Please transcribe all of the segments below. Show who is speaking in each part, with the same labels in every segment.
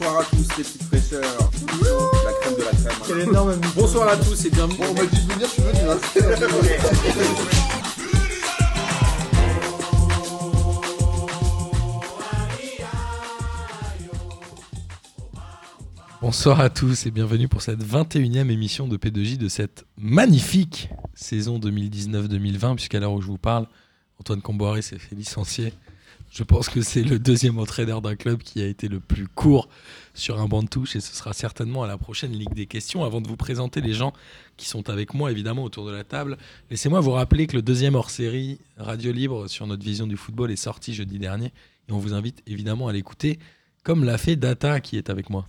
Speaker 1: Bonsoir à tous les petites fraîcheurs. La crème de la crème.
Speaker 2: Quel énorme
Speaker 1: Bonsoir à tous et bienvenue.
Speaker 3: Bon, on m'a dit de venir, je suis venu. Hein.
Speaker 4: Bonsoir à tous et bienvenue pour cette 21e émission de P2J de cette magnifique saison 2019-2020, puisqu'à l'heure où je vous parle, Antoine Comboiré s'est fait licencier. Je pense que c'est le deuxième entraîneur d'un club qui a été le plus court sur un banc de touche et ce sera certainement à la prochaine Ligue des questions. Avant de vous présenter les gens qui sont avec moi évidemment autour de la table, laissez-moi vous rappeler que le deuxième hors-série Radio Libre sur notre vision du football est sorti jeudi dernier et on vous invite évidemment à l'écouter comme l'a fait Data qui est avec moi.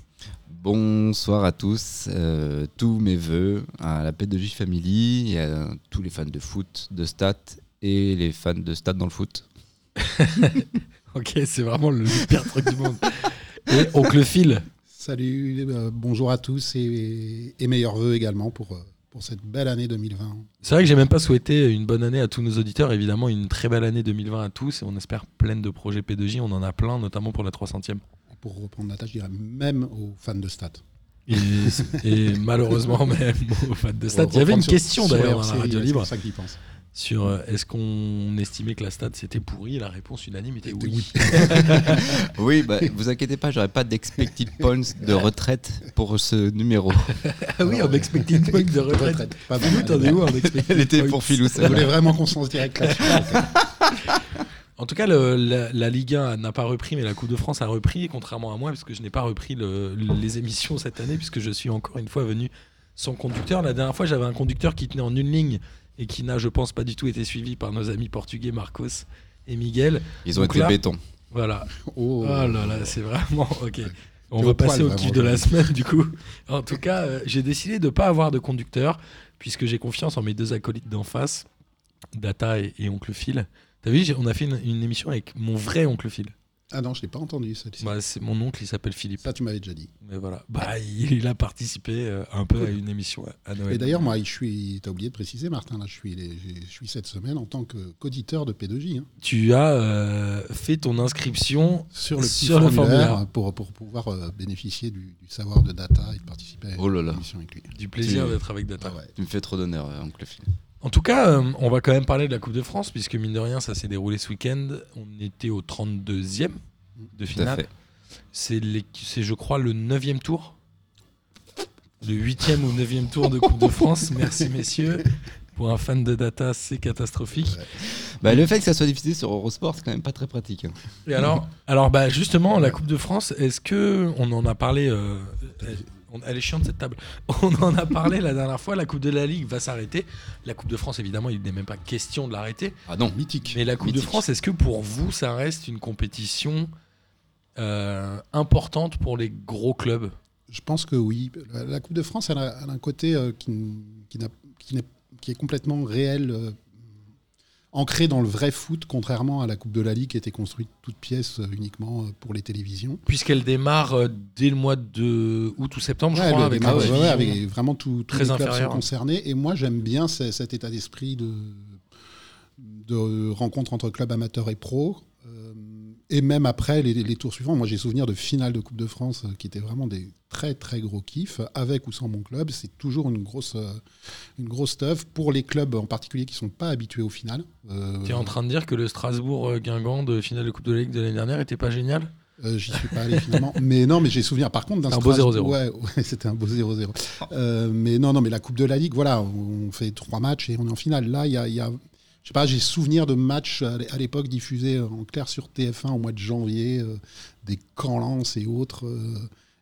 Speaker 5: Bonsoir à tous, euh, tous mes voeux à la P2J Family et à tous les fans de foot, de stats et les fans de stats dans le foot.
Speaker 4: Ok, c'est vraiment le pire truc du monde. Et oncle Phil,
Speaker 3: Salut, euh, bonjour à tous et, et meilleurs voeux également pour, euh, pour cette belle année 2020.
Speaker 4: c'est vrai que j'ai même pas souhaité une bonne année à tous nos auditeurs. Évidemment, une très belle année 2020 à tous et on espère pleine de projets P2J. On en a plein, notamment pour la 300e.
Speaker 3: Pour reprendre la tâche, je dirais même aux fans de stats.
Speaker 4: Et, et malheureusement, même aux fans de stats. Il y avait une
Speaker 3: Sur-
Speaker 4: question
Speaker 3: sur
Speaker 4: d'ailleurs
Speaker 3: RCI,
Speaker 4: à la radio
Speaker 3: ouais,
Speaker 4: libre
Speaker 3: C'est pour ça qu'ils pensent.
Speaker 4: sur euh, est-ce qu'on estimait que la stat c'était pourri. La réponse unanime était
Speaker 3: C'était
Speaker 4: oui.
Speaker 5: Oui, bah, vous inquiétez pas, j'aurai pas d'expected points de retraite pour ce numéro.
Speaker 4: Ah oui, un expected point de retraite.
Speaker 3: Retraite, pas
Speaker 4: Philou,
Speaker 3: mal.
Speaker 4: t'en es où, un Ah expected
Speaker 5: Elle était
Speaker 4: point
Speaker 5: pour Philou,
Speaker 3: Vous voulez
Speaker 5: celle-là.
Speaker 3: vraiment qu'on se lance direct là-dessus
Speaker 4: En tout cas, le- la, la Ligue 1 n'a pas repris, mais la Coupe de France a repris, contrairement à moi, parce que je n'ai pas repris le- les émissions cette année, puisque je suis encore une fois venu sans conducteur. La dernière fois, j'avais un conducteur qui tenait en une ligne et qui n'a, je pense, pas du tout été suivi par nos amis portugais Marcos et Miguel.
Speaker 5: Ils ont
Speaker 4: Donc
Speaker 5: été
Speaker 4: là-
Speaker 5: béton.
Speaker 4: Voilà.
Speaker 3: Oh,
Speaker 4: Oh là là, c'est vraiment ok. On
Speaker 3: T'es
Speaker 4: va
Speaker 3: au poil,
Speaker 4: passer au
Speaker 3: vraiment,
Speaker 4: kiff de la
Speaker 3: là.
Speaker 4: semaine, du coup. En tout cas, euh, j'ai décidé de ne pas avoir de conducteur, puisque j'ai confiance en mes deux acolytes d'en face, Data et, et Oncle Phil. T'as vu, j'ai- on a fait une- une émission avec mon vrai Oncle Phil.
Speaker 3: Ah non, je l'ai pas entendu celle-ci.
Speaker 4: Bah, c'est mon oncle, il s'appelle Philippe.
Speaker 3: Ça, tu m'avais déjà dit.
Speaker 4: Mais voilà. Bah, il, il a participé euh, un peu à une émission à- à Noël.
Speaker 3: Et d'ailleurs, moi, je suis. T'as oublié de préciser, Martin, là, je suis, les- j'ai- je suis cette semaine en tant que- qu'auditeur de P2J. hein,
Speaker 4: tu as euh, fait ton inscription.
Speaker 3: sur le petit
Speaker 4: Sur le
Speaker 3: formulaire,
Speaker 4: formulaire.
Speaker 3: Pour, pour pouvoir euh, bénéficier du, du savoir de data et de participer à
Speaker 5: Oh là là.
Speaker 3: l'émission avec lui.
Speaker 4: Du plaisir
Speaker 5: Tu-
Speaker 4: d'être avec Data.
Speaker 3: Ah ouais.
Speaker 5: Tu me fais trop d'honneur, euh, oncle Phil.
Speaker 4: En tout cas, euh, on va quand même parler de la Coupe de France, puisque mine de rien, ça s'est déroulé ce week-end. On était au 32e de
Speaker 5: Tout à
Speaker 4: finale.
Speaker 5: fait.
Speaker 4: C'est, les- c'est, je crois, le 9e tour. Le 8e ou 9e tour de Coupe de France. Merci, messieurs. Pour un fan de Data, c'est catastrophique.
Speaker 5: Bah, le fait que ça soit diffusé sur Eurosport, c'est quand même pas très pratique. hein.
Speaker 4: Et alors, alors bah justement, la Coupe de France, est-ce que on en a parlé euh, elle, on- elle est chiante cette table. On en a parlé la dernière fois. La Coupe de la Ligue va s'arrêter. La Coupe de France, évidemment, il n'est même pas question de l'arrêter.
Speaker 5: Ah non.
Speaker 3: Mythique.
Speaker 4: Mais la Coupe de
Speaker 5: Mythique.
Speaker 4: France, est-ce que pour vous, ça reste une compétition euh, importante pour les gros clubs
Speaker 3: Je pense que oui. La, la Coupe de France, elle a, elle a un côté euh, qui, n- qui, n'a- qui n'est- qui est complètement réel, euh, ancré dans le vrai foot, contrairement à la Coupe de la Ligue qui était construite toute pièce euh, uniquement euh, pour les télévisions.
Speaker 4: Puisqu'elle démarre euh, dès le mois de août ou septembre,
Speaker 3: Ouais,
Speaker 4: je crois,
Speaker 3: le
Speaker 4: avec
Speaker 3: démarrage,
Speaker 4: la
Speaker 3: ouais, ouais,
Speaker 4: division.
Speaker 3: avec vraiment tout- tous
Speaker 4: Très
Speaker 3: les clubs
Speaker 4: inférieur,
Speaker 3: sont
Speaker 4: hein.
Speaker 3: concernés. Et moi, j'aime bien ce- cet état d'esprit de, de rencontre entre clubs amateurs et pros. Euh, et même après les, les tours suivants, moi j'ai souvenir de finales de Coupe de France euh, qui étaient vraiment des très très gros kiffs, avec ou sans mon club. C'est toujours une grosse, euh, une grosse teuf pour les clubs en particulier qui sont pas habitués aux finales. Euh,
Speaker 4: T'es en train de dire que le Strasbourg-Guingamp de euh, finale de Coupe de la Ligue de l'année dernière était pas génial
Speaker 3: Euh, J'y suis pas allé finalement. mais non, mais j'ai souvenir par contre d'un
Speaker 4: Un beau
Speaker 3: Strasbourg-
Speaker 4: 0-0.
Speaker 3: Ouais, ouais, c'était un beau 0-0. Euh, mais non, non, mais la Coupe de la Ligue, voilà, on fait trois matchs et on est en finale. Là, il y a. il y a- je sais pas, j'ai souvenir de matchs à l'é- à l'époque diffusés en clair sur TF1 au mois de janvier, euh, des camps Lens et autres, euh,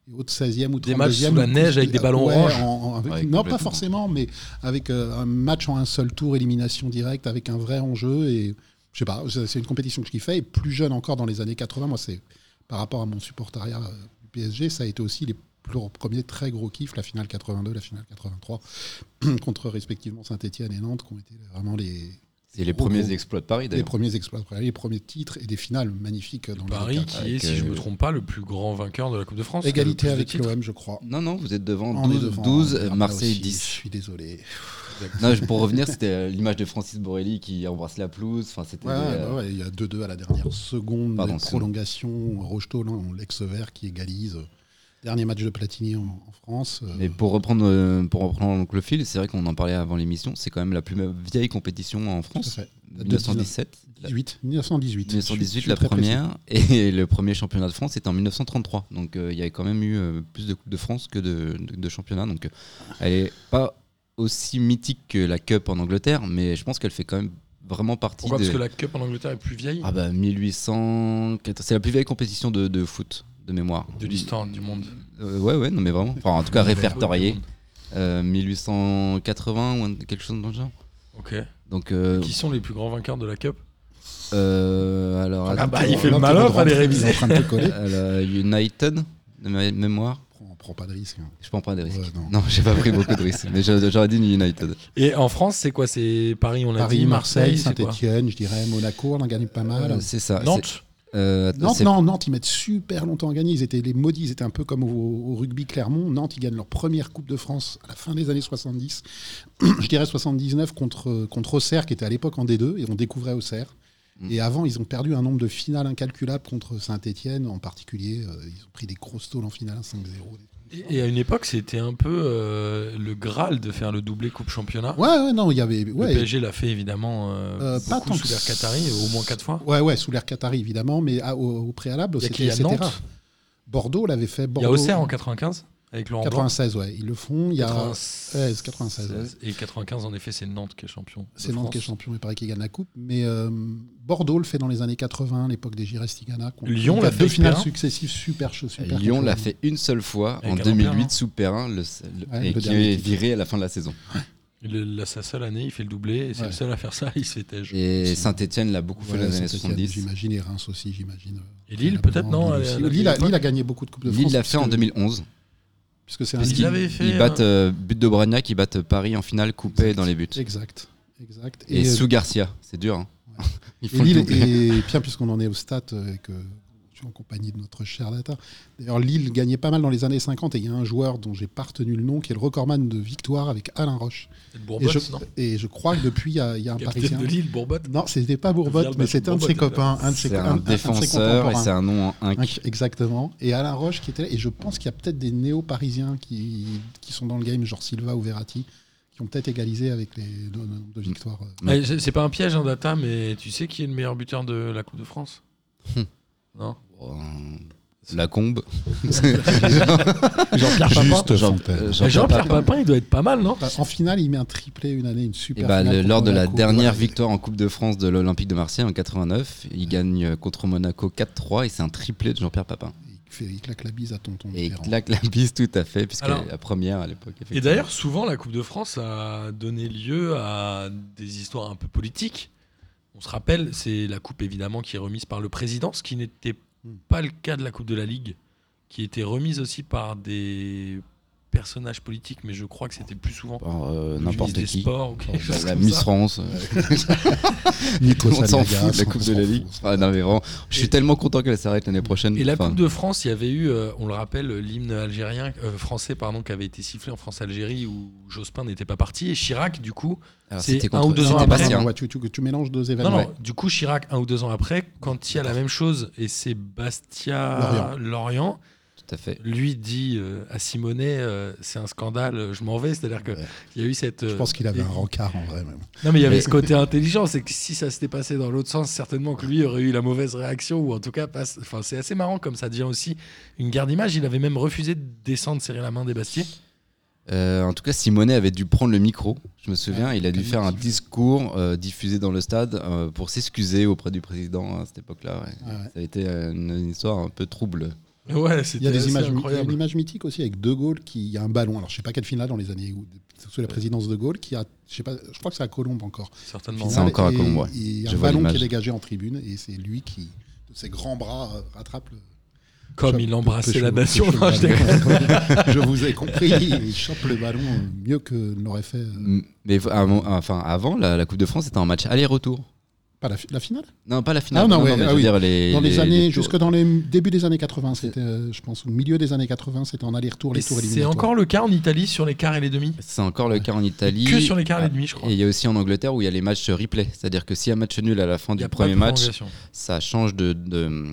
Speaker 3: et autres 16e ou 32e.
Speaker 4: Des matchs sous la neige avec des ballons
Speaker 3: Ouais,
Speaker 4: orange.
Speaker 3: en- en- avec-
Speaker 5: Ouais,
Speaker 3: non,
Speaker 5: complètement.
Speaker 3: pas forcément, mais avec euh, un match en un seul tour, élimination directe, avec un vrai enjeu. Et je sais pas, c'est c'est une compétition que je kiffais. Et plus jeune encore dans les années 80, moi, c'est par rapport à mon supportariat euh, du PSG, ça a été aussi les plus- leurs premiers très gros kiffs, la finale 82, la finale 83, contre respectivement Saint-Etienne et Nantes, qui ont été vraiment les,
Speaker 5: C'est Oh, les
Speaker 3: Gros,
Speaker 5: premiers
Speaker 3: gros.
Speaker 5: exploits de Paris,
Speaker 3: les
Speaker 5: d'ailleurs.
Speaker 3: premiers exploits, les premiers titres et des finales magnifiques euh, dans les
Speaker 4: Paris
Speaker 3: deux
Speaker 4: qui
Speaker 3: cas.
Speaker 4: est,
Speaker 5: Avec,
Speaker 4: si je me
Speaker 5: euh,
Speaker 4: trompe pas, le plus grand vainqueur de la Coupe de France.
Speaker 3: Égalité
Speaker 4: Le plus de
Speaker 3: avec
Speaker 4: titres.
Speaker 3: l'OM, je crois.
Speaker 5: Non, non, vous êtes devant
Speaker 3: On est
Speaker 5: 12,
Speaker 3: devant,
Speaker 5: 12,
Speaker 3: on est devant
Speaker 5: Marseille
Speaker 3: aussi,
Speaker 5: 10.
Speaker 3: Je suis désolé.
Speaker 5: Non, je- pour revenir, c'était euh, l'image de Francis Borelli qui embrasse la pelouse. Enfin, c'était.
Speaker 3: Ouais,
Speaker 5: euh,
Speaker 3: bah ouais, il y a 2-2 à la dernière seconde,
Speaker 5: Pardon,
Speaker 3: la
Speaker 5: c'est-
Speaker 3: prolongation, Rocheteau, l'ex-vert qui égalise. euh, Dernier match de Platini en, en France. euh,
Speaker 5: Mais pour reprendre, euh, pour reprendre donc le fil, c'est vrai qu'on en parlait avant l'émission, c'est quand même la plus vieille compétition en
Speaker 3: tout à
Speaker 5: France,
Speaker 3: fait. De
Speaker 5: 1917. La-
Speaker 3: 18, 1918. Je suis- je
Speaker 5: 1918,
Speaker 3: suis
Speaker 5: la
Speaker 3: très précis.
Speaker 5: première, et le premier championnat de France était en 1933. Donc euh, il y avait quand même eu euh, plus de Coupe de France que de, de, de championnats. Donc euh, elle est pas aussi mythique que la Cup en Angleterre, mais je pense qu'elle fait quand même vraiment partie
Speaker 4: Pourquoi
Speaker 5: de...
Speaker 4: Parce que la Cup en Angleterre est plus vieille
Speaker 5: Ah bah 1800... C'est la plus vieille compétition de, de foot, de mémoire.
Speaker 4: de l'histoire du monde.
Speaker 5: Euh, ouais, ouais, non mais vraiment. Enfin, en tout cas
Speaker 4: Ouais,
Speaker 5: répertoriée.
Speaker 4: du monde.
Speaker 5: Euh, 1880 ou un- quelque chose dans le genre.
Speaker 4: Ok.
Speaker 5: Donc, euh,
Speaker 4: Qui sont les plus grands vainqueurs de la Cup
Speaker 5: euh, alors,
Speaker 4: Ah
Speaker 5: attends,
Speaker 4: bah, il
Speaker 3: Alors
Speaker 4: fait le
Speaker 3: là,
Speaker 4: malin,
Speaker 3: t'es en train de
Speaker 4: fallait
Speaker 3: rentrer-
Speaker 4: réviser.
Speaker 3: t'es en train de te coller.
Speaker 5: euh, United, de mé- mémoire.
Speaker 3: on prend pas de risque. hein.
Speaker 5: Je prends pas des risques.
Speaker 3: Ouais, non.
Speaker 5: Non, j'ai pas pris beaucoup de risques, mais j'a- j'aurais dit United.
Speaker 4: Et en France, c'est quoi C'est Paris, on l'a
Speaker 3: Paris,
Speaker 4: dit,
Speaker 3: Marseille,
Speaker 4: Marseille, c'est quoi
Speaker 3: Saint-Etienne, je dirais Monaco, on en gagne pas mal.
Speaker 5: Euh, c'est ça.
Speaker 4: Ah, Nantes
Speaker 5: c'est- euh, attends,
Speaker 3: Nantes,
Speaker 5: c'est-
Speaker 3: non, Nantes, ils mettent super longtemps à gagner. Ils étaient les maudits, ils étaient un peu comme au, au rugby Clermont. Nantes, ils gagnent leur première Coupe de France à la fin des années 70. Je dirais 79 contre, contre Auxerre, qui était à l'époque en D2, et on découvrait Auxerre.
Speaker 5: Mm.
Speaker 3: Et avant, ils ont perdu un nombre de finales incalculables contre Saint-Etienne, en particulier. euh, ils ont pris des grosses tôles en finale, 5-0.
Speaker 4: Et et à une époque, c'était un peu euh, le Graal de faire le doublé Coupe Championnat.
Speaker 3: Ouais, ouais, non, il y avait.
Speaker 4: le
Speaker 3: Ouais,
Speaker 4: PSG l'a fait évidemment euh,
Speaker 3: Euh, pas
Speaker 4: beaucoup
Speaker 3: tant
Speaker 4: sous
Speaker 3: que
Speaker 4: l'ère Qatari,
Speaker 3: ça.
Speaker 4: au moins quatre fois.
Speaker 3: ouais, ouais, sous l'ère Qatari, évidemment, mais à- au, au préalable,
Speaker 4: Il y a qui
Speaker 3: c'était
Speaker 4: Il y a
Speaker 3: c'était
Speaker 4: Nantes,
Speaker 3: rare. Bordeaux l'avait fait.
Speaker 4: il y a
Speaker 3: Bordeaux,
Speaker 4: Auxerre en 95 avec Laurent Blanc.
Speaker 3: 96, ouais, ils le font. Il y a.
Speaker 4: 96.
Speaker 3: 96,
Speaker 4: Et 95, en effet, c'est Nantes qui est champion. de
Speaker 3: C'est Nantes qui est
Speaker 4: France.
Speaker 3: champion et Paris qui gagne la coupe. Mais euh, Bordeaux le fait dans les années 80, l'époque des Girestigana.
Speaker 4: Lyon l'a fait
Speaker 3: Deux
Speaker 4: avec
Speaker 3: finales
Speaker 4: Perrin.
Speaker 3: successives super chaudes. Super
Speaker 5: Lyon
Speaker 3: contre-
Speaker 5: l'a fait une seule fois
Speaker 4: Et
Speaker 5: en
Speaker 4: Calendar, hein.
Speaker 5: 2008 sous Perrin, le, le-
Speaker 3: Ouais,
Speaker 5: et
Speaker 3: le
Speaker 5: qui
Speaker 3: dernier
Speaker 5: est
Speaker 3: titre.
Speaker 5: viré à la fin de la saison.
Speaker 4: Le- la- sa seule année, il fait le doublé, et c'est
Speaker 3: Ouais.
Speaker 4: le seul à faire ça, il se fait têche. Et,
Speaker 5: Et Saint-Etienne l'a beaucoup fait
Speaker 3: Voilà,
Speaker 5: dans les années
Speaker 3: Saint-Étienne,
Speaker 5: 70.
Speaker 3: J'imagine, et Reims aussi, j'imagine.
Speaker 4: Lille, peut-être, non
Speaker 3: Lille, aussi.
Speaker 4: à la- à la-
Speaker 3: Lille, a,
Speaker 4: l'époque
Speaker 3: Lille a gagné beaucoup de Coupes de France.
Speaker 5: Lille l'a fait en
Speaker 3: puisque-
Speaker 5: 2011.
Speaker 3: Puisque c'est un
Speaker 4: Parce
Speaker 3: Lille.
Speaker 4: qu'il avait fait.
Speaker 5: Ils
Speaker 4: un-
Speaker 5: battent euh, but d'Obragnac, ils battent Paris en finale, coupé
Speaker 3: Exact.
Speaker 5: dans les buts.
Speaker 3: Exact. exact.
Speaker 5: Et,
Speaker 3: euh,
Speaker 5: sous Garcia, c'est dur. Hein. Ils
Speaker 3: Et
Speaker 5: font le
Speaker 3: Lille
Speaker 5: doublé.
Speaker 3: et bien puisqu'on en est au stade euh, et que je suis en compagnie de notre cher Data. D'ailleurs, Lille gagnait pas mal dans les années 50 et il y a un joueur dont j'ai pas retenu le nom qui est le recordman de victoire avec Alain Roche.
Speaker 4: c'est de
Speaker 3: Et
Speaker 4: Bourbotte,
Speaker 3: je,
Speaker 4: non
Speaker 3: et je crois que depuis il y, a- il y a un
Speaker 4: Capitaine
Speaker 3: Parisien.
Speaker 4: de Lille, Bourbotte.
Speaker 3: Non, c'était pas Bourbotte,
Speaker 4: Vierge
Speaker 3: mais c'était un de ses
Speaker 4: Bourbotte,
Speaker 3: copains, un de ses,
Speaker 5: C'est
Speaker 3: un- un- un
Speaker 5: un
Speaker 3: de ses
Speaker 5: défenseur et
Speaker 3: contemporains.
Speaker 5: c'est un nom en inc.
Speaker 3: Inc, Exactement. Et Alain Roche qui était là. Et je pense qu'il y a peut-être des néo-parisiens qui, qui sont dans le game, genre Silva ou Verratti, qui ont peut-être égalisé avec les le nombre de victoires. euh,
Speaker 5: Ouais.
Speaker 4: Eh, c'est c'est pas un piège, hein, Data, mais tu sais qui est le meilleur buteur de la Coupe de France
Speaker 3: Hum.
Speaker 5: Hmm.
Speaker 4: Non
Speaker 5: Oh, La combe.
Speaker 4: Jean-Pierre
Speaker 3: Juste
Speaker 5: Euh,
Speaker 4: Jean-Pierre
Speaker 5: Jean-Pierre
Speaker 4: Papin, il doit être pas mal, non
Speaker 3: Bah, En finale, il met un triplé une année, une
Speaker 5: Et
Speaker 3: super.
Speaker 5: bah,
Speaker 3: finale
Speaker 5: le-
Speaker 3: contre
Speaker 5: lors de la
Speaker 3: Monaco.
Speaker 5: dernière
Speaker 3: Ouais.
Speaker 5: victoire en Coupe de France de l'Olympique de Marseille en 89, il gagne euh, contre Monaco 4-3 et c'est un triplé de Jean-Pierre Papin.
Speaker 3: Il, fait- il claque la bise à tonton.
Speaker 5: Et il
Speaker 3: Mitterrand.
Speaker 5: claque la bise tout à fait, puisque
Speaker 4: Alors-
Speaker 5: la première à l'époque.
Speaker 4: Et
Speaker 5: effectivement.
Speaker 4: d'ailleurs, souvent, la Coupe de France a donné lieu à des histoires un peu politiques. On se rappelle, c'est la Coupe évidemment qui est remise par le président, ce qui n'était
Speaker 3: Hmm.
Speaker 4: pas le cas de la Coupe de la Ligue, qui était remise aussi par des personnages politiques, mais je crois que c'était plus souvent
Speaker 5: Par, euh,
Speaker 4: le
Speaker 5: n'importe
Speaker 4: ministre des
Speaker 5: qui.
Speaker 4: sports ou quelque
Speaker 5: La-
Speaker 4: chose
Speaker 5: la
Speaker 4: comme
Speaker 5: Miss
Speaker 4: ça.
Speaker 5: France. euh,
Speaker 3: Nico
Speaker 5: on s'en
Speaker 3: Saliaga,
Speaker 5: fout de la
Speaker 3: on
Speaker 5: Coupe
Speaker 3: s'en
Speaker 5: de la
Speaker 3: fout,
Speaker 5: Ligue.
Speaker 3: on s'en
Speaker 5: Ah, non, mais vraiment, je
Speaker 4: Et-
Speaker 5: suis tellement content qu'elle s'arrête l'année prochaine.
Speaker 4: Et la
Speaker 5: Enfin,
Speaker 4: Coupe de France, il y avait eu, euh, on le rappelle, l'hymne algérien, euh, français, pardon, qui avait été sifflé en France-Algérie où Jospin n'était pas parti. Et Chirac, du coup,
Speaker 5: alors,
Speaker 4: c'est
Speaker 5: c'était
Speaker 4: un
Speaker 5: contre-
Speaker 4: ou deux ans
Speaker 5: c'était
Speaker 3: Ah,
Speaker 4: après.
Speaker 5: pas
Speaker 3: pardon,
Speaker 5: si, hein.
Speaker 3: ouais, tu, tu- tu mélanges deux
Speaker 4: non,
Speaker 3: événements.
Speaker 4: non, du coup, Chirac, un ou deux ans après, quand il y a la même chose et c'est Bastia-Lorient, hein.
Speaker 5: Tout à fait.
Speaker 4: lui dit euh, à Simonet, euh, c'est un scandale, je m'en vais. C'est-à-dire qu'il
Speaker 3: Ouais.
Speaker 4: y a eu cette.
Speaker 3: Je
Speaker 4: euh,
Speaker 3: pense qu'il avait
Speaker 4: et-
Speaker 3: un rencard en vrai. Même.
Speaker 4: Non, mais il y avait
Speaker 5: Mais-
Speaker 4: ce côté intelligent, c'est que si ça s'était passé dans l'autre sens, certainement que lui aurait eu la mauvaise réaction, ou en tout cas, passe... enfin, c'est assez marrant comme ça devient aussi une guerre d'image. Il avait même refusé de descendre serrer la main des Bastiers.
Speaker 5: Euh, en tout cas, Simonet avait dû prendre le micro. Je me souviens,
Speaker 3: Ouais,
Speaker 5: il a dû
Speaker 3: comme
Speaker 5: faire un
Speaker 3: il dit.
Speaker 5: discours euh, diffusé dans le stade euh, pour s'excuser auprès du président hein, à cette époque-là. ouais.
Speaker 3: Ouais, ouais.
Speaker 5: Ça a été euh, une, une histoire un peu trouble.
Speaker 4: Ouais, c'était
Speaker 3: Il y a des
Speaker 4: assez
Speaker 3: images, mi- il y a une
Speaker 4: incroyable.
Speaker 3: image mythique aussi avec De Gaulle qui il y a un ballon. Alors je sais pas quelle finale dans les années où- sous la présidence de Gaulle qui a, je sais pas, je crois que c'est à Colombe encore.
Speaker 4: Certainement.
Speaker 5: Ça, encore à
Speaker 3: Et-
Speaker 5: Colombe, ouais.
Speaker 3: et Il y a
Speaker 5: Je
Speaker 3: un
Speaker 5: vois
Speaker 3: ballon qui
Speaker 5: l'image.
Speaker 3: est dégagé en tribune et c'est lui qui de ses grands bras euh, rattrape le.
Speaker 4: Comme
Speaker 3: chope-
Speaker 4: il embrassait
Speaker 3: le-
Speaker 4: la
Speaker 3: le-
Speaker 4: nation.
Speaker 3: le- le-
Speaker 4: Non, je déconne.
Speaker 3: je vous ai compris. Il chope le ballon mieux que ne l'aurait fait. euh,
Speaker 5: M- Mais v- avant, enfin, avant la, la Coupe de France, c'était un match aller-retour.
Speaker 3: Pas la, fi- la finale
Speaker 5: Non, pas la finale.
Speaker 3: Ah non, ouais,
Speaker 5: mais
Speaker 3: ah
Speaker 5: je veux
Speaker 3: oui.
Speaker 5: dire les,
Speaker 3: Dans les, années,
Speaker 5: les tours.
Speaker 3: jusque dans les début des années 80, c'était, euh, je pense, au milieu des années 80, c'était en aller-retour, les
Speaker 4: Et
Speaker 3: tours
Speaker 4: C'est
Speaker 3: éliminatoires.
Speaker 4: encore le cas en Italie sur les quarts et les demi.
Speaker 5: C'est encore le cas en Italie.
Speaker 4: Que sur les quarts et les demi, je crois.
Speaker 5: Et il y a aussi en Angleterre où il y a les matchs replay. C'est-à-dire que s'il y a un match nul à la fin
Speaker 4: Il y a
Speaker 5: du
Speaker 4: pas
Speaker 5: premier
Speaker 4: de
Speaker 5: match,
Speaker 4: prolongation.
Speaker 5: ça change de. de-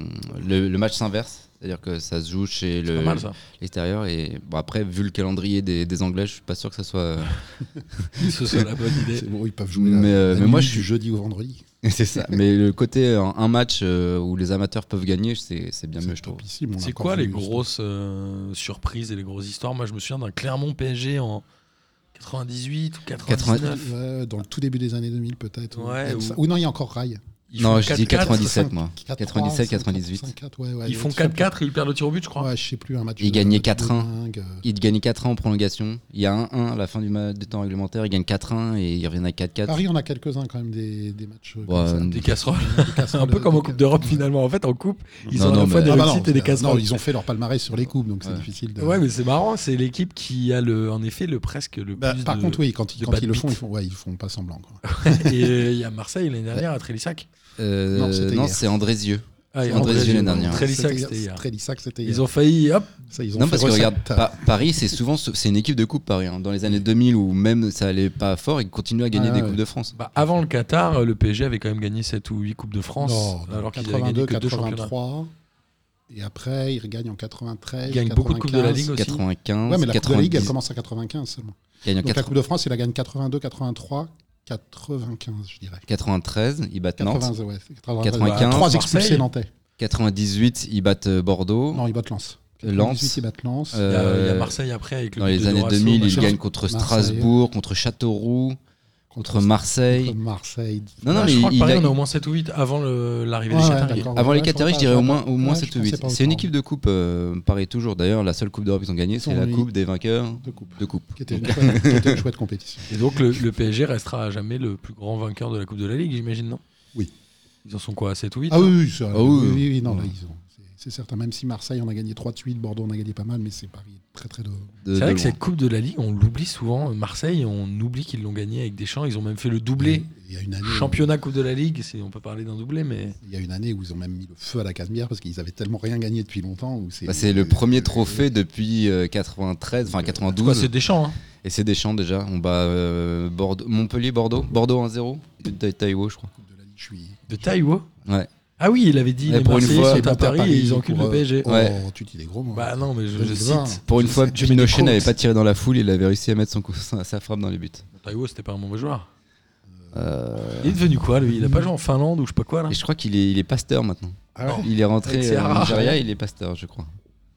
Speaker 5: le, le match s'inverse. C'est-à-dire que ça se joue chez
Speaker 4: C'est
Speaker 5: le,
Speaker 4: pas mal ça.
Speaker 5: l'extérieur. Et bon, après, vu le calendrier des, des Anglais, je suis pas sûr que ça soit.
Speaker 4: Ce soit la bonne idée.
Speaker 3: C'est bon, ils peuvent jouer la-
Speaker 5: Mais, euh,
Speaker 3: la
Speaker 5: mais moi,
Speaker 3: nuit
Speaker 5: je
Speaker 3: du
Speaker 5: suis-
Speaker 3: jeudi au vendredi.
Speaker 5: c'est ça. Mais le côté euh, un match euh, où les amateurs peuvent gagner, c'est c'est bien mieux, je trouve.
Speaker 3: topissime, on l'a
Speaker 4: C'est
Speaker 3: encore
Speaker 4: quoi
Speaker 3: vu,
Speaker 4: les
Speaker 3: justement.
Speaker 4: grosses euh, surprises et les grosses histoires Moi, je me souviens d'un Clermont PSG en 98 ou 99.
Speaker 3: Ouais, Dans le tout début des années 2000 peut-être.
Speaker 4: Ouais,
Speaker 3: ou...
Speaker 4: ou-
Speaker 3: ça- ou non, il y a encore Rai.
Speaker 4: Ils
Speaker 5: Non,
Speaker 4: font
Speaker 5: je dis
Speaker 4: 4-4,
Speaker 5: 97, moi. 97, 98.
Speaker 3: 54, ouais, ouais,
Speaker 4: Ils
Speaker 3: ouais,
Speaker 4: font hein.
Speaker 3: tu sais,
Speaker 4: 4-4 et ils perdent le tir au but, je crois.
Speaker 3: Ouais, je sais plus, un match.
Speaker 5: Ils
Speaker 3: de-
Speaker 5: gagnaient
Speaker 3: de
Speaker 5: 4-1.
Speaker 3: dingue.
Speaker 5: Ils gagnent 4-1 en prolongation. Il y a 1-1 à la fin du, ma- du temps réglementaire. Ils gagnent 4-1 et ils reviennent à 4-4.
Speaker 3: Paris, on a quelques-uns quand même des, des matchs.
Speaker 5: Ouais,
Speaker 3: comme ça.
Speaker 5: euh,
Speaker 4: Des casseroles.
Speaker 3: Des casseroles,
Speaker 4: un peu
Speaker 3: des-
Speaker 4: comme en
Speaker 3: des-
Speaker 4: Coupe d'Europe,
Speaker 3: ouais.
Speaker 4: finalement. En fait, en Coupe, ils
Speaker 5: Non,
Speaker 4: ont à
Speaker 5: non,
Speaker 4: la fois
Speaker 5: mais-
Speaker 4: des
Speaker 3: Ah bah non,
Speaker 4: réussites et des
Speaker 3: c'est-
Speaker 4: casseroles.
Speaker 3: non, ils ont fait leur palmarès sur les coupes, donc c'est
Speaker 5: Ouais.
Speaker 3: difficile de.
Speaker 4: Ouais, mais c'est marrant, c'est l'équipe qui a le, en effet le presque le
Speaker 3: Bah,
Speaker 4: plus.
Speaker 3: par
Speaker 4: de-
Speaker 3: contre, oui, quand ils,
Speaker 4: de
Speaker 3: quand
Speaker 4: bad
Speaker 3: ils le font,
Speaker 4: beat.
Speaker 3: ils font, ouais, ils font pas semblant. quoi.
Speaker 4: Et euh, il y a Marseille l'année dernière à Trélissac.
Speaker 5: Euh,
Speaker 3: Non, c'était
Speaker 5: non,
Speaker 3: hier.
Speaker 5: c'est Andrézieux.
Speaker 4: Ah, et
Speaker 5: C'est André
Speaker 4: André
Speaker 5: Gilles
Speaker 4: Gilles,
Speaker 5: l'année dernière.
Speaker 4: Trélissac,
Speaker 3: C'était-
Speaker 4: c'était hier.
Speaker 3: Trélissac, c'était hier.
Speaker 4: Ils ont failli, hop,
Speaker 3: Ça, ils ont
Speaker 5: Non,
Speaker 3: fait
Speaker 5: parce que
Speaker 3: recette.
Speaker 5: regarde, Pa- Paris, c'est souvent ce- c'est une équipe de coupe Paris. hein. Dans les années 2000 où même ça allait pas fort, ils continuaient à gagner
Speaker 3: Ah,
Speaker 5: des
Speaker 3: ouais.
Speaker 5: coupes de France.
Speaker 4: bah, avant le Qatar, le PSG avait quand même gagné 7 ou 8 Coupes de France,
Speaker 3: Non, non,
Speaker 4: alors qu'ils avaient gagné
Speaker 3: 82,
Speaker 4: que 2 championnats.
Speaker 3: 83. Et après, ils regagnent en 93.
Speaker 4: Ils gagnent beaucoup de Coupes de la Ligue aussi.
Speaker 5: 95,
Speaker 3: Ouais, mais la Coupe de la Ligue, elle
Speaker 5: 90,
Speaker 3: commence à 95 seulement.
Speaker 5: gagnent en
Speaker 3: Donc la
Speaker 5: 80
Speaker 3: Coupe de France, il la gagne 82, 83, 95, je dirais.
Speaker 5: 93, ils battent Nantes.
Speaker 3: 80, ouais, c'est 80,
Speaker 5: 95,
Speaker 3: trois expulsés
Speaker 4: Marseille. Oh.
Speaker 3: nantais.
Speaker 5: 98, ils battent euh, Bordeaux.
Speaker 3: Non, ils battent Lens.
Speaker 5: Lens.
Speaker 3: 98, ils battent Lens.
Speaker 4: Il y, a- il y a
Speaker 5: Euh,
Speaker 4: Marseille après avec le
Speaker 5: Dans
Speaker 4: but
Speaker 5: les
Speaker 4: de
Speaker 5: années
Speaker 4: Dorasso,
Speaker 5: 2000, ils
Speaker 4: machin.
Speaker 5: gagnent contre
Speaker 3: Marseille.
Speaker 5: Strasbourg, contre Châteauroux, contre Marseille.
Speaker 3: Contre Marseille.
Speaker 5: Non, non,
Speaker 4: Bah,
Speaker 5: mais
Speaker 4: je crois que
Speaker 5: il
Speaker 4: Paris, on a
Speaker 5: gagne-
Speaker 4: au moins 7 ou 8 avant le- l'arrivée
Speaker 3: Ouais,
Speaker 4: des
Speaker 3: Ah ouais,
Speaker 4: Qataris.
Speaker 3: d'accord.
Speaker 5: Avant les
Speaker 3: Ouais,
Speaker 5: Qataris,
Speaker 3: je
Speaker 5: je dirais au
Speaker 3: pense
Speaker 5: moins,
Speaker 3: pas-
Speaker 5: au
Speaker 3: ouais,
Speaker 5: moins
Speaker 3: je
Speaker 5: 7 ou
Speaker 3: pensais
Speaker 5: 8.
Speaker 3: pas
Speaker 5: C'est une
Speaker 3: autant.
Speaker 5: équipe de coupe, euh, Paris toujours. D'ailleurs, la seule coupe d'Europe qu'ils ont gagnée, c'est
Speaker 3: Ils ont
Speaker 5: la
Speaker 3: eu-
Speaker 5: coupe des vainqueurs
Speaker 3: De coupe.
Speaker 5: de coupe.
Speaker 3: Qui était une chouette, qui était une chouette compétition.
Speaker 4: Et donc le, le PSG restera à jamais le plus grand vainqueur de la Coupe de la Ligue, j'imagine, non
Speaker 3: Oui.
Speaker 4: Ils en sont quoi, à 7 ou 8
Speaker 3: Ah oui, oui, c'est-
Speaker 5: Ah oui,
Speaker 3: oui, oui, oui, non,
Speaker 5: oui.
Speaker 3: là, ils ont- c'est- C'est certain, même si Marseille on a gagné 3 de suite, Bordeaux on a gagné pas mal, mais c'est Paris très très de.
Speaker 5: De-
Speaker 4: C'est
Speaker 5: Euh, de
Speaker 4: vrai que
Speaker 5: loin.
Speaker 4: cette Coupe de la Ligue, on l'oublie souvent. Marseille, on oublie qu'ils l'ont gagnée avec Deschamps. Ils ont même fait le doublé.
Speaker 3: Il y a une
Speaker 5: Mmh.
Speaker 3: année.
Speaker 4: Championnat Coupe de la Ligue, c'est- on peut parler d'un doublé, mais
Speaker 3: Il y a une année où ils ont même mis le feu à la Casemère parce qu'ils avaient tellement rien gagné depuis longtemps. où
Speaker 5: Bah, c'est le premier trophée depuis euh, 93, enfin
Speaker 4: Quoi, c'est
Speaker 5: 92.
Speaker 4: Deschamps. Hein.
Speaker 5: Et c'est Deschamps déjà. On bat euh, Bordeaux, Montpellier, Bordeaux. Bordeaux 1-0. Ta- Taïwo, je crois.
Speaker 3: Coupe de la Ligue, je suis-
Speaker 4: De Taïwo
Speaker 5: Ouais.
Speaker 4: Ah oui, il avait dit
Speaker 5: Ouais,
Speaker 4: les
Speaker 5: pour une
Speaker 4: Marseillais
Speaker 5: fois,
Speaker 4: sont
Speaker 5: ils
Speaker 4: à Paris, et ils enculent
Speaker 3: enculent
Speaker 4: le PSG.
Speaker 3: Oh,
Speaker 5: euh, Ouais.
Speaker 3: tu dis des gros mots.
Speaker 4: Bah non, mais je, je
Speaker 3: 2020.
Speaker 4: cite.
Speaker 5: Pour une fois,
Speaker 4: Je mets des
Speaker 5: Pinochet
Speaker 4: quotes.
Speaker 5: n'avait pas tiré dans la foule. Il avait réussi à mettre son coup- sa sa frappe dans les buts.
Speaker 4: Taïwo, c'était pas un mauvais joueur.
Speaker 5: Euh,
Speaker 4: Il est devenu quoi, lui Il a pas joué en Finlande ou je sais pas quoi, là
Speaker 5: Et je crois qu'il est, il est pasteur maintenant.
Speaker 3: Ah ouais.
Speaker 5: Il est rentré
Speaker 4: Ah. Oh. Avec ses
Speaker 5: euh,
Speaker 4: haras.
Speaker 5: en Nigeria, il est pasteur, je crois.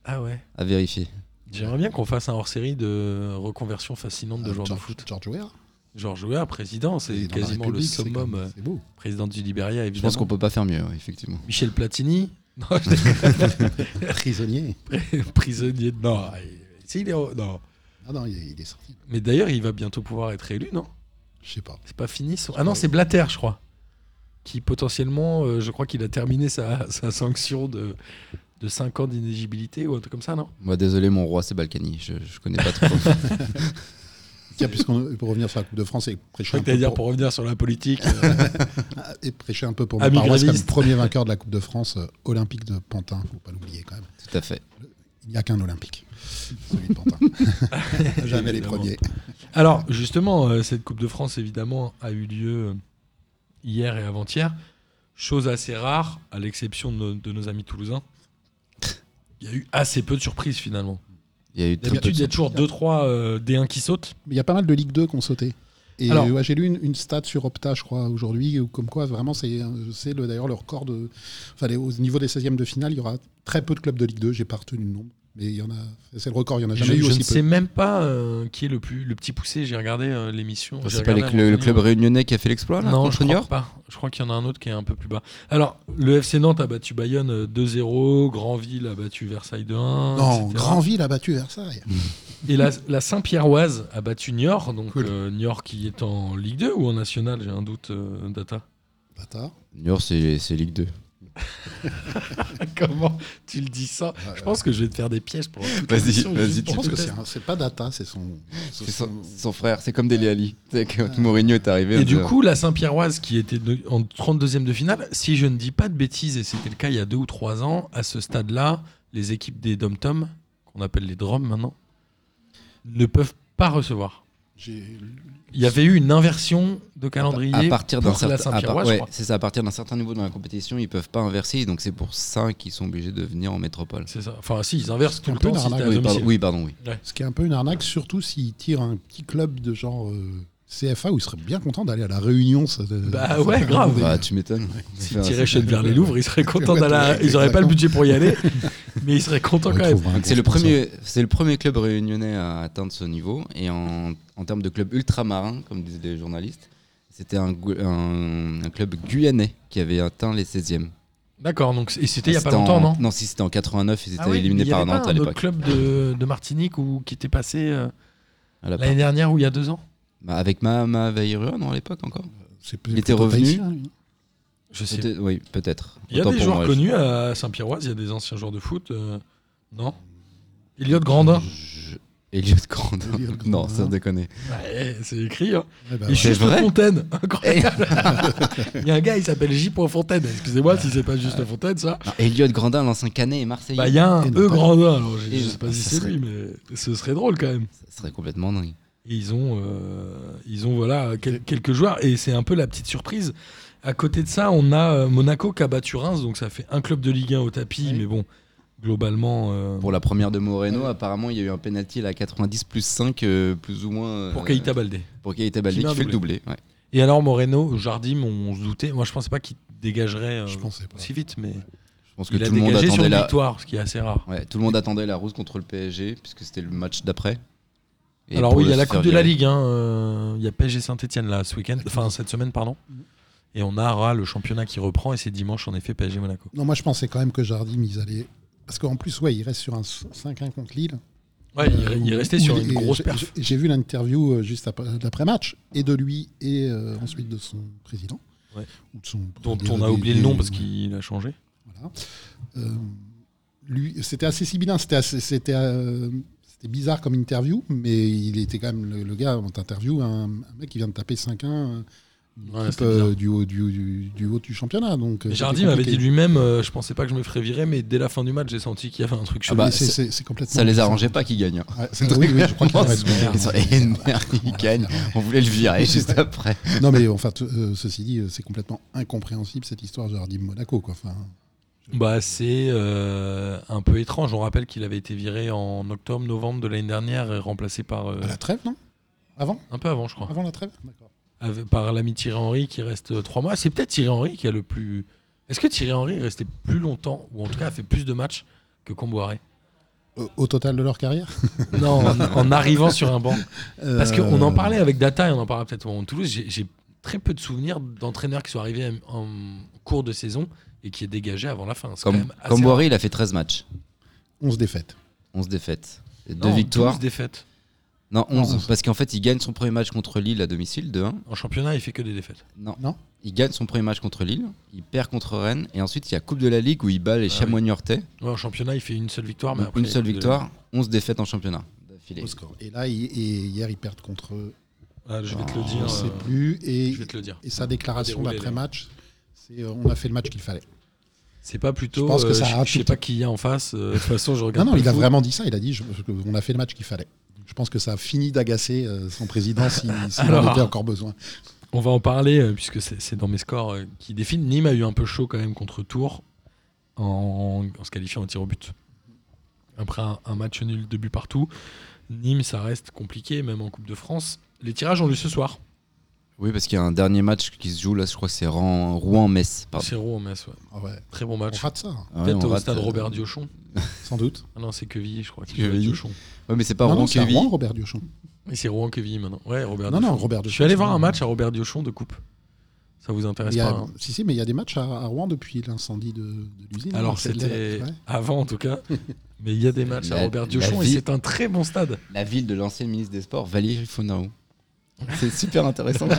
Speaker 4: Ah ouais.
Speaker 5: À vérifier.
Speaker 4: J'aimerais bien qu'on fasse un hors-série de reconversion fascinante
Speaker 5: Ah,
Speaker 4: de
Speaker 3: Euh,
Speaker 4: joueurs de
Speaker 3: George-
Speaker 4: foot.
Speaker 3: George Weah,
Speaker 4: Genre joueur, président, c'est
Speaker 3: président de la
Speaker 4: quasiment le
Speaker 3: République, c'est
Speaker 4: summum.
Speaker 3: quand même-
Speaker 4: euh,
Speaker 3: C'est beau.
Speaker 4: Président du Liberia, évidemment.
Speaker 5: Je pense qu'on peut pas faire mieux, ouais, effectivement.
Speaker 4: Michel Platini Non, je
Speaker 3: Prisonnier.
Speaker 4: dis- prisonnier. de- Non, il- si, il est au- non.
Speaker 3: Ah non, il est, il est sorti.
Speaker 4: Mais d'ailleurs, il va bientôt pouvoir être élu, non
Speaker 3: Je sais pas.
Speaker 4: C'est pas fini son- Ah non, c'est Blatter, je crois. Qui potentiellement, euh, je crois qu'il a terminé sa, sa sanction de, de 5 ans d'inéligibilité ou un truc comme ça, non
Speaker 5: Moi, désolé, mon roi, c'est Balkany. Je, je connais pas trop.
Speaker 3: Tiens, puisqu'on- pour revenir sur la Coupe de France et
Speaker 4: Je
Speaker 3: prêcher
Speaker 4: crois
Speaker 3: un
Speaker 4: que t'allais
Speaker 3: peu
Speaker 4: dire
Speaker 3: pour,
Speaker 4: pour revenir sur la politique. euh,
Speaker 3: et prêcher un peu pour
Speaker 4: Ami
Speaker 3: ma paroisse comme
Speaker 4: gréviste.
Speaker 3: premier vainqueur de la Coupe de France euh, olympique de Pantin. Faut pas l'oublier quand même.
Speaker 5: Tout à fait.
Speaker 3: Il n'y a qu'un olympique, celui de Pantin. Jamais les
Speaker 4: évidemment.
Speaker 3: premiers.
Speaker 4: Alors, justement, euh, cette Coupe de France, évidemment, a eu lieu euh, hier et avant-hier. Chose assez rare, à l'exception de, nos- de nos amis toulousains. Il y a eu assez peu de surprises, finalement.
Speaker 5: Il y a eu très peu
Speaker 4: D'habitude, il y a
Speaker 5: de-
Speaker 4: toujours 2-3 D1 qui sautent.
Speaker 3: Il y a pas mal de Ligue 2 qu'on sautait. Et
Speaker 4: Alors-
Speaker 3: ouais, j'ai lu une, une stat sur Opta, je crois, aujourd'hui, où comme quoi vraiment c'est euh, c'est le- d'ailleurs le record de. Enfin, les- au niveau des 16e de finale, il y aura très peu de clubs de Ligue 2, j'ai pas retenu le nombre. Mais il y en a. C'est le record, il y en a
Speaker 4: Je,
Speaker 3: jamais eu
Speaker 4: je
Speaker 3: aussi
Speaker 4: ne
Speaker 3: peu.
Speaker 4: sais même pas euh, qui est le, plus, le petit poussé. J'ai regardé euh, l'émission. j'ai
Speaker 5: C'est pas les
Speaker 4: regardé
Speaker 5: cl- le
Speaker 4: avant-hier.
Speaker 5: club réunionnais qui a fait l'exploit, là,
Speaker 4: Non,
Speaker 5: contre
Speaker 4: je crois
Speaker 5: Niort
Speaker 4: pas. Je crois qu'il y en a un autre qui est un peu plus bas. Alors, le FC Nantes a battu Bayonne euh, 2-0. Granville a battu Versailles 2-1.
Speaker 3: Non,
Speaker 4: etc.
Speaker 3: Grandville a battu Versailles.
Speaker 4: Et la, la Saint-Pierroise a battu Niort, donc
Speaker 3: Cool.
Speaker 4: euh, Niort qui est en Ligue 2 ou en National, j'ai un doute, euh, Data.
Speaker 3: Bâtard.
Speaker 5: Niort, c'est c'est Ligue 2.
Speaker 4: Comment tu le dis ça Je pense que je vais te faire des pièges pour. toute
Speaker 5: Vas-y,
Speaker 4: l'émission,
Speaker 5: vas-y,
Speaker 4: juste
Speaker 3: Je
Speaker 4: pour
Speaker 3: pense
Speaker 4: te
Speaker 3: que c'est
Speaker 4: tester.
Speaker 3: un- c'est pas Data, c'est son.
Speaker 5: C'est son, son frère, c'est comme Dele Ali. C'est Quand Mourinho est arrivé.
Speaker 4: Et
Speaker 5: on
Speaker 4: du
Speaker 5: dit,
Speaker 4: coup, la Saint-Pierroise qui était de- en 32e de finale, si je ne dis pas de bêtises, et c'était le cas il y a deux ou trois ans, à ce stade-là, les équipes des Dom-Tom, qu'on appelle les Drômes maintenant, ne peuvent pas recevoir.
Speaker 3: J'ai-
Speaker 4: Il y avait eu une inversion de
Speaker 5: à
Speaker 4: calendrier
Speaker 5: partir d'un
Speaker 4: pour la
Speaker 5: certain à par-
Speaker 4: Saint-Pierrois, je
Speaker 5: ouais,
Speaker 4: crois.
Speaker 5: c'est ça à partir d'un certain niveau dans la compétition ils peuvent pas inverser donc c'est pour ça qu'ils sont obligés de venir en métropole
Speaker 4: C'est ça. Enfin, si, ils inversent tout
Speaker 3: Un
Speaker 4: le
Speaker 3: peu
Speaker 4: temps
Speaker 3: une
Speaker 4: si t'es à
Speaker 3: arnaque,
Speaker 5: oui pardon,
Speaker 4: domicile.
Speaker 5: oui pardon oui
Speaker 3: Ce qui est un peu une arnaque, surtout s'ils tirent un petit club de genre euh, CFA où ils seraient bien contents d'aller à la réunion. ça- euh,
Speaker 4: Bah
Speaker 3: ça
Speaker 4: ouais,
Speaker 3: fait un
Speaker 4: grave.
Speaker 3: mauvais-
Speaker 5: Bah, tu m'étonnes
Speaker 4: S'ils tiraient chez vers les Louvres, ils seraient contents
Speaker 3: Ouais,
Speaker 4: d'aller. à-
Speaker 3: ouais,
Speaker 4: Ils auraient pas le
Speaker 3: exactement.
Speaker 4: budget pour y aller, mais ils seraient contents
Speaker 3: On
Speaker 4: quand même.
Speaker 3: retrouvera un
Speaker 5: Donc, c'est
Speaker 3: gros
Speaker 5: le
Speaker 3: sponsor.
Speaker 5: premier c'est le premier club réunionnais à atteindre ce niveau et en, en termes de club ultramarin comme disent les journalistes c'était un, gu- un- un club guyanais qui avait atteint les 16e
Speaker 4: D'accord. Donc et c'était il y a pas
Speaker 5: Ah, C'était en-
Speaker 4: longtemps, non
Speaker 5: Non, si c'était en 89, ils étaient
Speaker 4: Ah oui, mais
Speaker 5: éliminés
Speaker 4: il y
Speaker 5: par
Speaker 4: avait pas
Speaker 5: Nantes à
Speaker 4: un autre
Speaker 5: l'époque.
Speaker 4: club de, de Martinique ou qui était passé euh,
Speaker 5: à la-
Speaker 4: l'année dernière ou il y a deux ans.
Speaker 5: Bah, Avec Mahama Veirua, non, à l'époque encore
Speaker 3: C'est
Speaker 5: Il était
Speaker 3: plutôt
Speaker 5: revenu.
Speaker 3: Tahitien, hein.
Speaker 4: Je sais.
Speaker 5: Peut-être- Oui, peut-être.
Speaker 4: Il y a
Speaker 5: Autant
Speaker 4: des
Speaker 5: pour
Speaker 4: joueurs
Speaker 5: moi, je-
Speaker 4: connus à Saint-Pierroise. Il y a des anciens joueurs de foot. euh, non. Elliot Grandin.
Speaker 5: Je- Elliot Grandin.
Speaker 3: Elliot Grandin.
Speaker 5: Non, sans déconner.
Speaker 4: Ouais, c'est écrit. Hein.
Speaker 3: Eh ben
Speaker 4: Et
Speaker 3: ouais.
Speaker 5: je-
Speaker 4: juste
Speaker 5: vrai
Speaker 4: Fontaine. Incroyable. Il y a un gars, il s'appelle J. Fontaine. Excusez-moi si c'est pas juste Fontaine, ça.
Speaker 5: Non, Elliot Grandin, l'ancien canet et marseillais.
Speaker 4: Bah, il y a un
Speaker 3: Et
Speaker 4: E
Speaker 3: non, pas-
Speaker 4: Grandin. Alors, je,
Speaker 5: Et
Speaker 4: je sais pas
Speaker 5: non,
Speaker 4: si
Speaker 5: ça
Speaker 4: c'est
Speaker 5: serait-
Speaker 4: lui, mais ce serait drôle quand même.
Speaker 5: Ça serait complètement dingue.
Speaker 4: Et ils ont, euh, ils ont voilà quel- quelques joueurs et c'est un peu la petite surprise. À côté de ça, on a euh, Monaco qui a battu Reims, donc ça fait un club de Ligue 1 au tapis,
Speaker 3: Oui.
Speaker 4: mais bon, globalement. euh,
Speaker 5: Pour la première de Moreno, apparemment, il y a eu un penalty à la 90 plus 5, euh, plus ou moins. euh,
Speaker 4: pour Keita Baldé.
Speaker 5: Pour Keita Baldi,
Speaker 4: Qui met
Speaker 5: qui
Speaker 4: un
Speaker 5: fait le doublé. ouais.
Speaker 4: Et alors Moreno, Jardim, on, on se doutait. Moi, je pensais pas qu'il dégagerait euh,
Speaker 3: Je pensais pas.
Speaker 4: si vite, mais
Speaker 5: Je pense que
Speaker 4: il a
Speaker 5: tout le monde
Speaker 4: dégagé sur
Speaker 5: attendait
Speaker 4: une
Speaker 5: la.
Speaker 4: victoire, ce qui est assez rare.
Speaker 5: Ouais, tout le monde attendait la rose contre le PSG, puisque c'était le match d'après. Et
Speaker 4: alors
Speaker 5: pour
Speaker 4: oui, il
Speaker 5: le
Speaker 4: y a la
Speaker 5: se faire
Speaker 4: Coupe de la
Speaker 5: virer.
Speaker 4: Ligue. hein, euh, Il y a PSG Saint-Etienne là ce week-end, enfin cette semaine, pardon. Et on a Ra, le championnat qui reprend et c'est dimanche en effet PSG Monaco.
Speaker 3: Non, moi je pensais quand même que Jardim, ils allaient. Parce qu'en plus, ouais, il reste sur un 5-1 contre Lille.
Speaker 4: Ouais,
Speaker 3: Euh,
Speaker 4: il, il
Speaker 3: où-
Speaker 4: restait
Speaker 3: où
Speaker 4: sur
Speaker 3: il-
Speaker 4: une
Speaker 3: et
Speaker 4: grosse
Speaker 3: j'ai-
Speaker 4: perf.
Speaker 3: j'ai- J'ai vu l'interview euh, juste après- d'après-match, et de lui, et euh, ensuite de son président.
Speaker 4: Ouais.
Speaker 3: Ou de son,
Speaker 4: dont
Speaker 3: des-
Speaker 4: on a
Speaker 3: des-
Speaker 4: oublié le nom
Speaker 3: des-
Speaker 4: parce qu'il a changé.
Speaker 3: voilà. Euh, lui, c'était assez sibyllin, c'était assez- c'était euh, c'était bizarre comme interview, mais il était quand même le, le gars, on t'interview, un, un mec qui vient de taper 5-1 une
Speaker 4: Ouais,
Speaker 3: équipe,
Speaker 4: c'était bizarre.
Speaker 3: euh, du, haut, du, du- du haut du championnat. Donc, euh, c'était
Speaker 4: Jardim avait
Speaker 3: compliqué.
Speaker 4: dit lui-même, euh, je pensais pas que je me ferais virer, mais dès la fin du match, j'ai senti qu'il y avait un truc chelou.
Speaker 5: bah,
Speaker 3: Mais Ah c'est- c'est- c'est complètement.
Speaker 5: Ça les arrangeait pas qu'ils gagnent. hein.
Speaker 3: Ouais, c'est- oui, oui, je crois qu'il
Speaker 5: Oh,
Speaker 3: aurait-
Speaker 5: merde. Ils ont- Et merde, ils gagnent. On voulait le virer juste après.
Speaker 3: Non, mais enfin, t- euh, ceci dit, euh, c'est complètement incompréhensible cette histoire de Jardim Monaco. Quoi. Enfin,
Speaker 4: Bah, c'est euh, un peu étrange. On rappelle qu'il avait été viré en octobre, novembre de l'année dernière et remplacé par euh,
Speaker 3: à la trêve, non Avant
Speaker 4: un peu avant, je crois,
Speaker 3: Avant la trêve D'accord.
Speaker 4: Avec- par l'ami Thierry Henry qui reste euh, trois mois. C'est peut-être Thierry Henry qui a le plus. Est-ce que Thierry Henry est resté plus longtemps ou en tout cas a fait plus de matchs que Comboiré
Speaker 3: Au, au total de leur carrière
Speaker 4: Non, en, en arrivant sur un banc. Parce
Speaker 3: Euh,
Speaker 4: qu'on en parlait avec Data et on en parlera peut-être en Toulouse. J'ai j'ai très peu de souvenirs d'entraîneurs qui sont arrivés en en cours de saison et qui est dégagé avant la fin. C'est quand
Speaker 5: Comme,
Speaker 4: même assez
Speaker 5: comme
Speaker 4: rare.
Speaker 5: Boiré, il a fait 13 matchs,
Speaker 3: 11 défaites.
Speaker 5: 11 défaites, 2
Speaker 4: Non,
Speaker 5: victoires.
Speaker 4: 12 défaites.
Speaker 5: Non, 11.
Speaker 3: onze.
Speaker 5: Parce qu'en fait, il gagne son premier match contre Lille à domicile, 2-1.
Speaker 4: En championnat, il fait que des défaites.
Speaker 5: Non.
Speaker 3: Non.
Speaker 5: Il gagne son premier match contre Lille, il perd contre Rennes, et ensuite il y a Coupe de la Ligue où il bat les
Speaker 4: Ah
Speaker 5: Chamois Niortais.
Speaker 4: Ouais, en championnat, il fait une seule victoire. Ah, Mais
Speaker 5: Donc,
Speaker 4: après,
Speaker 5: une
Speaker 4: il
Speaker 5: seule
Speaker 4: fait de-
Speaker 5: victoire, 11 défaites en championnat. d'affilée.
Speaker 3: Au score. Et là, il- et hier, ils perdent contre. eux.
Speaker 4: Ah, je vais te
Speaker 5: Oh,
Speaker 4: le
Speaker 3: Je
Speaker 4: dire.
Speaker 3: sais
Speaker 4: euh,
Speaker 3: plus. Et,
Speaker 4: Je vais te le dire.
Speaker 3: et sa déclaration
Speaker 4: Déroulez,
Speaker 3: d'après-match, c'est euh, on a fait le match qu'il fallait.
Speaker 4: C'est pas plutôt.
Speaker 3: Je pense que
Speaker 4: euh,
Speaker 3: ça a
Speaker 4: je sais
Speaker 3: tout-
Speaker 4: pas qui il y a en face. euh, de toute façon, je
Speaker 3: Non,
Speaker 4: regarde.
Speaker 3: non,
Speaker 4: pas
Speaker 3: il
Speaker 4: le
Speaker 3: a
Speaker 4: foot.
Speaker 3: vraiment dit ça. Il a dit je- je- on a fait le match qu'il fallait. Je pense que ça a fini d'agacer euh, son président s'il si, s'il en
Speaker 4: Alors.
Speaker 3: avait encore besoin.
Speaker 4: On va en parler euh, puisque c'est c'est dans mes scores euh, qui définent. Nîmes a eu un peu chaud quand même contre Tours en, en se qualifiant au tir au but. Après un, un match nul de but partout, Nîmes ça reste compliqué même en Coupe de France. Les tirages ont lieu ce soir.
Speaker 5: Oui, parce qu'il y a un dernier match qui se joue là, je crois que c'est Ren- Rouen-Metz. pardon.
Speaker 4: C'est Rouen, Metz, ouais.
Speaker 3: Ah ouais,
Speaker 4: Très bon
Speaker 3: on
Speaker 4: match.
Speaker 3: rate ça, hein,
Speaker 5: Ah ouais,
Speaker 4: Peut-être
Speaker 5: on
Speaker 4: au
Speaker 5: rate,
Speaker 4: stade
Speaker 5: euh,
Speaker 4: Robert Diochon.
Speaker 3: sans doute.
Speaker 4: Ah non, c'est Queville, je crois. qui
Speaker 5: Quevilly.
Speaker 4: joue à Diochon.
Speaker 5: Ouais, mais c'est pas
Speaker 3: non,
Speaker 5: Rouen
Speaker 3: non, c'est à
Speaker 5: qui
Speaker 3: Rouen, Robert Diochon.
Speaker 4: Et c'est Rouen Queville maintenant. Ouais, Robert
Speaker 3: Non,
Speaker 4: Diochon.
Speaker 3: non, Robert
Speaker 4: Je
Speaker 3: Diochon.
Speaker 4: suis allé voir un match à Robert Diochon de Coupe. Ça vous intéresse
Speaker 3: Il y a-
Speaker 4: pas hein
Speaker 3: Si, si, mais il y a des matchs à, à Rouen depuis l'incendie de, de l'usine.
Speaker 4: Alors
Speaker 3: C'est
Speaker 4: c'était
Speaker 3: la- ouais.
Speaker 4: avant en tout cas, mais il y a des matchs à
Speaker 5: La-
Speaker 4: Robert
Speaker 5: la
Speaker 4: Diochon et
Speaker 5: vie-
Speaker 4: c'est un très bon stade.
Speaker 5: La ville de l'ancien ministre des Sports, Valérie Fonao. C'est super intéressant.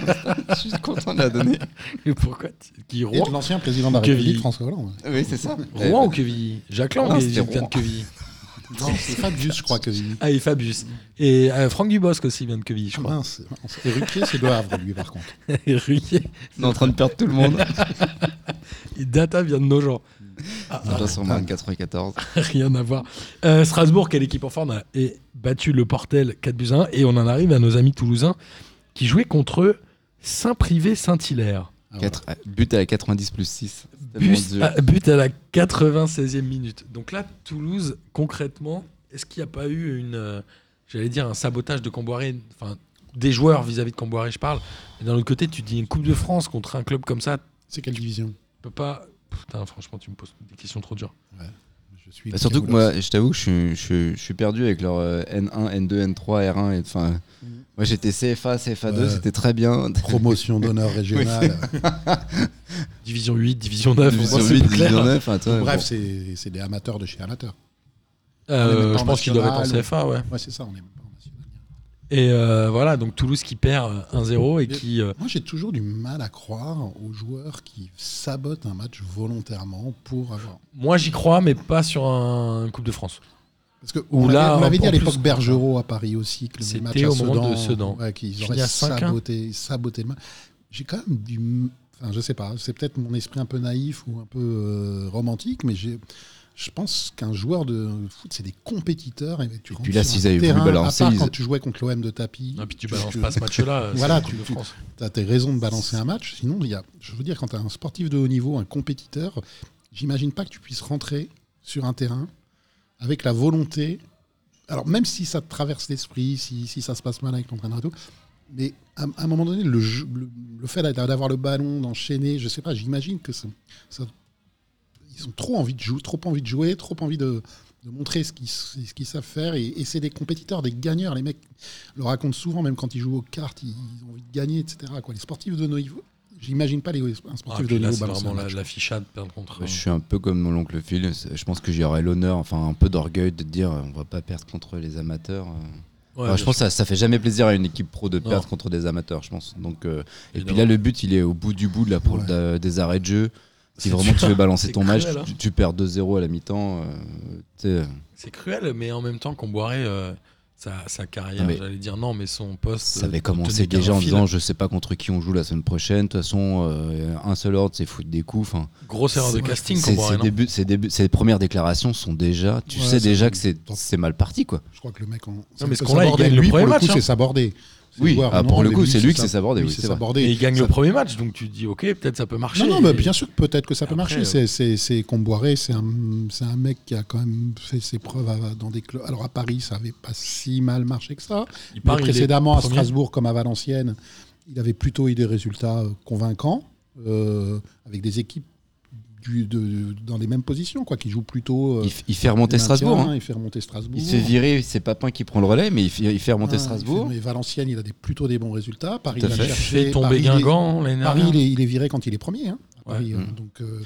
Speaker 5: je suis content de la donner.
Speaker 4: Et pourquoi tu- Qui
Speaker 3: Et
Speaker 4: Rouen
Speaker 3: de l'ancien président de la
Speaker 4: Quevilly.
Speaker 3: République, François Hollande.
Speaker 5: Oui, c'est ça. Eh,
Speaker 4: Rouen ou Quevilly Jacques Lang
Speaker 5: Non,
Speaker 4: est
Speaker 5: c'était
Speaker 4: vient de
Speaker 5: Rouen.
Speaker 4: Quevilly.
Speaker 3: Non, c'est Fabius, je crois que.
Speaker 4: Ah et Fabius. Et euh, Franck Dubosc aussi vient de Quevilly, je
Speaker 3: Ah,
Speaker 4: crois.
Speaker 3: mince, mince. Et Ruquier, c'est Le Havre, lui, par contre.
Speaker 4: et Ruquier.
Speaker 5: On est en train de perdre tout le monde.
Speaker 4: Et Data vient de Nogent. Ah, ah,
Speaker 5: Saint-Germain 94.
Speaker 4: rien à voir. Euh, Strasbourg, quelle équipe en forme, a et battu le Portel 4 buts à 1. Et on en arrive à nos amis toulousains qui jouaient contre eux Saint-Privé-Saint-Hilaire.
Speaker 3: Ah, voilà.
Speaker 5: Quatre- but à la 90 plus 6.
Speaker 4: Bus- à- but à la 96e minute. Donc là, Toulouse, concrètement, est-ce qu'il n'y a pas eu une, euh, j'allais dire, un sabotage de Camboiré, enfin des joueurs vis-à-vis de Camboiré, je parle. Et d'un autre côté, tu dis une Coupe de France contre un club comme ça, tu
Speaker 3: C'est quelle division
Speaker 4: peux pas. Putain, franchement, tu me poses des questions trop dures.
Speaker 3: Je suis
Speaker 5: Bah, surtout que
Speaker 3: Cavoulas.
Speaker 5: moi, je t'avoue que je, suis- je suis- je suis perdu avec leur euh, N1, N2, N3, R1. et- Enfin,
Speaker 4: Mhm.
Speaker 5: moi j'étais CFA, CFA2,
Speaker 3: Ouais.
Speaker 5: c'était très bien.
Speaker 3: Promotion d'honneur régionale.
Speaker 4: Division 8, division 9,
Speaker 5: Division
Speaker 4: au moins, c'est
Speaker 5: 8,
Speaker 4: plus clair.
Speaker 5: Division 9. hein, toi,
Speaker 3: Bref,
Speaker 5: bon.
Speaker 3: c'est c'est des amateurs de chez amateurs. On
Speaker 4: Euh,
Speaker 3: est même pas
Speaker 4: je
Speaker 3: en
Speaker 4: pense qu'il doit être en
Speaker 3: national.
Speaker 4: CFA, ouais.
Speaker 3: Ouais, c'est ça, on est même pas en national.
Speaker 4: Et euh, voilà, donc Toulouse qui perd euh, 1-0 et
Speaker 3: Mais-
Speaker 4: qui. euh,
Speaker 3: Moi, j'ai toujours du mal à croire aux joueurs qui sabotent un match volontairement pour avoir.
Speaker 4: moi, j'y crois, mais pas sur un une Coupe de France.
Speaker 3: Parce que
Speaker 4: Ou
Speaker 3: on
Speaker 4: là,
Speaker 3: avait- on avait dit
Speaker 4: en
Speaker 3: à
Speaker 4: plus- euh,
Speaker 3: l'époque Bergerot à Paris aussi que
Speaker 4: C'était
Speaker 3: le match à
Speaker 4: au
Speaker 3: Sedan,
Speaker 4: moment de Sedan.
Speaker 3: ouais, qu'ils
Speaker 4: Fini
Speaker 3: auraient
Speaker 4: à hein. 5-1.
Speaker 3: saboté, saboté le match. J'ai quand même du, m- enfin, je sais pas, c'est peut-être mon esprit un peu naïf ou un peu euh, romantique, mais j'ai, je pense qu'un joueur de foot, c'est des compétiteurs. Et, tu rentres
Speaker 5: puis là,
Speaker 3: sur
Speaker 5: s'ils
Speaker 3: un
Speaker 5: avaient voulu
Speaker 3: terrain,
Speaker 5: balancer,
Speaker 3: à part
Speaker 5: ils-
Speaker 3: quand tu jouais contre l'OM de tapis,
Speaker 4: Et Ah, puis tu
Speaker 3: tu-
Speaker 4: balances
Speaker 3: tu-
Speaker 4: pas ce match-là. euh, c'est
Speaker 3: Voilà,
Speaker 4: la Coupe
Speaker 3: tu-
Speaker 4: de
Speaker 3: tu-
Speaker 4: France.
Speaker 3: T'as tes raisons de balancer un match. Sinon, il y a, je veux dire, quand t'as un sportif de haut niveau, un compétiteur, j'imagine pas que tu puisses rentrer sur un terrain avec la volonté. Alors, même si ça te traverse l'esprit, si, si ça se passe mal avec l'entraîneur et tout, mais à, à un moment donné, le, jeu- le, le fait d'a- d'avoir le ballon, d'enchaîner, je sais pas, j'imagine que ça, ça- ils ont trop envie de jouer, trop envie de jouer, trop envie de, de montrer ce qu'ils ce qu'ils savent faire. Et, et c'est des compétiteurs, des gagneurs. Les mecs le racontent souvent, même quand ils jouent aux cartes, ils ont envie de gagner, etc. Quoi. Les sportifs de haut niveau, j'imagine pas les, un
Speaker 4: Ah,
Speaker 3: sportif
Speaker 4: puis
Speaker 3: de haut
Speaker 4: là,
Speaker 3: niveau
Speaker 4: c'est
Speaker 3: balancer
Speaker 4: vraiment
Speaker 3: un
Speaker 4: la,
Speaker 3: match.
Speaker 4: la fichade perdre contre. euh,
Speaker 5: Je suis un peu comme mon oncle Phil. c'est- Je pense que j'aurais l'honneur, enfin un peu d'orgueil de dire euh, on va pas perdre contre les amateurs. euh.
Speaker 4: Ouais,
Speaker 5: Enfin,
Speaker 4: bien
Speaker 5: je pense que ça, ça fait jamais plaisir à une équipe pro de
Speaker 4: Non.
Speaker 5: perdre contre des amateurs, je pense. Donc, euh, et puis
Speaker 4: Évidemment.
Speaker 5: là, le but, il est au bout du bout de la pro-
Speaker 3: Ouais.
Speaker 5: de- des arrêts de jeu. Si
Speaker 4: C'est
Speaker 5: vraiment tu
Speaker 4: dur.
Speaker 5: veux balancer
Speaker 4: C'est
Speaker 5: ton match,
Speaker 4: cruel, hein.
Speaker 5: tu, tu perds 2-0 à la mi-temps. euh, tu sais,
Speaker 4: C'est cruel, mais en même temps, Comboiré, euh, sa, sa carrière,
Speaker 5: Non, mais-
Speaker 4: j'allais dire non, mais son poste.
Speaker 5: Ça
Speaker 4: euh,
Speaker 5: avait commencé
Speaker 4: tenait qu'à
Speaker 5: déjà
Speaker 4: un
Speaker 5: en
Speaker 4: fil.
Speaker 5: disant je sais pas contre qui on joue la semaine prochaine. De toute façon, euh, un seul ordre, c'est foutre des coups. Enfin,
Speaker 4: Grosse erreur de
Speaker 3: C'est-
Speaker 4: casting,
Speaker 5: c'est-
Speaker 4: Comboiré,
Speaker 5: Ses
Speaker 4: non
Speaker 5: débuts, ses débuts- ses premières déclarations sont déjà. Tu
Speaker 3: Ouais,
Speaker 5: sais
Speaker 3: ça-
Speaker 5: déjà que c'est
Speaker 3: tant-
Speaker 5: c'est mal parti, quoi.
Speaker 3: Je crois que le mec en.
Speaker 4: mais ce qu'on a, il gagne le
Speaker 3: lui,
Speaker 4: premier
Speaker 3: pour
Speaker 4: match,
Speaker 3: Le coup,
Speaker 4: hein.
Speaker 3: c'est sabordé. C'est
Speaker 5: Oui,
Speaker 3: le joueur,
Speaker 5: ah,
Speaker 3: non,
Speaker 5: pour
Speaker 3: au
Speaker 5: le coup,
Speaker 3: début,
Speaker 5: c'est lui qui
Speaker 3: sab-
Speaker 5: s'est sabordé.
Speaker 3: lui,
Speaker 5: oui,
Speaker 3: c'est
Speaker 5: c'est
Speaker 4: Et
Speaker 5: vrai.
Speaker 3: sabordé.
Speaker 4: il gagne
Speaker 3: Ça-
Speaker 4: le premier match, donc tu te dis, ok, peut-être ça peut marcher.
Speaker 3: Non, non, mais
Speaker 4: Et-
Speaker 3: bien sûr que peut-être que ça peut
Speaker 4: Après,
Speaker 3: marcher.
Speaker 4: euh,
Speaker 3: C'est- C'est c'est Comboiré, c'est un, c'est un mec qui a quand même fait ses preuves à- dans des clubs. Alors à Paris, ça avait pas si mal marché que ça.
Speaker 4: il
Speaker 3: Mais
Speaker 4: part, il est
Speaker 3: précédemment, à
Speaker 4: premier.
Speaker 3: Strasbourg comme à Valenciennes, il avait plutôt eu des résultats euh, convaincants euh, avec des équipes du- de- dans les mêmes positions, quoi, qui jouent plutôt. euh,
Speaker 5: Il, f- il fait remonter
Speaker 3: le maintien,
Speaker 5: Strasbourg. hein.
Speaker 3: Il fait remonter Strasbourg.
Speaker 5: Il se fait virer, c'est Papin qui prend le relais, mais il fait, il fait remonter
Speaker 3: Ah,
Speaker 5: Strasbourg.
Speaker 3: il fait- mais Valenciennes, il a des, plutôt des bons résultats. Paris,
Speaker 5: Tout à
Speaker 3: il a
Speaker 5: fait.
Speaker 4: Il
Speaker 3: cherché-
Speaker 4: fait tomber
Speaker 3: Paris, il est-
Speaker 4: Guingamp l'année
Speaker 3: Paris,
Speaker 4: dernière.
Speaker 3: il est, il est viré quand il est premier. hein, à
Speaker 4: Ouais.
Speaker 3: Paris, euh,
Speaker 5: Mm.
Speaker 3: donc, euh,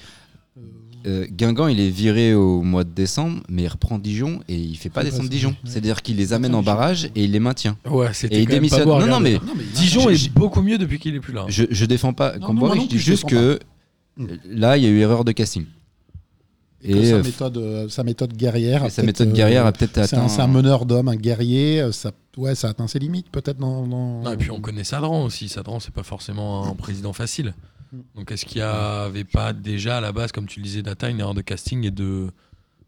Speaker 3: euh,
Speaker 5: Euh, Guingamp, il est viré au mois de décembre, mais il reprend Dijon et il fait pas
Speaker 3: Ouais,
Speaker 5: descendre
Speaker 3: c'est-
Speaker 5: Dijon.
Speaker 3: ouais.
Speaker 5: C'est-à-dire qu'il les amène
Speaker 3: Dijon.
Speaker 5: en barrage et il les maintient.
Speaker 4: Ouais, c'était
Speaker 5: Et il
Speaker 4: quand même pas
Speaker 5: démissionne.
Speaker 4: beau à
Speaker 5: Non, non,
Speaker 4: regarder. hein.
Speaker 5: mais
Speaker 3: non, mais il a-
Speaker 4: Dijon
Speaker 5: je-
Speaker 4: est beaucoup mieux depuis qu'il est plus là. hein.
Speaker 5: je, je défends pas
Speaker 3: Non,
Speaker 5: Comboiré,
Speaker 3: non, moi non
Speaker 5: je dis
Speaker 3: plus, je
Speaker 5: juste
Speaker 3: défends
Speaker 5: que
Speaker 3: Hmm.
Speaker 5: euh, là, il y a eu erreur de casting.
Speaker 3: et que
Speaker 5: Et,
Speaker 3: sa
Speaker 5: euh,
Speaker 3: méthode, euh, sa méthode guerrière. a
Speaker 5: Et sa
Speaker 3: peut-être,
Speaker 5: méthode
Speaker 3: euh,
Speaker 5: guerrière a peut-être
Speaker 3: C'est un,
Speaker 5: atteint.
Speaker 3: c'est un meneur d'homme, un guerrier. euh, Ça, ouais, ça atteint ses limites peut-être dans. dans-
Speaker 4: Non, et puis on connaît Sadran aussi. Sadran, c'est pas forcément un président facile.
Speaker 3: Mm.
Speaker 4: Donc est-ce qu'il n'y avait pas déjà à la base, comme tu le disais, Data, une erreur de casting et de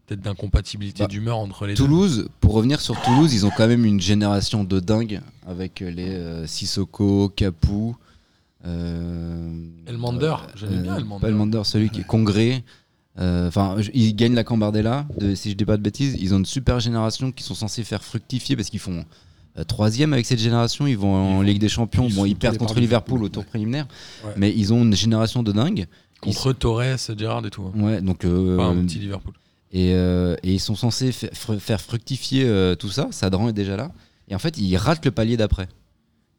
Speaker 4: peut-être d'incompatibilité
Speaker 5: Bah,
Speaker 4: d'humeur entre les
Speaker 5: Toulouse, pour revenir sur Toulouse, ils ont quand même une génération de dingues avec euh, les euh, Sissoko, Capou. Euh,
Speaker 4: deux Elmander, j'aimais bien
Speaker 5: euh,
Speaker 4: Elmander.
Speaker 5: pas Elmander, celui qui est congrès. Euh, Enfin, je- ils gagnent la Cambardella, de- si je dis pas de bêtises. Ils ont une super génération qui sont censés faire fructifier parce qu'ils font euh, troisième avec cette génération. Ils vont en Ligue des Champions.
Speaker 3: ils
Speaker 5: bon,
Speaker 3: sont
Speaker 5: ils perdent
Speaker 3: tous les
Speaker 5: contre
Speaker 3: par
Speaker 5: Liverpool au
Speaker 3: Liverpool,
Speaker 5: tour préliminaire,
Speaker 4: Ouais.
Speaker 5: mais ils ont une génération de dingues.
Speaker 4: Contre Torres, Gérard et tout. hein.
Speaker 5: Ouais, donc euh,
Speaker 4: Pas un petit Liverpool.
Speaker 5: et, euh, et ils sont censés fa- fr- faire fructifier euh, tout ça. Sadran est déjà là. Et en fait, ils ratent le palier d'après.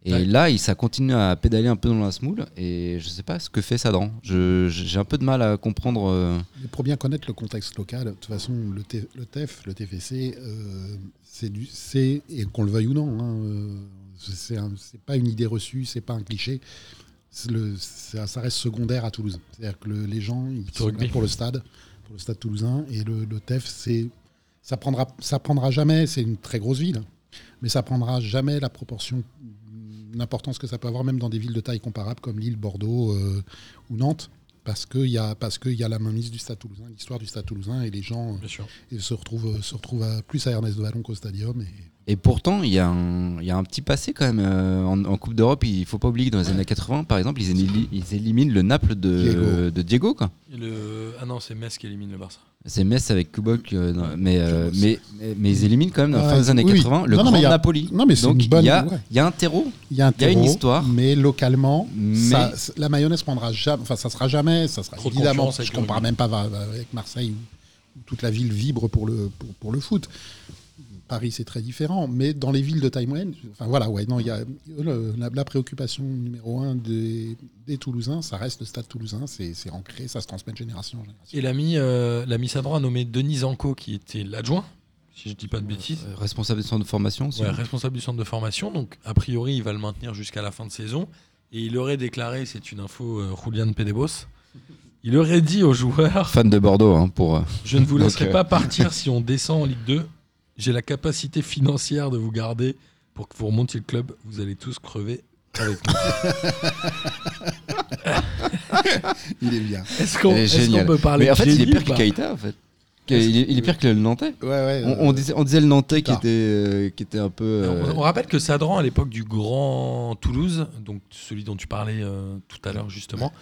Speaker 5: Et
Speaker 4: Ouais.
Speaker 5: là, il, ça continue à pédaler un peu dans la smoule. Et je sais pas ce que fait Sadran. Je- je- J'ai un peu de mal à comprendre. euh,
Speaker 3: Mais pour bien connaître le contexte local, de toute façon, le, T- le TEF, le TFC, euh, c'est du, c'est et qu'on le veuille ou non, hein, euh, c'est un- c'est pas une idée reçue, c'est pas un cliché. C'est le- ça, ça reste secondaire à Toulouse. C'est-à-dire que le- les gens, ils sont
Speaker 4: rugby.
Speaker 3: là pour le stade, pour le stade toulousain, et le, le TEF, c'est ça prendra, ça prendra jamais. C'est une très grosse ville, mais ça prendra jamais la proportion, l'importance que ça peut avoir, même dans des villes de taille comparable comme Lille, Bordeaux euh, ou Nantes parce qu'il y, a- parce que il y a la mainmise du Stade toulousain, l'histoire du Stade toulousain, et les gens euh,
Speaker 4: Bien sûr.
Speaker 3: ils se retrouvent, euh, se retrouvent à- plus à Ernest de Vallon qu'au Stadium. Et
Speaker 5: Et pourtant, il y, a un- il y a un petit passé quand même. euh, en, en Coupe d'Europe, il faut pas oublier que dans les années 80, par exemple, ils, éli- ils éliminent le Naples de
Speaker 3: Diego.
Speaker 5: Diego. De Diego quoi.
Speaker 4: Et le... Ah non, c'est Metz qui élimine le Barça.
Speaker 5: C'est Metz avec Kubok, euh, non, mais, euh,
Speaker 3: je vois
Speaker 5: mais, mais, mais ils éliminent quand même dans la fin
Speaker 3: Ouais,
Speaker 5: des années
Speaker 3: oui, oui.
Speaker 5: 80 le
Speaker 3: Non, non,
Speaker 5: grand
Speaker 3: mais il y a-
Speaker 5: Napoli.
Speaker 3: non, mais c'est
Speaker 5: Donc
Speaker 3: une bonne-
Speaker 5: il y, a-
Speaker 3: ouais.
Speaker 5: il y a un terreau.
Speaker 3: Il y a, un
Speaker 5: Il y a une
Speaker 3: terreau,
Speaker 5: histoire.
Speaker 3: mais localement,
Speaker 5: Mais-
Speaker 3: ça- c- la mayonnaise prendra jamais. Enfin, ça sera jamais. Ça sera
Speaker 4: Trop de
Speaker 3: évidemment.
Speaker 4: concurrence avec
Speaker 3: Je
Speaker 4: le
Speaker 3: compare
Speaker 4: rugby.
Speaker 3: même pas va- va- avec Marseille où toute la ville vibre pour le pour, pour le foot. Paris, c'est très différent, mais dans les villes de taille moyenne, enfin voilà, ouais, non, il y a le- la, la préoccupation numéro un des, des Toulousains, ça reste le Stade Toulousain, c'est c'est ancré, ça se transmet de génération en génération.
Speaker 4: Et l'ami euh, l'ami Sadran a nommé Denis Anco, qui était l'adjoint, si je dis pas de bêtises.
Speaker 5: euh, Responsable du centre de formation. aussi.
Speaker 4: Ouais, responsable du centre de formation. Donc, a priori, il va le maintenir jusqu'à la fin de saison. Et il aurait déclaré, c'est une info, euh, Julian Pedebos, il aurait dit aux joueurs
Speaker 5: Fan de Bordeaux, hein, pour. euh,
Speaker 4: Je ne vous
Speaker 5: Donc,
Speaker 4: laisserai
Speaker 5: euh,
Speaker 4: pas partir si on descend en Ligue 2. J'ai la capacité financière de vous garder pour que vous remontiez le club. Vous allez tous crever avec nous.
Speaker 3: Il est bien.
Speaker 4: Est-ce qu'on
Speaker 5: Elle est
Speaker 4: est-ce qu'on
Speaker 5: géniale.
Speaker 4: peut parler
Speaker 5: mais en
Speaker 4: de
Speaker 5: fait, il est
Speaker 4: génie
Speaker 5: pire
Speaker 4: ou
Speaker 5: que
Speaker 4: pas
Speaker 5: Kaita, en fait. Il est, il est pire que le Nantais.
Speaker 3: Ouais, ouais. euh,
Speaker 5: On, on disait, on disait le Nantais qui
Speaker 3: tard.
Speaker 5: était, euh, qui était un peu. euh,
Speaker 4: Euh, On, on rappelle que Sadran, à l'époque du grand Toulouse, donc celui dont tu parlais euh, tout à l'heure justement,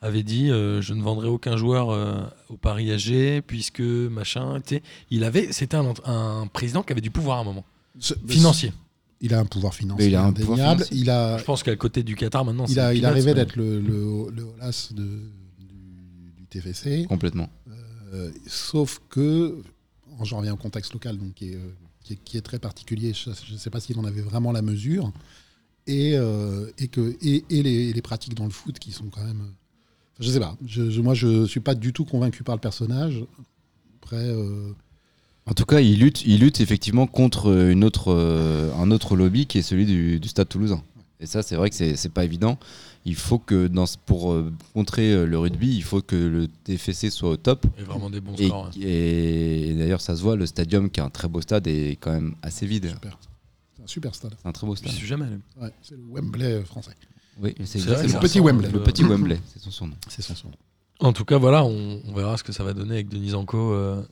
Speaker 4: avait dit euh, je ne vendrai aucun joueur euh, au Paris AG puisque machin. tu sais. Il avait, c'était un, un président qui avait du pouvoir à un moment financier.
Speaker 3: Il a un pouvoir financier
Speaker 5: Mais il a un pouvoir
Speaker 3: indéniable.
Speaker 5: financier.
Speaker 3: Il a,
Speaker 4: Je pense qu'à côté du Qatar maintenant,
Speaker 3: il,
Speaker 4: c'est
Speaker 3: a, il
Speaker 4: peanuts,
Speaker 3: arrivait
Speaker 4: mais-
Speaker 3: d'être le, le, le Olas de, du, du TFC.
Speaker 5: Complètement.
Speaker 3: Euh, sauf que, en- j'en reviens au contexte local, donc, qui, est, euh, qui, est, qui est très particulier, je ne sais pas s'il en avait vraiment la mesure, et, euh, et, que, et, et les, les pratiques dans le foot qui sont quand même... euh, Je sais pas, je, je- moi je suis pas du tout convaincu par le personnage. Après, euh,
Speaker 5: En tout cas, il lutte, il lutte effectivement contre une autre, euh, un autre lobby qui est celui du, du Stade toulousain. Et ça, c'est vrai que c'est c'est pas évident. Il faut que, dans, ce- pour euh, contrer euh, le rugby, il faut que le TFC soit au top.
Speaker 4: Et vraiment des bons
Speaker 5: Et,
Speaker 4: scores. hein.
Speaker 5: et- et d'ailleurs, ça se voit, le stadium, qui est un très beau stade, est quand même assez vide.
Speaker 3: super. C'est un super stade.
Speaker 5: C'est un très beau
Speaker 4: Je
Speaker 5: stade.
Speaker 4: suis jamais allé.
Speaker 3: Ouais, c'est le Wembley français.
Speaker 5: Oui, c'est
Speaker 4: vrai que
Speaker 5: exactement
Speaker 4: ça
Speaker 3: le petit
Speaker 4: ressemble,
Speaker 3: Wembley.
Speaker 5: Le
Speaker 4: euh,
Speaker 5: petit Wembley, c'est son surnom.
Speaker 3: C'est son surnom.
Speaker 4: En tout cas, voilà, on, on verra ce que ça va donner avec Denis Anco euh,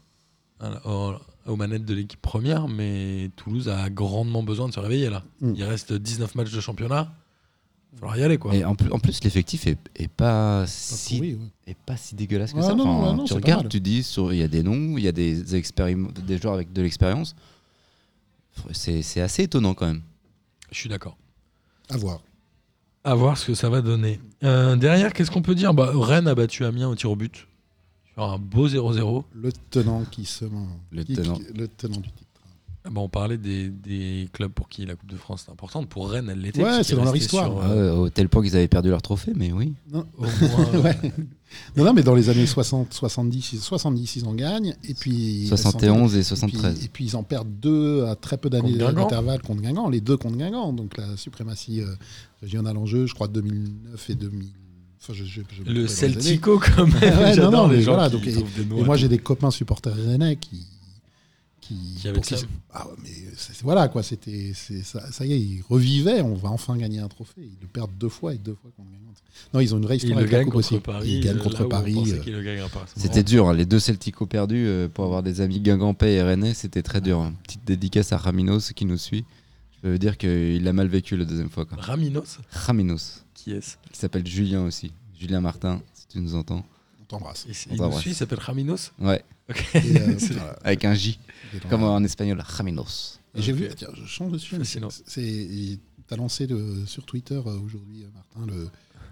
Speaker 4: à la- au- aux manettes de l'équipe première, mais Toulouse a grandement besoin de se réveiller là.
Speaker 3: Mm.
Speaker 4: Il reste 19 matchs de championnat. Il va falloir y aller quoi.
Speaker 5: Et en plus, en plus l'effectif est, est pas
Speaker 3: Pas
Speaker 5: si
Speaker 3: pourri, ouais.
Speaker 5: est pas si dégueulasse que
Speaker 3: Ah
Speaker 5: ça.
Speaker 3: non,
Speaker 5: Enfin,
Speaker 3: non, non,
Speaker 5: tu
Speaker 3: c'est pas mal.
Speaker 5: regardes, tu dis, sur- il y a des noms, il y a des, expérim- des joueurs avec de l'expérience. C'est c'est assez étonnant quand même.
Speaker 4: Je suis d'accord.
Speaker 3: À voir.
Speaker 4: À voir ce que ça va donner. Euh, derrière, qu'est-ce qu'on peut dire bah, Rennes a battu Amiens au tir au but. Sur un beau 0-0.
Speaker 3: Le tenant qui se main-
Speaker 5: Le
Speaker 3: qui-
Speaker 5: tenant.
Speaker 3: qui- le tenant du titre.
Speaker 4: Ah bah, on parlait des, des clubs pour qui la Coupe de France est importante. Pour Rennes, elle l'était.
Speaker 3: Ouais,
Speaker 4: puisqu'ils
Speaker 3: c'est dans leur
Speaker 4: restaient
Speaker 3: histoire.
Speaker 4: sur,
Speaker 5: Ah
Speaker 4: euh,
Speaker 5: ouais, au tel point qu'ils avaient perdu leur trophée, mais oui.
Speaker 3: Non,
Speaker 4: au moins, euh,
Speaker 3: Ouais. Non, non, mais dans les années 60, 70, ils- 70, ils en gagnent. Et puis.
Speaker 5: 71 et
Speaker 3: et puis,
Speaker 5: 73.
Speaker 3: et puis ils en perdent deux à très peu d'années
Speaker 4: Contre Guingamp.
Speaker 3: d'intervalle contre Guingamp, les deux contre Guingamp. Donc la suprématie euh, régionale en jeu, je crois 2009 et 2000. enfin, je- je- je me rappelle
Speaker 4: Le
Speaker 3: les
Speaker 4: Celtico quand même.
Speaker 3: Ouais, non,
Speaker 4: J'adore
Speaker 3: non,
Speaker 4: les
Speaker 3: mais
Speaker 4: gens
Speaker 3: voilà,
Speaker 4: qui
Speaker 3: donc,
Speaker 4: trouvent des noms
Speaker 3: années. Et
Speaker 4: à
Speaker 3: moi
Speaker 4: tout.
Speaker 3: j'ai des copains supporters rennais qui. Qui,
Speaker 4: Qui avaient
Speaker 3: pour
Speaker 4: le
Speaker 3: qui
Speaker 4: seum.
Speaker 3: c'est- ah, ouais, mais c'est- c'est- voilà quoi, c'était c'est- ça, ça y est, ils revivaient, on va enfin gagner un trophée. Ils le perdent deux fois et deux fois contre Guingamp. Non, ils ont une vraie
Speaker 4: Il
Speaker 3: histoire
Speaker 4: le
Speaker 3: avec la
Speaker 4: gagne
Speaker 3: coupe
Speaker 4: contre
Speaker 3: aussi.
Speaker 4: Paris. ah
Speaker 3: Ils gagnent contre Paris. euh,
Speaker 5: C'était dur, hein, les deux Celtico perdus euh, pour avoir des amis Guingampais et Rennais, c'était très dur. hein. Petite dédicace à Raminos qui nous suit. Je peux vous dire qu'il a mal vécu la deuxième fois. quoi.
Speaker 4: Raminos,
Speaker 5: Raminos,
Speaker 4: qui est
Speaker 5: qui s'appelle Julien aussi. Julien Martin, si tu nous entends.
Speaker 3: On t'embrasse.
Speaker 4: Il
Speaker 5: va,
Speaker 4: nous
Speaker 5: bref.
Speaker 4: suit, il s'appelle Raminos.
Speaker 5: Ouais,
Speaker 4: Ok.
Speaker 3: Et, euh,
Speaker 4: C'est-
Speaker 3: voilà.
Speaker 5: avec un J,
Speaker 3: Et dans-
Speaker 5: comme en espagnol, Raminos.
Speaker 3: Et J'ai
Speaker 4: Ok.
Speaker 3: vu, tiens, je change de sujet. mais
Speaker 4: Fascinant.
Speaker 3: c'est- C'est, t'as lancé le- sur Twitter euh, aujourd'hui, euh, Martin, le,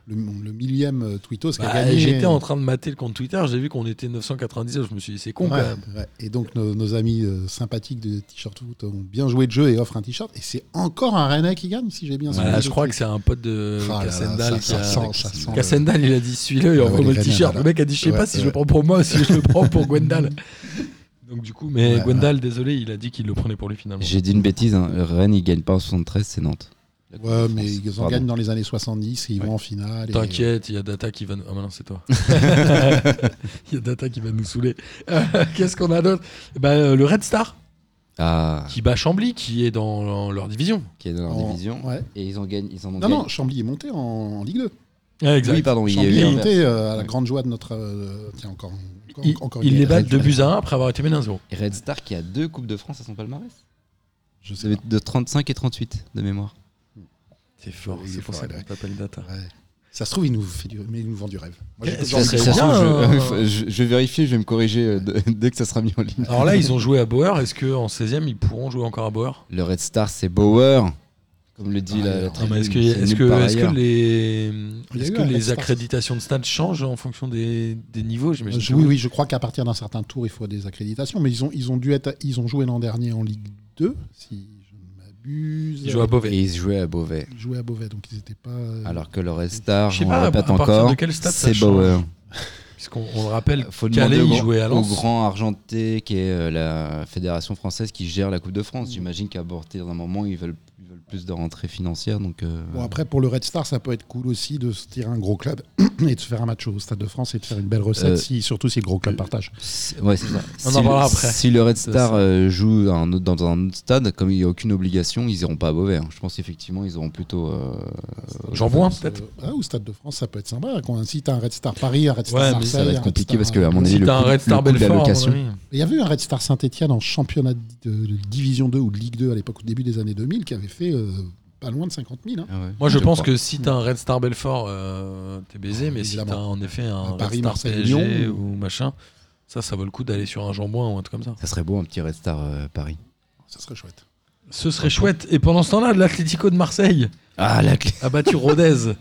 Speaker 3: le, le millième euh, tweetos qui a
Speaker 4: Bah,
Speaker 3: gagné. euh,
Speaker 4: J'étais en train de mater le compte Twitter, j'ai vu qu'on était 999, je me suis dit c'est con quand
Speaker 3: Ouais,
Speaker 4: même.
Speaker 3: ouais. Et donc nos, nos amis euh, sympathiques de T-shirt Foot ont bien joué le jeu et offrent un T-shirt. Et c'est encore un Rennais qui gagne, si j'ai bien
Speaker 4: Voilà, Bah, je crois que c'est un pote de Cassendal qui
Speaker 3: Ah ça,
Speaker 4: a.
Speaker 3: sent, ça sent le-
Speaker 4: Cassendal, il a dit celui-là, il
Speaker 3: Ouais,
Speaker 4: envoie
Speaker 3: les
Speaker 4: le t-shirt.
Speaker 3: Rennais,
Speaker 4: Le mec a dit je sais
Speaker 3: voilà.
Speaker 4: pas si je
Speaker 3: Ouais,
Speaker 4: le prends pour moi ou si je le prends pour Gwendal. Donc du coup, mais
Speaker 3: Ouais,
Speaker 4: Gwendal, désolé, il a dit qu'il le prenait pour lui finalement.
Speaker 5: J'ai dit une bêtise, hein. Rennes, il gagne pas en 73, c'est Nantes. La Coupe
Speaker 3: Ouais,
Speaker 5: de
Speaker 3: mais
Speaker 5: France.
Speaker 3: ils en
Speaker 5: Pardon.
Speaker 3: gagnent dans les années 70 et ils
Speaker 4: Ouais.
Speaker 3: vont en finale. et-
Speaker 4: T'inquiète, il y a Data qui va nous. Ah, bah non, c'est toi. Il y a Data qui va nous saouler. Qu'est-ce qu'on a d'autre Bah, euh, Le Red Star,
Speaker 5: Ah,
Speaker 4: qui bat Chambly, qui est dans, dans leur division.
Speaker 5: qui est dans leur
Speaker 3: en-
Speaker 5: division.
Speaker 3: Oh. ouais.
Speaker 5: Et ils, ont gagné, ils en ont
Speaker 3: Non,
Speaker 5: gagné.
Speaker 3: non, Chambly est monté en, en Ligue 2.
Speaker 4: Ouais, exact.
Speaker 5: Oui, pardon, oui, il y a eu un-
Speaker 3: Champignité euh, à la grande joie de notre. euh, tiens, encore, encore,
Speaker 4: Ils-
Speaker 3: encore
Speaker 4: ils les
Speaker 3: guerre.
Speaker 4: battent 2 buts à 1 après avoir été menés 1-0.
Speaker 5: Et Red Star qui a deux Coupes de France à son palmarès.
Speaker 3: Je
Speaker 5: Vous
Speaker 3: sais
Speaker 5: avez de 35 et 38 de mémoire.
Speaker 4: C'est fort,
Speaker 3: Oui,
Speaker 4: c'est pour
Speaker 3: fort,
Speaker 4: ça qu'on
Speaker 3: ouais.
Speaker 4: t'appelle
Speaker 3: pas.
Speaker 4: data.
Speaker 3: Ouais. Ça se trouve, il nous, fait du... Mais il nous vend du rêve. Moi, j'ai
Speaker 4: Est-ce
Speaker 3: toujours
Speaker 4: que
Speaker 3: envie de
Speaker 4: c'est-
Speaker 3: voir.
Speaker 4: bien,
Speaker 5: je,
Speaker 4: euh.
Speaker 5: je- je vais vérifier, je vais me corriger euh, de- dès que ça sera mis en ligne.
Speaker 4: Alors là, ils ont joué à Bauer. Est-ce qu'en 16ème, ils pourront jouer encore à Bauer
Speaker 5: Le Red Star, c'est Bauer, comme le dit
Speaker 3: Ah,
Speaker 5: la, la
Speaker 3: alors,
Speaker 4: Non, mais
Speaker 5: tribune,
Speaker 4: Est-ce que,
Speaker 5: c'est
Speaker 4: est-ce
Speaker 5: nul
Speaker 4: que,
Speaker 5: par
Speaker 4: est-ce que
Speaker 5: ailleurs.
Speaker 4: les,
Speaker 3: Il y a
Speaker 4: est-ce
Speaker 3: eu
Speaker 4: que
Speaker 3: un
Speaker 4: les
Speaker 3: Red Star.
Speaker 4: accréditations de stade changent en fonction des, des niveaux j'imagine
Speaker 3: Euh, Je-
Speaker 4: que
Speaker 3: oui, oui, je crois qu'à partir d'un certain tour, il faut des accréditations. Mais ils ont, ils ont, dû être, ils ont joué l'an dernier en Ligue 2, si je ne m'abuse.
Speaker 4: Ils jouent à Beauvais.
Speaker 5: Et ils se jouaient à Beauvais.
Speaker 3: Ils jouaient à Beauvais, donc ils n'étaient pas. euh,
Speaker 5: Alors que le Red Star,
Speaker 4: Je sais
Speaker 5: on
Speaker 4: pas,
Speaker 5: le
Speaker 4: à
Speaker 5: répète
Speaker 4: partir de
Speaker 5: encore,
Speaker 4: quel stade ça
Speaker 5: c'est
Speaker 4: change
Speaker 5: Bauer.
Speaker 4: Puisqu'on on le rappelle,
Speaker 5: Faut
Speaker 4: Calais,
Speaker 5: demander au,
Speaker 4: ils
Speaker 5: grand-
Speaker 4: jouaient à
Speaker 5: au
Speaker 4: Lens.
Speaker 5: grand Argenté, qui est euh, la fédération française qui gère la Coupe de
Speaker 4: Mm.
Speaker 5: France. J'imagine qu'à partir d'un moment, ils veulent, ils veulent plus de rentrées financières. Donc, euh,
Speaker 3: Bon, après, pour le Red Star, ça peut être cool aussi de se tirer un gros club et de se faire un match au Stade de France et de faire une belle recette,
Speaker 5: Euh,
Speaker 3: si, surtout si le gros club partage.
Speaker 5: c'est- ouais, c'est ça.
Speaker 4: On en
Speaker 5: si, le-
Speaker 4: parlera après.
Speaker 5: si le Red
Speaker 4: Ça,
Speaker 5: Star euh, joue un autre- dans un autre stade, comme il n'y a aucune obligation, ils iront pas à Beauvais. hein. Je pense qu'effectivement, ils auront plutôt. euh,
Speaker 4: J'en vois un, peut-être.
Speaker 3: Euh, ah, au Stade de France, ça peut être sympa. Quand, si t'as un Red Star Paris, un Red Star
Speaker 4: Ouais, mais
Speaker 3: Marseille,
Speaker 5: ça va être
Speaker 3: un Red
Speaker 5: compliqué
Speaker 3: Star-
Speaker 5: parce que, à mon avis,
Speaker 4: Si
Speaker 5: le
Speaker 4: t'as un
Speaker 5: coût-
Speaker 4: Red Star
Speaker 5: le coût de la
Speaker 4: Belfort, à mon
Speaker 5: location.
Speaker 4: avis.
Speaker 3: Il y avait un Red Star Saint-Etienne en championnat de, de Division 2 ou de Ligue 2 à l'époque, au début des années 2000, qui avait fait euh, pas loin de 50 000. hein.
Speaker 5: Ah ouais,
Speaker 4: Moi, je, pense
Speaker 5: crois.
Speaker 4: que si t'as un Red Star Belfort, euh, t'es baisé,
Speaker 3: Ah,
Speaker 4: mais si
Speaker 3: évidemment.
Speaker 4: t'as en effet un
Speaker 3: Un
Speaker 4: Red
Speaker 3: Paris,
Speaker 4: Star
Speaker 3: Marseille,
Speaker 4: PSG
Speaker 3: Lyon.
Speaker 4: ou machin, ça, ça vaut le coup d'aller sur un jambon ou un truc comme ça.
Speaker 5: Ça serait beau un petit Red Star euh, Paris.
Speaker 3: Ça serait chouette.
Speaker 4: Ce serait chouette. Et pendant ce temps-là, l'Atlético de Marseille
Speaker 5: Ah, la clé.
Speaker 4: a battu Rodez.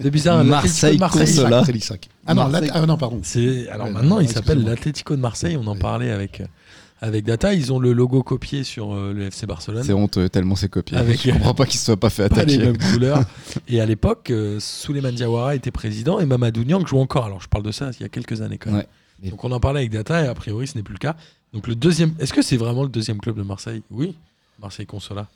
Speaker 4: C'est bizarre, l'Atlético de
Speaker 5: Marseille
Speaker 4: Marseille.
Speaker 5: console. Cela.
Speaker 3: Isaac, c'est l'Isaac. Ah non,
Speaker 5: Marseille.
Speaker 3: la- ah non, pardon.
Speaker 4: C'est- alors
Speaker 3: Ouais,
Speaker 4: maintenant,
Speaker 3: ouais,
Speaker 4: il s'appelle
Speaker 3: excusez-moi.
Speaker 4: l'Atlético de Marseille. On en
Speaker 3: Ouais.
Speaker 4: parlait avec, avec Data. Ils ont le logo copié sur euh, le FC Barcelone.
Speaker 5: C'est honteux, tellement c'est copié.
Speaker 4: Avec-
Speaker 5: Je comprends pas qu'il se soit pas fait
Speaker 4: Pas les
Speaker 5: attaquer.
Speaker 4: mêmes couleurs. Et à l'époque, euh, Souleymane Diawara était président et Mamadou Niang joue encore. Alors je parle de ça il y a quelques années quand même.
Speaker 5: Ouais. Et-
Speaker 4: Donc on en parlait avec Data et a priori ce n'est plus le cas. Donc le deuxième, est-ce que c'est vraiment le deuxième club de Marseille Oui, Marseille Consola.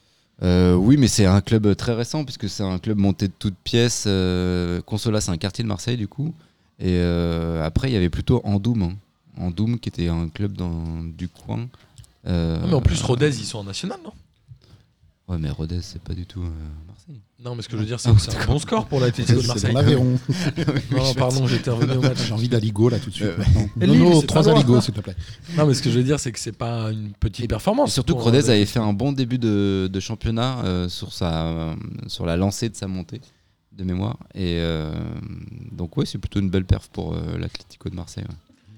Speaker 5: Euh, oui, mais c'est un club très récent puisque c'est un club monté de toutes pièces. euh, Consola, c'est un quartier de Marseille du coup. Et euh, après, il y avait plutôt Andoum. hein. Andoum qui était un club dans, du coin. Euh,
Speaker 4: Non, Ah, mais en plus Rodez, ils sont en national, non
Speaker 5: Ouais, mais Rodez, c'est pas du tout euh, Marseille.
Speaker 4: Non, mais ce que je veux dire, c'est que c'est un bon score pour l'Atlético de
Speaker 3: C'est dans
Speaker 4: Marseille.
Speaker 3: l'Aveyron.
Speaker 4: Non, non, pardon, j'étais revenu au match.
Speaker 3: J'ai envie d'Aligo là tout de suite.
Speaker 5: Euh,
Speaker 3: maintenant.
Speaker 4: Et
Speaker 3: non,
Speaker 4: Lille,
Speaker 3: non,
Speaker 4: c'est
Speaker 3: trois
Speaker 4: pas loin.
Speaker 3: Aligo, s'il te plaît.
Speaker 4: Non, mais ce que je veux dire, c'est que c'est pas une petite performance.
Speaker 5: Surtout que
Speaker 4: pour,
Speaker 5: Rodez
Speaker 4: euh,
Speaker 5: avait fait un bon début de, de championnat euh, sur, sa, euh, sur la lancée de sa montée de mémoire. Et euh, donc, ouais, c'est plutôt une belle perf pour euh, l'Atlético de Marseille. ouais.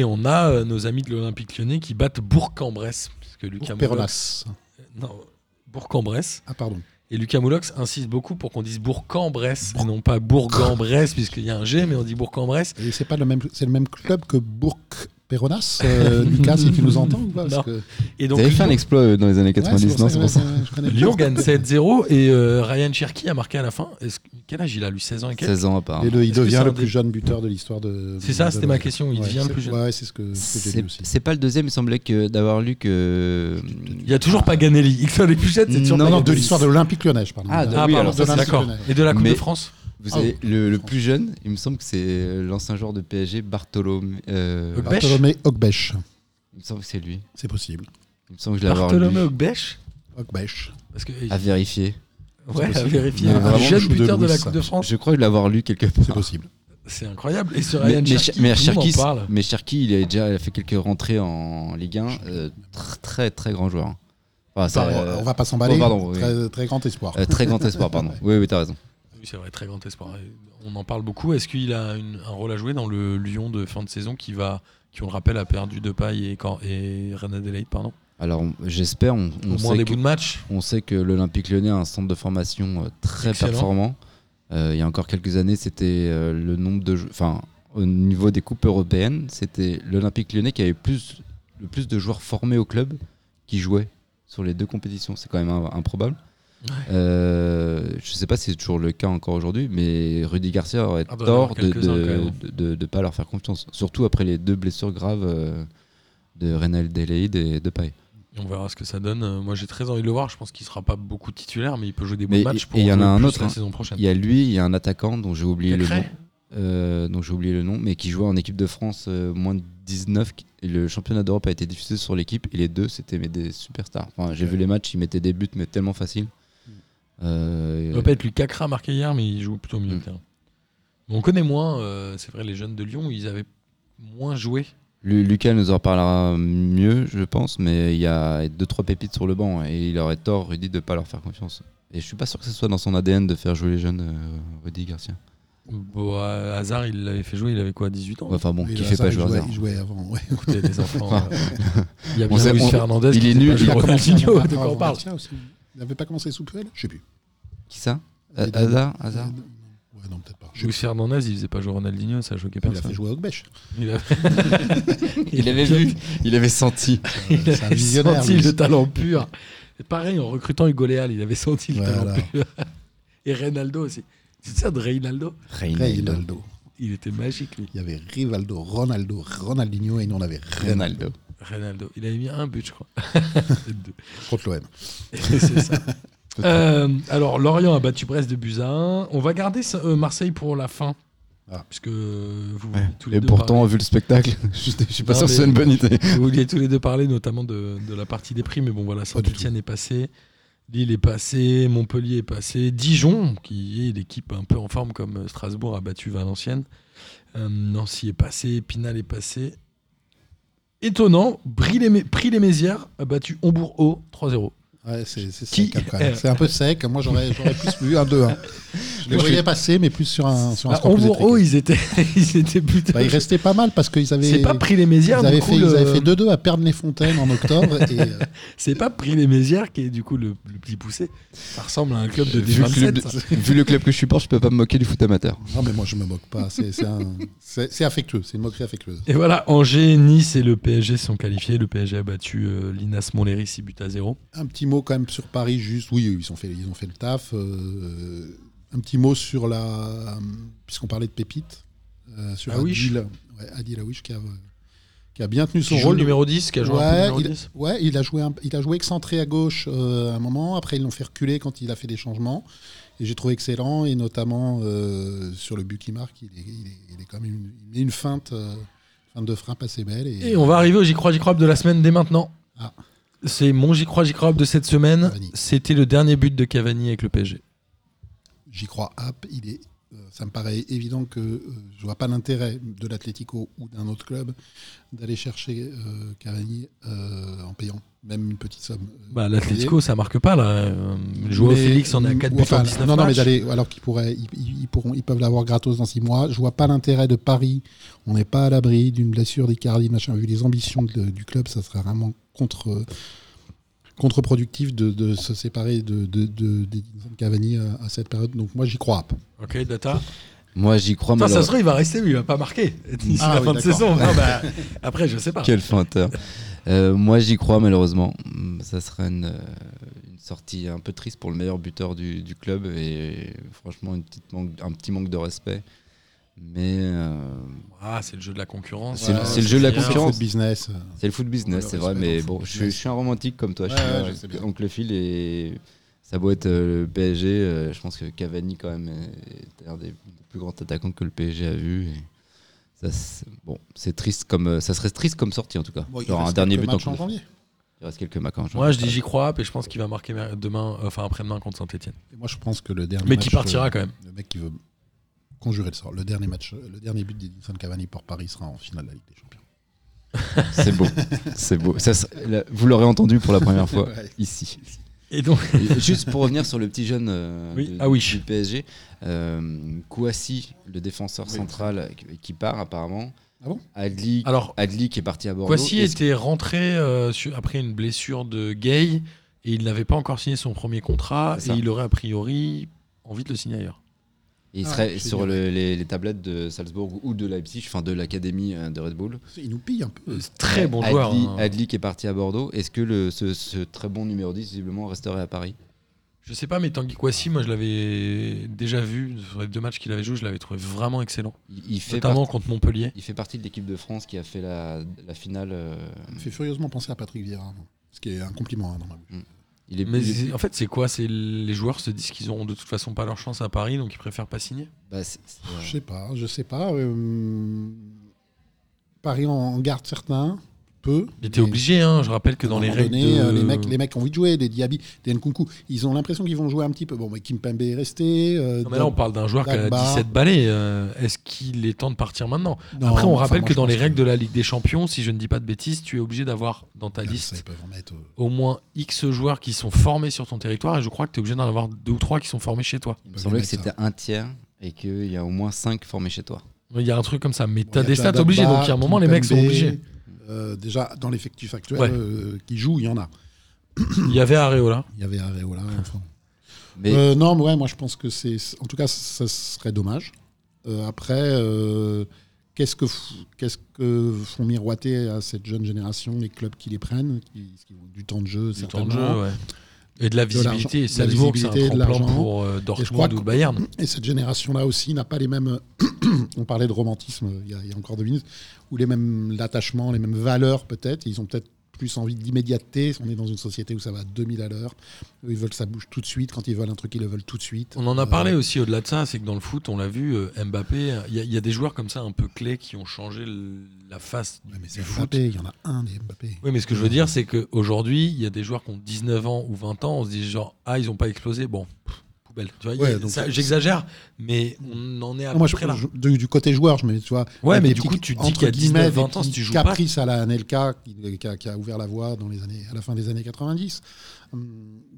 Speaker 4: Et on a euh, nos amis de l'Olympique lyonnais qui battent Bourg-en-Bresse. Parce que Lucas Moulox.
Speaker 3: Pérolas.
Speaker 4: Non, Bourg-en-Bresse.
Speaker 3: Ah pardon.
Speaker 4: Et Lucas Moulox insiste beaucoup pour qu'on dise Bourg-en-Bresse, et non pas Bourg-en-Bresse, puisqu'il y a un G, mais on dit Bourg-en-Bresse.
Speaker 3: Et c'est pas le même, c'est le même club que Bourg Péronas. euh, Lucas, si tu nous entends. Ou pas,
Speaker 4: Non.
Speaker 3: parce que...
Speaker 4: Et
Speaker 5: Vous
Speaker 4: donc,
Speaker 5: avez fait un
Speaker 4: Lyon,
Speaker 5: exploit euh, dans les années 90, non C'est
Speaker 3: ouais,
Speaker 5: pour ça.
Speaker 3: ouais, ouais, je connais.
Speaker 4: Lyon gagne 7-0 et euh, Ryan Cherky a marqué à la fin. Est-ce que- quel âge il a, lui 16 ans et quelques
Speaker 5: 16 ans apparemment.
Speaker 3: Et le- il
Speaker 4: Est-ce que c'est
Speaker 3: devient
Speaker 4: un
Speaker 3: le
Speaker 4: des-
Speaker 3: plus jeune buteur de l'histoire de.
Speaker 4: C'est ça,
Speaker 3: de-
Speaker 4: c'était ma question. Il
Speaker 3: Ouais,
Speaker 4: devient
Speaker 3: c'est-
Speaker 4: le plus jeune.
Speaker 3: Ouais, c'est ce que, ce que j'ai
Speaker 5: C'est
Speaker 3: vu aussi.
Speaker 5: c'est pas le deuxième, il semblait que d'avoir lu que.
Speaker 4: Il n'y a toujours Paganelli. Dans les plus jeunes, c'est toujours
Speaker 5: Non,
Speaker 3: Non, non,
Speaker 4: Paganelli.
Speaker 3: de l'histoire de l'Olympique lyonnais, je parle.
Speaker 5: Ah, de-
Speaker 4: Ah,
Speaker 5: Oui,
Speaker 4: pardon,
Speaker 5: alors
Speaker 4: ça,
Speaker 3: de
Speaker 4: c'est d'accord.
Speaker 3: l'Olympique lyonnais.
Speaker 4: Et de la Coupe
Speaker 5: Mais-
Speaker 4: de France
Speaker 5: Vous
Speaker 3: Ah,
Speaker 5: savez, le, le
Speaker 3: France.
Speaker 5: plus jeune, il me semble que c'est l'ancien joueur de PSG, Bartolome. euh,
Speaker 4: Hogbeck.
Speaker 3: Bartholomé Hogbèche,
Speaker 5: il me semble que c'est lui.
Speaker 3: c'est possible.
Speaker 5: Il me semble que je l'avais
Speaker 4: Bartholomé
Speaker 5: lu.
Speaker 4: Bêche
Speaker 3: Hogbèche.
Speaker 4: Parce que.
Speaker 5: À vérifier.
Speaker 4: Ouais, à
Speaker 3: possible.
Speaker 4: vérifier.
Speaker 5: Mais
Speaker 4: Le
Speaker 5: vraiment,
Speaker 4: jeune
Speaker 3: je suis de
Speaker 4: buteur de la
Speaker 3: Louis,
Speaker 4: Coupe
Speaker 3: ça.
Speaker 4: de France.
Speaker 5: Je crois l'avoir lu quelque part.
Speaker 4: Ah.
Speaker 3: C'est possible.
Speaker 4: C'est incroyable. Et ce
Speaker 5: Mais,
Speaker 4: Ryan
Speaker 5: mais,
Speaker 4: Cherky, tout le
Speaker 5: mais
Speaker 4: monde
Speaker 5: Cherki,
Speaker 4: en parle.
Speaker 5: mais Cherki, il a déjà il a fait quelques rentrées en Ligue 1. euh, tr- très, très grand joueur. hein. Enfin, ça,
Speaker 3: Enfin,
Speaker 5: euh,
Speaker 3: on va pas s'emballer.
Speaker 5: oh, pardon, oui.
Speaker 3: très, très grand espoir.
Speaker 5: euh, très grand espoir, pardon. Oui, oui, t'as raison.
Speaker 4: Oui, c'est vrai, très grand espoir. Et On en parle beaucoup. Est-ce qu'il a une- un rôle à jouer dans le Lyon de fin de saison qui va, qui on le rappelle, a perdu Depay et, Cor- et Reine Adelaide, pardon,
Speaker 5: Alors, on- j'espère. On, on
Speaker 4: au moins
Speaker 5: sait
Speaker 4: des
Speaker 5: que-
Speaker 4: bouts de match.
Speaker 5: On sait que l'Olympique lyonnais a un centre de formation euh, très
Speaker 4: Excellent.
Speaker 5: performant. Euh, il y a encore quelques années, c'était euh, le nombre de jeux- Enfin, au niveau des Coupes européennes, c'était l'Olympique lyonnais qui avait plus, le plus de joueurs formés au club qui jouaient sur les deux compétitions. C'est quand même im- improbable.
Speaker 4: Ouais.
Speaker 5: Euh, je ne sais pas si c'est toujours le cas encore aujourd'hui, mais Rudy Garcia aurait
Speaker 4: Ah bah,
Speaker 5: tort de ne
Speaker 4: quelques-uns, quand même.
Speaker 5: pas leur faire confiance. Surtout après les deux blessures graves euh, de Reynald Deleïde et de Paille.
Speaker 4: Et on verra ce que ça donne. Euh, Moi, j'ai très envie de le voir. Je pense qu'il sera pas beaucoup titulaire, mais il peut jouer des bouts
Speaker 5: Mais
Speaker 4: de
Speaker 5: il-
Speaker 4: match pour
Speaker 5: et il y en
Speaker 4: jouer
Speaker 5: a un
Speaker 4: plus
Speaker 5: autre,
Speaker 4: la
Speaker 5: hein.
Speaker 4: saison prochaine.
Speaker 5: Il y a lui, il y a un attaquant dont j'ai oublié le nom.
Speaker 4: Cacré
Speaker 5: euh, dont j'ai oublié le nom, mais qui jouait en équipe de France euh, moins de 19. Et le championnat d'Europe a été diffusé sur l'équipe et les deux, c'était mais des superstars. Enfin, j'ai vu les matchs, ils mettaient des buts, mais
Speaker 3: Mm.
Speaker 5: tellement faciles. Euh, Mm.
Speaker 4: Il doit pas être lui Cacra marqué hier, mais il joue plutôt au milieu de terrain. Mais on connaît moins, euh, c'est vrai, les jeunes de Lyon, ils avaient moins joué.
Speaker 5: Lu- Lucas nous en parlera mieux, je pense, mais il y a deux trois pépites sur le banc hein, et il aurait tort, Rudy, de pas leur faire confiance. Et je suis pas sûr que ce soit dans son ADN de faire jouer les jeunes, euh, Rudy Garcia.
Speaker 4: Bon, à hasard, il l'avait fait jouer, il avait quoi, 18 ans
Speaker 5: Ouais, Enfin bon,
Speaker 3: Mais
Speaker 5: qui
Speaker 3: le
Speaker 5: fait pas
Speaker 3: hasard,
Speaker 5: jouer
Speaker 3: il jouait,
Speaker 5: hasard.
Speaker 3: il jouait avant. ouais.
Speaker 4: Écoutez, les enfants. euh, Il y a
Speaker 5: On sait-
Speaker 4: bien Luis
Speaker 5: on-
Speaker 4: Fernandez.
Speaker 5: il
Speaker 4: qui
Speaker 5: est
Speaker 4: était
Speaker 5: nul,
Speaker 4: pas
Speaker 5: il
Speaker 4: joueur
Speaker 3: a commencé
Speaker 4: Ronaldinho,
Speaker 3: avant-
Speaker 4: de quoi
Speaker 3: avant
Speaker 4: Ah, on parle
Speaker 3: Garcia aussi. Il n'avait pas commencé sous QL Je sais plus.
Speaker 5: Qui ça Euh,
Speaker 3: Les deux.
Speaker 5: Hasard, hasard.
Speaker 3: Ouais, non, peut-être pas. Je sais
Speaker 4: Luis Fernandez, il faisait pas jouer Ronaldinho, Ah, ça choquait
Speaker 3: plus. Il a fait
Speaker 4: personne.
Speaker 3: jouer Euh, à Ogbèche.
Speaker 4: Il a-
Speaker 5: Il avait vu, il avait senti.
Speaker 4: Il
Speaker 3: C'est un
Speaker 4: avait
Speaker 3: visionnaire.
Speaker 4: senti
Speaker 3: lui.
Speaker 4: le talent pur. Et pareil, en recrutant Hugo Léal, il avait senti le
Speaker 3: Voilà.
Speaker 4: talent pur. Et Reynaldo aussi. C'est ça de Reynaldo
Speaker 5: Reynaldo.
Speaker 3: Reynaldo.
Speaker 4: Il était magique, lui.
Speaker 3: Il y avait Rivaldo, Ronaldo, Ronaldinho et nous on avait Reynaldo
Speaker 5: Reynaldo.
Speaker 4: Reynaldo. Il avait mis un but, je crois. Deux.
Speaker 3: contre l'OM.
Speaker 4: Et c'est ça. Euh, alors, Lorient a battu Brest de buts à 1. On va garder ça- euh, Marseille pour la fin.
Speaker 3: Ah.
Speaker 4: Puisque vous,
Speaker 5: Ouais.
Speaker 4: tous les
Speaker 5: Et
Speaker 4: deux
Speaker 5: pourtant, vu le spectacle, je je suis pas
Speaker 4: Non,
Speaker 5: sûr
Speaker 4: mais-
Speaker 5: que ce soit une bonne idée.
Speaker 4: Vous vouliez tous les deux parler notamment de, de la partie des prix, mais bon voilà,
Speaker 3: Pas du
Speaker 4: Saint-Etienne est passé, Lille est passé, Montpellier est passé, Dijon, qui est l'équipe un peu en forme comme euh, Strasbourg a battu Valenciennes, Euh, Nancy est passé, Pinal est passé. Étonnant, Prix-les-Mézières a battu Hombourg-Haut 3-0.
Speaker 3: Ouais, c'est c'est
Speaker 4: Qui-
Speaker 3: sec après. C'est un peu sec. Moi j'aurais j'aurais plus vu un 2-1. Je les voyais passer, mais plus sur un, sur un
Speaker 4: Bah,
Speaker 3: score plus
Speaker 4: Hombourg-Haut,
Speaker 3: étriqué.
Speaker 4: ils étaient, ils étaient plutôt.
Speaker 3: Bah, ils restaient pas mal parce qu'ils avaient.
Speaker 4: C'est pas
Speaker 3: Ils
Speaker 4: Prix-les-Mézières,
Speaker 3: avaient,
Speaker 4: du coup,
Speaker 3: fait, ils
Speaker 4: le-
Speaker 3: avaient fait 2-2 à perdre les fontaines en octobre. et, euh,
Speaker 4: c'est pas Prix-les-Mézières qui est du coup le, le petit poussé. Ça ressemble à un club de
Speaker 5: Vu le, club,
Speaker 4: D27.
Speaker 5: vu le club que je supporte, je peux pas me moquer du foot amateur.
Speaker 3: non, mais moi, je me moque pas. C'est c'est un- c'est- c'est affectueux. C'est une moquerie affectueuse.
Speaker 4: Et voilà, Angers, Nice et le PSG sont qualifiés. Le PSG a battu euh, l'Inas Montlhéry 6 buts à 0.
Speaker 3: Un petit mot quand même sur Paris, juste. Oui, ils ont fait, ils ont fait le taf. euh, un petit mot sur la. Puisqu'on parlait de pépite. euh, sur
Speaker 4: Aouish.
Speaker 3: Adil, ouais, Adil Aouish qui a, euh, qui a bien tenu son
Speaker 4: Qui joue
Speaker 3: rôle.
Speaker 4: le numéro 10, qui a joué un peu
Speaker 3: Ouais,
Speaker 4: numéro
Speaker 3: il,
Speaker 4: 10.
Speaker 3: ouais, il a joué, un- il a joué excentré à gauche euh, à un moment. Après, ils l'ont fait reculer quand il a fait des changements. Et j'ai trouvé excellent, et notamment euh, sur le but qu'il marque, il est, il est- il est quand même une, il met une feinte, euh, feinte de frappe assez belle. Et,
Speaker 4: Et on va arriver au J'y crois, J'y crois de la semaine dès maintenant.
Speaker 3: Ah.
Speaker 4: C'est mon J'y crois, J'y crois de cette semaine.
Speaker 3: Cavani.
Speaker 4: C'était le dernier but de Cavani avec le PSG.
Speaker 3: J'y crois, app, il est. euh, Ça me paraît évident que euh, je vois pas l'intérêt de l'Atlético ou d'un autre club d'aller chercher euh, Cavani euh, en payant même une petite somme.
Speaker 4: Bah, L'Atletico, ça marque pas là. Euh, Joao
Speaker 3: Mais-
Speaker 4: Félix en a 4 buts
Speaker 3: enfin,
Speaker 4: en 19
Speaker 3: Non, non, mais
Speaker 4: matchs.
Speaker 3: d'aller, alors qu'ils pourraient, ils, ils- ils pourront, ils peuvent l'avoir gratos dans 6 mois. Je vois pas l'intérêt de Paris. On n'est pas à l'abri d'une blessure d'Icardi, machin. Vu les ambitions de- du club, ça serait vraiment contre contre-productif de, de se séparer de, de, de, d'Edinson Cavani à, à cette période. Donc moi, j'y crois. pas.
Speaker 4: Ok, Data.
Speaker 5: Moi, j'y crois,
Speaker 4: Putain,
Speaker 5: mais
Speaker 4: ça
Speaker 5: alors-
Speaker 4: se trouve, il va rester, mais il va pas marquer d'ici
Speaker 3: Ah
Speaker 4: la
Speaker 3: oui,
Speaker 4: fin de
Speaker 3: d'accord.
Speaker 4: saison. Non, bah, après, je sais pas.
Speaker 5: Quel feinteur. Euh, moi, j'y crois malheureusement. Mm, Ça sera une, euh, une sortie un peu triste pour le meilleur buteur du, du club et euh, franchement une petite manque, un petit manque de respect. Mais euh,
Speaker 4: Ah, c'est le jeu de la concurrence.
Speaker 5: C'est le-
Speaker 4: Ouais,
Speaker 5: c'est le jeu de la
Speaker 4: bien.
Speaker 5: concurrence.
Speaker 3: C'est le business. euh,
Speaker 5: c'est le foot business,
Speaker 3: Ouais,
Speaker 5: c'est
Speaker 3: le
Speaker 5: vrai.
Speaker 3: respect
Speaker 5: Mais
Speaker 3: dans le
Speaker 5: bon,
Speaker 3: foot
Speaker 5: je,
Speaker 3: business.
Speaker 5: je suis un romantique comme toi.
Speaker 3: Ouais,
Speaker 5: je
Speaker 3: ouais, je
Speaker 5: suis
Speaker 3: sais
Speaker 5: un-
Speaker 3: bien.
Speaker 5: oncle Phil et ça doit être euh, le PSG. euh, je pense que Cavani quand même est un des plus grands attaquants que le PSG a vu. et ça, c'est- bon, c'est triste comme euh, ça serait triste comme sortie en tout cas.
Speaker 3: bon, il
Speaker 5: Genre un
Speaker 3: reste
Speaker 5: dernier
Speaker 3: quelques
Speaker 5: but en
Speaker 3: matchs
Speaker 5: plus.
Speaker 3: en janvier.
Speaker 5: Il reste quelques matchs. en janvier.
Speaker 4: Moi, je dis j'y crois, et je pense qu'il va marquer mer- demain, euh, enfin après-demain contre Saint-Etienne.
Speaker 3: Et moi, je pense que le dernier.
Speaker 4: Mais qui
Speaker 3: match,
Speaker 4: partira
Speaker 3: euh,
Speaker 4: quand même.
Speaker 3: Le mec qui veut conjurer le sort. Le dernier match, euh, le dernier but d'Edinson Cavani pour Paris sera en finale de la Ligue des Champions.
Speaker 5: C'est beau, c'est beau. Ça, c'est- là, vous l'aurez entendu pour la première fois
Speaker 3: Ouais.
Speaker 5: ici.
Speaker 4: Et donc,
Speaker 5: Et juste pour revenir sur le petit jeune euh,
Speaker 4: Oui,
Speaker 5: de-
Speaker 4: ah oui.
Speaker 5: du PSG, euh, Kouassi, le défenseur central euh, qui- qui part apparemment.
Speaker 3: Ah bon
Speaker 5: Adli,
Speaker 4: alors,
Speaker 5: Adli qui est parti à Bordeaux.
Speaker 4: Kouassi
Speaker 5: Est-ce-
Speaker 4: était rentré euh, sur- après une blessure de Gay, et il n'avait pas encore signé son premier contrat,
Speaker 5: C'est
Speaker 4: et
Speaker 5: ça.
Speaker 4: il aurait a priori envie de le signer ailleurs.
Speaker 5: Il
Speaker 3: Ah, je
Speaker 5: serait sur
Speaker 3: sais bien.
Speaker 5: le- les, les tablettes de Salzbourg ou de Leipzig, enfin de l'académie euh, de Red Bull.
Speaker 3: Il nous pille un peu.
Speaker 4: Euh, c'est très bon
Speaker 5: Adli,
Speaker 4: joueur. hein.
Speaker 5: Adli qui est parti à Bordeaux. Est-ce que le- ce, ce très bon numéro 10 visiblement resterait à Paris
Speaker 4: Je sais pas, mais Tanguy Kouassi, moi je l'avais déjà vu sur les deux matchs qu'il avait joué, je l'avais trouvé vraiment excellent.
Speaker 5: il, il fait
Speaker 4: Notamment
Speaker 5: partie-
Speaker 4: contre Montpellier.
Speaker 5: il fait partie de l'équipe de France qui a fait la, la finale. euh,
Speaker 3: Ça me fait furieusement penser à Patrick Vieira, moi. ce qui est un compliment hein, dans ma bouche.
Speaker 5: Il est,
Speaker 4: Mais
Speaker 5: il est-
Speaker 4: c'est- en fait, c'est quoi C'est les joueurs se disent qu'ils auront de toute façon pas leur chance à Paris, donc ils préfèrent pas signer.
Speaker 5: bah, c'est- c'est-
Speaker 3: Je sais pas, je sais pas. euh, Paris en en garde certains. peu.
Speaker 4: Il était
Speaker 3: mais-
Speaker 4: obligé, hein. je rappelle que
Speaker 3: à un
Speaker 4: dans les
Speaker 3: moment
Speaker 4: règles.
Speaker 3: donné,
Speaker 4: de-
Speaker 3: euh, les, mecs, les mecs ont envie de jouer, des Diaby, des Nkunku. Ils ont l'impression qu'ils vont jouer un petit peu. Bon, mais Kimpembe est resté. euh,
Speaker 4: Non, mais là, on parle d'un joueur qui a
Speaker 3: Dagba.
Speaker 4: 17 balais. euh, Est-ce qu'il est temps de partir maintenant
Speaker 3: Non,
Speaker 4: Après, on
Speaker 3: enfin,
Speaker 4: rappelle
Speaker 3: moi,
Speaker 4: que
Speaker 3: je
Speaker 4: dans
Speaker 3: pense
Speaker 4: les
Speaker 3: que-
Speaker 4: règles de la Ligue des Champions, si je ne dis pas de bêtises, tu es obligé d'avoir dans ta
Speaker 3: Ah, ça, ils
Speaker 4: liste
Speaker 3: peuvent en mettre, euh,
Speaker 4: au moins X joueurs qui sont formés sur ton territoire et je crois que tu es obligé d'en avoir deux ou trois qui sont formés chez toi.
Speaker 5: Il me
Speaker 3: peuvent
Speaker 5: semblait
Speaker 3: les
Speaker 5: que
Speaker 3: mettre,
Speaker 5: c'était un tiers et qu'il y a au moins 5 formés chez toi.
Speaker 4: Il y a un truc comme ça, mais
Speaker 3: Bon,
Speaker 4: tu as
Speaker 3: y a
Speaker 4: des
Speaker 3: déjà
Speaker 4: stats
Speaker 3: Dagba,
Speaker 4: obligés, donc il y a un moment, les mecs sont
Speaker 3: Kimpembe,
Speaker 4: obligés.
Speaker 3: euh, déjà, dans l'effectif actuel
Speaker 4: Ouais.
Speaker 3: euh, qui joue, il y en a.
Speaker 4: Il y avait Areola.
Speaker 3: Il y avait Areola. enfin.
Speaker 5: Mais
Speaker 3: Euh, non, mais ouais, moi je pense que c'est. En tout cas, ça serait dommage. Euh, après, euh, qu'est-ce que f- qu'est-ce que font miroiter à cette jeune génération les clubs qui les prennent, qui, qui ont du temps de jeu,
Speaker 4: du temps de
Speaker 3: certainement.
Speaker 4: jeu, ouais. Et de la
Speaker 3: l'argent- de
Speaker 4: visibilité.
Speaker 3: la
Speaker 4: Salzbourg, c'est un
Speaker 3: visibilité, de
Speaker 4: tremplin
Speaker 3: l'argent.
Speaker 4: pour euh,
Speaker 3: je crois
Speaker 4: Dortmund ou
Speaker 3: que-
Speaker 4: Bayern.
Speaker 3: Et cette génération-là aussi n'a pas les mêmes. On parlait de romantisme euh, il y a, il y a encore deux minutes, ou les mêmes attachements, les mêmes valeurs peut-être. Ils ont peut-être plus envie d'immédiateté. On est dans une société où ça va à 2000 à l'heure. Eux, Ils veulent que ça bouge tout de suite. Quand ils veulent un truc, ils le veulent tout de suite.
Speaker 4: On en a
Speaker 3: Euh,
Speaker 4: parlé aussi au-delà de ça, c'est que dans le foot, on l'a vu, euh, Mbappé, il y, a- il y a des joueurs comme ça un peu clés qui ont changé le- la face du,
Speaker 3: Ouais, mais
Speaker 4: du
Speaker 3: c'est
Speaker 4: foot.
Speaker 3: Mbappé. Il y en a un des Mbappé.
Speaker 4: Oui, mais ce que je veux dire, c'est qu'aujourd'hui, il y a des joueurs qui ont 19 ans ou 20 ans, on se dit genre, ah, ils n'ont pas explosé, bon, pff, poubelle. Tu vois, il y a-
Speaker 3: Ouais, donc-
Speaker 4: ça- J'exagère, mais on en est à
Speaker 3: Ah, moi,
Speaker 4: peu
Speaker 3: je,
Speaker 4: près là.
Speaker 3: je- du, du côté joueur, je mets, tu vois.
Speaker 4: Ouais,
Speaker 3: avec
Speaker 4: mais
Speaker 3: des
Speaker 4: du
Speaker 3: petits-
Speaker 4: coup, tu te dis
Speaker 3: entre
Speaker 4: qu'à
Speaker 3: guillemets,
Speaker 4: 19,
Speaker 3: des
Speaker 4: 20 ans, si
Speaker 3: petits
Speaker 4: tu joues pas-
Speaker 3: caprices à la Anelka, qui, qui a, qui a ouvert la voie dans les années, à la fin des années 90. Hum,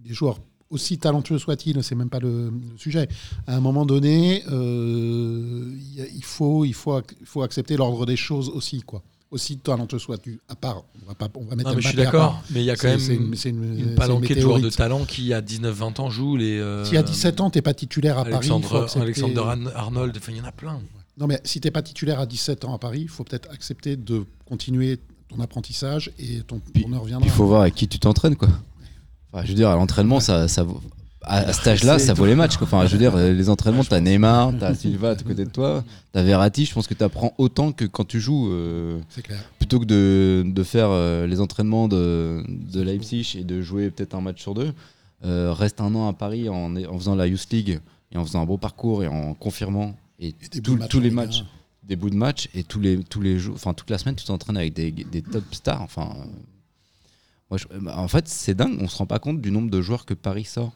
Speaker 3: Des joueurs aussi talentueux soient-ils, c'est même pas le, le sujet. À un moment donné, euh, il y a- il faut, il faut, ac- il faut accepter l'ordre des choses aussi, quoi. Aussi talentueux sois-tu, à part, on va pas, on va mettre.
Speaker 4: Non, mais je suis
Speaker 3: Mbappé à part.
Speaker 4: d'accord, mais il y a quand
Speaker 3: C'est-
Speaker 4: même
Speaker 3: c'est
Speaker 4: une,
Speaker 3: c'est une- Euh, c'est
Speaker 4: une
Speaker 3: une
Speaker 4: palanquée de joueurs de
Speaker 3: météorite.
Speaker 4: talent qui, à 19-20 ans, jouent les. euh,
Speaker 3: Si à 17 ans, t'es pas titulaire à Paris, il faut
Speaker 4: Alexandre,
Speaker 3: accepter-
Speaker 4: Alexander Arn- Arnold, enfin, il y en a plein.
Speaker 3: Non, mais si t'es pas titulaire à 17 ans à Paris, il faut peut-être accepter de continuer ton apprentissage et ton
Speaker 5: Puis-
Speaker 3: tourneur viendra.
Speaker 5: il faut voir à qui tu t'entraînes, quoi. Enfin, je veux dire, à l'entraînement, ça, ça vaut- à, à cet âge-là,
Speaker 3: C'est
Speaker 5: ça vaut
Speaker 3: tout.
Speaker 5: les matchs. quoi. Enfin, je veux dire, euh, les entraînements, t'as Neymar, t'as Silva à côté de toi, t'as Verratti. Je pense que t'apprends autant que quand tu joues. euh,
Speaker 3: C'est clair.
Speaker 5: plutôt que de, de faire euh, les entraînements de, de Leipzig et de jouer peut-être un match sur deux, euh, reste un an à Paris en, en faisant la Youth League et en faisant un beau parcours et en confirmant et,
Speaker 3: Et des
Speaker 5: tout-
Speaker 3: bons matchs
Speaker 5: tous les
Speaker 3: en Ligue
Speaker 5: matchs, des bouts de match et tous les tous les jours, enfin toute la semaine, tu t'entraînes avec des, des top stars. Enfin, euh, moi, je- bah, en fait, c'est dingue, on se rend pas compte du nombre de joueurs que Paris sort.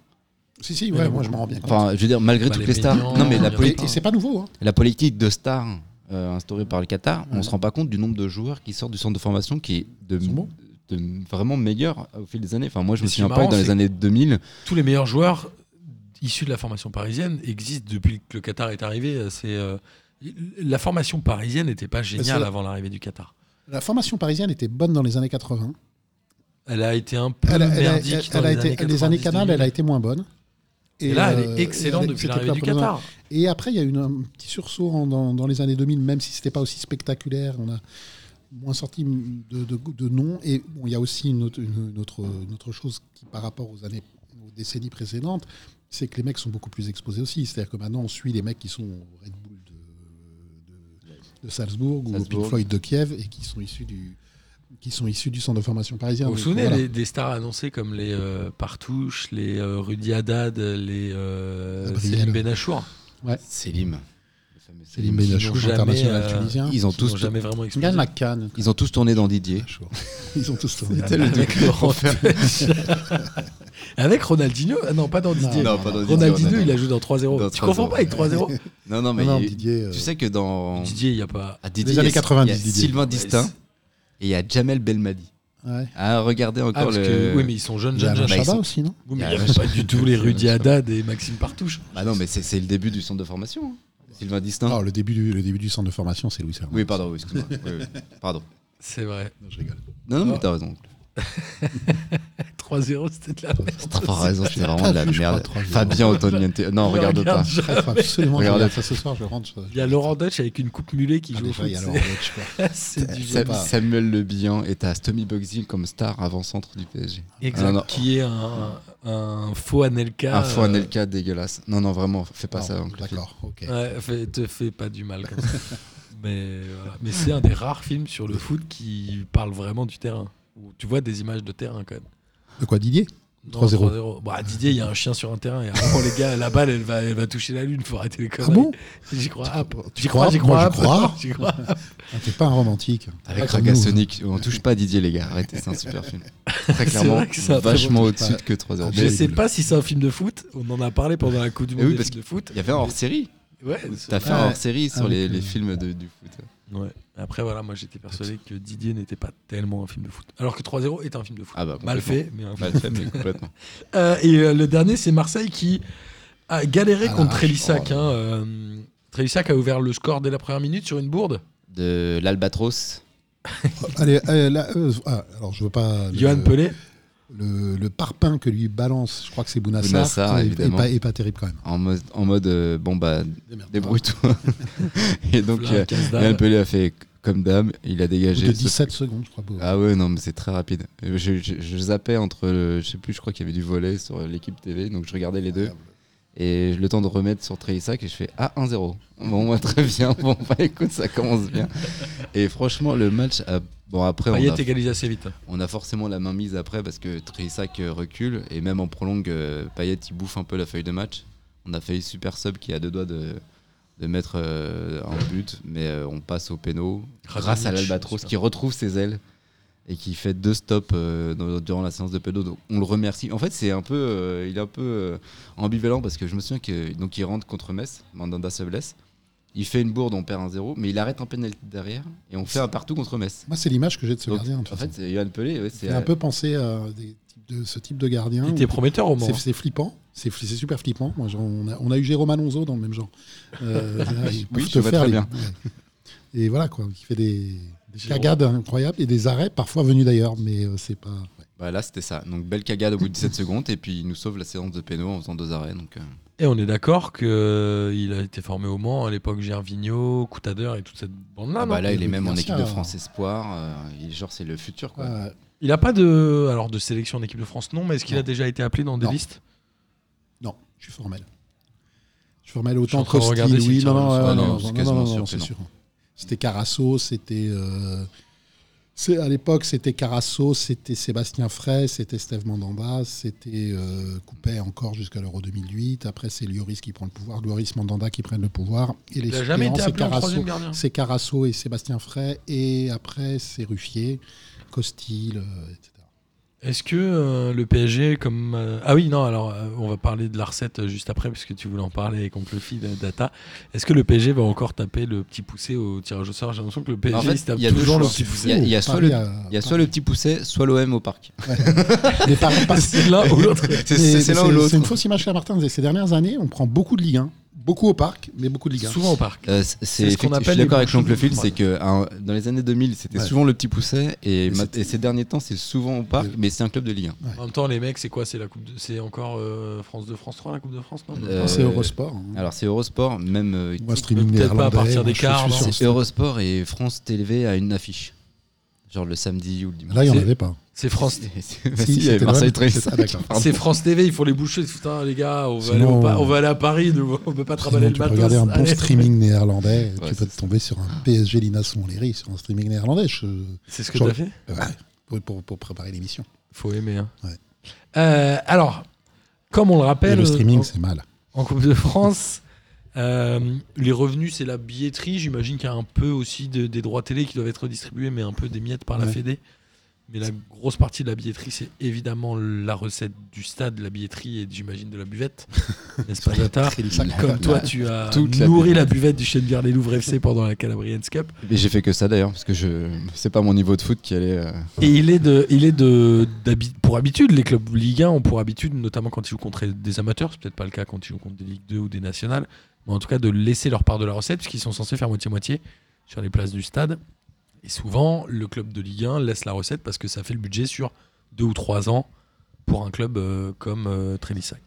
Speaker 3: Si, si,
Speaker 4: Mais
Speaker 3: ouais,
Speaker 4: non,
Speaker 3: moi je m'en rends bien compte.
Speaker 5: Enfin, je veux dire, malgré
Speaker 4: Bah,
Speaker 5: toutes
Speaker 4: les
Speaker 5: les stars,
Speaker 4: Maignan,
Speaker 5: non mais la,
Speaker 4: il y en a
Speaker 5: poli-
Speaker 3: et, et c'est pas nouveau. Hein.
Speaker 5: la politique de stars euh, instaurée par le Qatar, on
Speaker 3: Ouais.
Speaker 5: se rend pas compte du nombre de joueurs qui sortent du centre de formation qui est de,
Speaker 3: Ils sont bons.
Speaker 5: de- vraiment meilleur au fil des années. Enfin, moi, je
Speaker 4: Mais
Speaker 5: me
Speaker 4: ce qui est
Speaker 5: souviens pas
Speaker 4: marrant,
Speaker 5: que dans
Speaker 4: c'est-
Speaker 5: les années 2000,
Speaker 4: tous les meilleurs joueurs issus de la formation parisienne existent depuis que le Qatar est arrivé. Euh, C'est euh, la formation parisienne n'était pas géniale
Speaker 3: c'est-
Speaker 4: avant l'arrivée du Qatar.
Speaker 3: La formation parisienne était bonne dans les années 80.
Speaker 4: Elle a été un peu
Speaker 3: Elle, a- elle a-
Speaker 4: merdique
Speaker 3: elle-
Speaker 4: dans
Speaker 3: elle a
Speaker 4: les,
Speaker 3: été,
Speaker 4: années
Speaker 3: les années Canal,
Speaker 4: 90,
Speaker 3: elle a été moins bonne.
Speaker 4: Et là,
Speaker 3: euh,
Speaker 4: elle est excellente
Speaker 3: elle-
Speaker 4: depuis
Speaker 3: c'était
Speaker 4: l'arrivée
Speaker 3: pas
Speaker 4: du
Speaker 3: plus
Speaker 4: Qatar.
Speaker 3: Et après, il y a eu une- un petit sursaut en- dans, dans les années 2000, même si c'était pas aussi spectaculaire. On a moins sorti de, de, de noms. Et bon, il y a aussi une autre, une- une autre, une autre chose qui, par rapport aux années, aux décennies précédentes, c'est que les mecs sont beaucoup plus exposés aussi. C'est-à-dire que maintenant, on suit les mecs qui sont au Red Bull de, de- de Salzbourg, ou au Pink
Speaker 5: Salzbourg.
Speaker 3: Floyd de Kiev et qui sont issus du qui sont issus du centre de formation parisien.
Speaker 4: Vous vous
Speaker 3: Donc,
Speaker 4: souvenez
Speaker 3: voilà.
Speaker 4: des, des stars annoncées comme les euh, Partouche, les euh, Rudy Haddad, les euh,
Speaker 3: Gabriel.
Speaker 4: Céline Benachour
Speaker 5: Selim. le fameux
Speaker 3: Selim
Speaker 5: Selim.
Speaker 4: Benachour,
Speaker 3: Benachour,
Speaker 4: jamais,
Speaker 3: international
Speaker 4: euh,
Speaker 3: tunisien.
Speaker 5: Ils ont
Speaker 4: qui n'ont
Speaker 5: tous,
Speaker 4: jamais vraiment
Speaker 3: Ils gagnent
Speaker 4: explosé.
Speaker 3: la canne.
Speaker 5: ils ont tous tourné dans Didier.
Speaker 3: Ils ont tous tourné.
Speaker 5: C'était le
Speaker 4: Avec Laurent Flesch. Avec Ronaldinho Ah Non, pas dans Didier.
Speaker 5: Non, pas dans Didier,
Speaker 4: Ronaldinho,
Speaker 5: Ronaldinho.
Speaker 4: il a joué dans 3-0.
Speaker 5: Dans
Speaker 4: tu confonds
Speaker 5: 3-0.
Speaker 4: pas avec 3-0
Speaker 5: Non, non, mais
Speaker 3: Non, non,
Speaker 5: il y a-
Speaker 3: Didier, euh,
Speaker 5: tu sais que dans
Speaker 4: Didier, il n'y a pas.
Speaker 5: à Didier,
Speaker 3: Des
Speaker 5: il y a-
Speaker 3: années 90,
Speaker 5: il y a
Speaker 3: Didier.
Speaker 5: Sylvain
Speaker 4: Ouais,
Speaker 5: Distin et il y a Jamel Belmadi.
Speaker 3: ouais.
Speaker 5: Ah, regardez
Speaker 4: Ah,
Speaker 5: encore
Speaker 4: parce
Speaker 5: le.
Speaker 4: que- oui, mais ils sont jeunes,
Speaker 3: Il y a
Speaker 4: jeunes, jeunes.
Speaker 5: bah, ils
Speaker 3: Chabat
Speaker 5: sont-
Speaker 3: aussi, non
Speaker 4: Oui, mais
Speaker 5: il y a
Speaker 4: il n'y
Speaker 5: la
Speaker 4: avait pas
Speaker 5: vache.
Speaker 4: du tout les Rudy Haddad et Maxime Partouche.
Speaker 5: Bah non, mais c'est c'est le début du centre de formation. hein. Sylvain Distin.
Speaker 3: Ah, le, début du, le début du centre de formation, c'est Louis Servan.
Speaker 5: oui, pardon, oui, excuse-moi. Oui, oui, Pardon.
Speaker 4: C'est vrai.
Speaker 3: Non, je rigole.
Speaker 5: Non, non,
Speaker 4: Ah.
Speaker 5: mais t'as raison.
Speaker 4: 3-0, c'était de la merde.
Speaker 5: T'as raison, c'était vraiment
Speaker 3: pas
Speaker 5: de la
Speaker 3: vu, je crois,
Speaker 5: merde.
Speaker 3: 3-0.
Speaker 5: Fabien Antoniente. Non,
Speaker 4: Je
Speaker 5: regarde pas.
Speaker 4: regarde jamais.
Speaker 3: Il faut absolument que je
Speaker 5: Regardez.
Speaker 3: regarde ça ce soir, je rentre. je-
Speaker 4: Il y a Laurent Dutch avec une coupe mulet qui
Speaker 3: Ah,
Speaker 4: joue au
Speaker 3: déjà,
Speaker 4: foot.
Speaker 3: il y a Laurent
Speaker 4: C'est-
Speaker 3: Deutsch, quoi.
Speaker 4: C'est du
Speaker 5: Sam-
Speaker 4: jeu.
Speaker 5: Samuel Le Bihan et t'as Stomy Bugsy comme star avant-centre du PSG.
Speaker 4: Exact.
Speaker 5: Non, non.
Speaker 4: Qui est un, un faux Anelka.
Speaker 5: Un faux
Speaker 4: euh,
Speaker 5: Anelka dégueulasse. Non, non, vraiment, fais pas
Speaker 3: Non,
Speaker 5: ça. oncle Phil.
Speaker 3: D'accord, ok.
Speaker 4: Ouais, fais- te fais pas du mal comme ça. Mais, voilà. Mais c'est un des rares films sur le foot qui parle vraiment du terrain. Où tu vois des images de terrain quand même.
Speaker 3: De quoi Didier
Speaker 4: Non,
Speaker 3: 3-0.
Speaker 4: 3-0. Bah, Didier, il y a un chien sur un terrain. Et après, les gars, la balle, elle va, elle va toucher la lune. Faut arrêter
Speaker 5: Ah
Speaker 4: les conneries.
Speaker 3: Ah bon
Speaker 4: J'y crois.
Speaker 3: Ah,
Speaker 4: hop.
Speaker 3: bah, tu
Speaker 4: J'y crois,
Speaker 3: crois
Speaker 4: j'y
Speaker 3: Moi,
Speaker 4: crois. Ah,
Speaker 3: je
Speaker 4: hop.
Speaker 3: crois.
Speaker 4: J'y crois.
Speaker 3: Ah, T'es pas un romantique.
Speaker 5: Avec
Speaker 3: Pas comme
Speaker 5: Raga
Speaker 3: nous.
Speaker 5: Sonic, on touche pas à Didier, les gars. Arrêtez, c'est un super film. Très
Speaker 4: C'est
Speaker 5: clairement,
Speaker 4: vrai que c'est un très
Speaker 5: vachement
Speaker 4: bon
Speaker 5: au-dessus que 3 heures.
Speaker 3: Ah,
Speaker 4: Je
Speaker 3: Horrible.
Speaker 4: sais pas si c'est un film de foot. On en a parlé pendant la Coupe du
Speaker 5: Eh
Speaker 4: Monde
Speaker 5: oui,
Speaker 4: des
Speaker 5: parce
Speaker 4: films de foot.
Speaker 5: Il y avait un hors série.
Speaker 4: Ouais, c'est-
Speaker 5: T'as fait
Speaker 3: Ouais.
Speaker 5: un hors série sur
Speaker 3: Avec,
Speaker 5: les,
Speaker 3: euh,
Speaker 5: les films de- du foot.
Speaker 4: ouais. Après, voilà, moi j'étais persuadé que Didier n'était pas tellement un film de foot. Alors que 3-0 est un film de foot.
Speaker 5: Ah bah,
Speaker 4: Mal
Speaker 5: complètement.
Speaker 4: fait, mais un film
Speaker 5: Mal fait, mais complètement.
Speaker 4: Euh, et euh, le dernier, c'est Marseille qui a galéré
Speaker 3: Ah,
Speaker 4: contre
Speaker 3: la
Speaker 4: Trélissac.
Speaker 3: vache.
Speaker 4: hein, euh, Trélissac a ouvert le score dès la première minute sur une bourde.
Speaker 5: De l'Albatros.
Speaker 3: Allez, allez, là, euh, ah, alors je veux pas. le-
Speaker 4: Johan Pelé.
Speaker 3: le, le parpaing que lui balance, je crois que c'est Bounassar,
Speaker 5: Bounassar,
Speaker 3: qui est- est,
Speaker 5: évidemment.
Speaker 3: pas, est pas terrible quand même.
Speaker 5: En mode, en mode euh, bon bah, débrouille-toi. Et donc,
Speaker 4: Florent
Speaker 5: euh,
Speaker 4: Casdal.
Speaker 5: Yann Pelé a fait comme dame, il a
Speaker 3: Au bout de
Speaker 5: dégagé. sauf-
Speaker 3: 17 secondes, je crois. beau.
Speaker 5: Ah ouais, non, mais c'est très rapide. Euh, Je, je- je zappais entre, le- je sais plus, je crois qu'il y avait du volet sur l'équipe TV, donc je regardais les deux. Et le temps de remettre sur Tréissac et je fais ah 1-0. Bon, bah, très bien. Bon, bah écoute, ça commence bien. Et franchement, le match, a- bon après, on
Speaker 4: Payet
Speaker 5: a,
Speaker 4: égalise assez vite. hein.
Speaker 3: Ah,
Speaker 5: on a forcément la main mise après parce que Tréissac euh, recule et même en prolongue, euh, Payet il bouffe un peu la feuille de match. On a failli super sub qui a deux doigts de, de mettre euh, un but, mais euh, on passe au péno grâce à
Speaker 4: Radonjic,
Speaker 5: l'Albatros
Speaker 4: super.
Speaker 5: qui retrouve ses ailes et qui fait deux stops euh, dans- durant la séance de pédo. Donc on le remercie. En fait, c'est un peu, euh, il est un peu euh, ambivalent parce que je me souviens que donc il rentre contre Metz, Mandanda se blesse. Il fait une bourde, on perd un 0 mais il arrête un pénalty derrière et on fait un partout contre Metz.
Speaker 3: Moi, c'est l'image que j'ai de ce
Speaker 5: Donc,
Speaker 3: gardien. de toute
Speaker 5: en
Speaker 3: façon.
Speaker 5: fait, c'est Johan Pelé, ouais, c'est euh,
Speaker 3: J'ai un peu pensé à des types de, ce type de gardien.
Speaker 4: Il était prometteur au
Speaker 3: C'est,
Speaker 4: moment.
Speaker 3: c'est flippant, c'est, fli- c'est super flippant. Moi, j'en- on, a, on a eu Jérôme Alonso dans le même genre. Euh, là, ils peuvent
Speaker 5: je vois très bien.
Speaker 3: ouais. Et voilà, quoi, qui fait des, des
Speaker 4: Jérôme.
Speaker 3: cagades incroyables et des arrêts parfois venus d'ailleurs, mais euh, c'est pas. ouais.
Speaker 5: Bah là, c'était ça. Donc, belle cagade au bout de 17 secondes, et puis il nous sauve la séance de péno en faisant deux arrêts. Donc, euh,
Speaker 4: Et on est d'accord qu'il a été formé au Mans à l'époque Gervinho, Coutadeur et toute cette bande-là.
Speaker 5: ah bah
Speaker 4: non
Speaker 5: là, il est
Speaker 3: mais
Speaker 5: même
Speaker 3: bien
Speaker 5: en
Speaker 3: sûr.
Speaker 5: équipe de France Espoir. euh, il- genre, c'est le futur, quoi.
Speaker 3: Ouais,
Speaker 4: il n'a pas de, alors, de sélection en équipe de France, non, mais est-ce qu'il a
Speaker 3: Non.
Speaker 4: déjà été appelé dans des
Speaker 3: Non.
Speaker 4: listes
Speaker 3: Non, je suis formel. Je suis formel
Speaker 4: Je suis en
Speaker 3: autant
Speaker 4: train de
Speaker 3: Krusty,
Speaker 4: regarder si
Speaker 3: oui,
Speaker 4: tu
Speaker 3: non,
Speaker 4: le
Speaker 3: non,
Speaker 4: sens.
Speaker 3: euh, non,
Speaker 5: Ah non,
Speaker 3: non,
Speaker 5: c'est
Speaker 3: non,
Speaker 5: quasiment
Speaker 3: non,
Speaker 5: sûr
Speaker 3: non,
Speaker 5: que
Speaker 3: c'est
Speaker 5: non.
Speaker 3: sûr. C'était Carasso, c'était. euh, c'est- à l'époque, c'était Carasso, c'était Sébastien Frey, c'était Steve Mandanda, c'était euh, Coupet encore jusqu'à l'Euro 2008. Après, c'est Lloris qui prend le pouvoir, Lloris Mandanda qui prennent le pouvoir. Et les
Speaker 4: Il n'a jamais
Speaker 3: suppléants,
Speaker 4: été
Speaker 3: c'est
Speaker 4: appelé en
Speaker 3: Carasso.
Speaker 4: troisième hein. gardien.
Speaker 3: C'est Carasso et Sébastien Frey, et après, c'est Ruffier, Costil, euh, etc.
Speaker 4: Est-ce que euh, le PSG, comme. euh, ah oui, non, alors euh, on va parler de la recette euh, juste après, puisque tu voulais en parler et qu'on te le file, euh, Data. Est-ce que le PSG va encore taper le petit poussé au tirage au sort J'ai l'impression que le PSG
Speaker 5: En fait,
Speaker 4: il se tape
Speaker 5: il y a deux
Speaker 4: toujours le
Speaker 5: choix.
Speaker 4: petit
Speaker 5: Il y a-
Speaker 4: poussé.
Speaker 5: il y a
Speaker 3: Paris
Speaker 5: soit le- Il y a
Speaker 3: Paris-
Speaker 5: soit le petit poussé, soit l'OM au parc.
Speaker 3: les Paris- Paris-
Speaker 4: C'est l'un ou l'autre.
Speaker 5: C'est
Speaker 3: Mais- mais
Speaker 5: c'est l'un ou l'autre.
Speaker 3: C'est une fausse image, cher Martin. Ces dernières années, on prend beaucoup de Ligue 1, beaucoup au parc, mais beaucoup de Ligue 1.
Speaker 4: Souvent au parc.
Speaker 5: Euh, c'est-
Speaker 4: ce
Speaker 5: c'est
Speaker 4: qu'on
Speaker 5: effectivement-
Speaker 4: appelle
Speaker 5: je suis
Speaker 4: les
Speaker 5: d'accord avec
Speaker 4: branches
Speaker 5: l'oncle Phil,
Speaker 4: libres.
Speaker 5: c'est que hein, dans les années 2000, c'était
Speaker 3: Ouais.
Speaker 5: souvent le petit poussé, et,
Speaker 3: Et
Speaker 5: ma-
Speaker 3: c'était-
Speaker 5: et ces derniers temps, c'est souvent au parc,
Speaker 3: Ouais.
Speaker 5: mais c'est un club de Ligue 1.
Speaker 4: En même temps, les mecs, c'est quoi C'est la Coupe de... C'est encore euh, France 2, France 3, la Coupe de France Non
Speaker 5: Euh,
Speaker 3: c'est Eurosport. hein.
Speaker 5: Alors, c'est Eurosport, même. euh,
Speaker 3: Ou un streaming
Speaker 4: peut-être pas à
Speaker 3: néerlandais,
Speaker 4: partir des
Speaker 3: je suis
Speaker 4: quarts,
Speaker 3: sûr,
Speaker 4: non
Speaker 5: c'est
Speaker 3: c'est-
Speaker 5: Eurosport et France TV à une affiche. Genre le samedi ou le dimanche.
Speaker 3: Là, il n'y en
Speaker 4: C'est-
Speaker 3: avait pas. hein.
Speaker 4: C'est France.
Speaker 5: Bah si, il y avait
Speaker 3: c'était
Speaker 5: Marseille
Speaker 3: l'OM.
Speaker 5: Tréissac.
Speaker 3: Ah, d'accord.
Speaker 5: Pardon.
Speaker 4: C'est France TV, il faut les boucher. Putain, les gars, on va,
Speaker 3: Sinon,
Speaker 4: aller, au pa-
Speaker 3: on-
Speaker 4: on va aller à Paris, nous, on peut pas travailler
Speaker 3: Sinon,
Speaker 4: le
Speaker 3: tu peux
Speaker 4: matos.
Speaker 3: regarder un bon
Speaker 4: Allez.
Speaker 3: streaming néerlandais,
Speaker 5: Ouais,
Speaker 3: tu
Speaker 5: c'est
Speaker 3: peux
Speaker 5: ça.
Speaker 3: te tomber sur un PSG Lina Léry sur un streaming néerlandais je-
Speaker 4: C'est ce que
Speaker 3: Genre-
Speaker 4: t'as fait
Speaker 3: Ouais, pour, pour- pour préparer l'émission.
Speaker 4: Faut aimer. hein.
Speaker 3: Ouais.
Speaker 4: Euh, alors, comme on le
Speaker 3: Et
Speaker 4: rappelle,
Speaker 3: le streaming,
Speaker 4: euh,
Speaker 3: c'est mal.
Speaker 4: en Coupe de France. euh, les revenus, c'est la billetterie. J'imagine qu'il y a un peu aussi de- des droits télé qui doivent être distribués, mais un peu des miettes par la
Speaker 3: Ouais.
Speaker 4: Fédé. Mais la grosse partie de la billetterie, c'est évidemment la recette du stade, la billetterie et j'imagine de la buvette. N'est-ce pas, Yata Comme toi, tu as
Speaker 5: Toute la
Speaker 4: nourri la buvette du Chenvière les Louvres FC pendant la Calabrians Cup.
Speaker 5: Mais j'ai fait que ça d'ailleurs, parce que je c'est pas mon niveau de foot qui allait. euh,
Speaker 4: Et il est de, il est de, d'habi- pour habitude, les clubs Ligue 1 ont pour habitude, notamment quand ils jouent contre des amateurs, c'est peut-être pas le cas quand ils jouent contre des Ligue 2 ou des nationales, mais en tout cas de laisser leur part de la recette, puisqu'ils sont censés faire moitié-moitié sur les places du stade. Et souvent, le club de Ligue 1 laisse la recette parce que ça fait le budget sur deux ou trois ans pour un club euh, comme euh, Trélissac.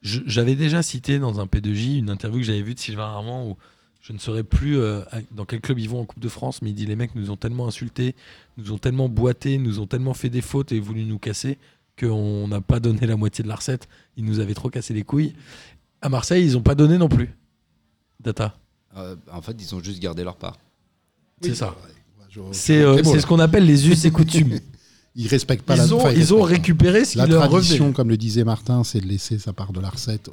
Speaker 4: Je- J'avais déjà cité dans un P2J une interview que j'avais vue de Sylvain Armand où je ne saurais plus euh, à- dans quel club ils vont en Coupe de France, mais il dit les mecs nous ont tellement insultés, nous ont tellement boité, nous ont tellement fait des fautes et voulu nous casser qu'on n'a pas donné la moitié de la recette. Ils nous avaient trop cassé les couilles. À Marseille, ils n'ont pas donné non plus. Data,
Speaker 5: euh, en fait, ils ont juste gardé leur part.
Speaker 4: c'est ça.
Speaker 3: Je-
Speaker 4: C'est
Speaker 3: je-
Speaker 4: euh,
Speaker 3: beau,
Speaker 4: c'est
Speaker 3: là.
Speaker 4: ce qu'on appelle les us et coutumes.
Speaker 3: ils respectent pas
Speaker 4: Ils
Speaker 3: la,
Speaker 4: ont,
Speaker 3: enfin,
Speaker 4: ils ont
Speaker 3: respectent
Speaker 4: récupéré ce qui
Speaker 3: la
Speaker 4: leur
Speaker 3: tradition,
Speaker 4: revenait.
Speaker 3: comme le disait Martin, c'est de laisser sa part de la recette aux,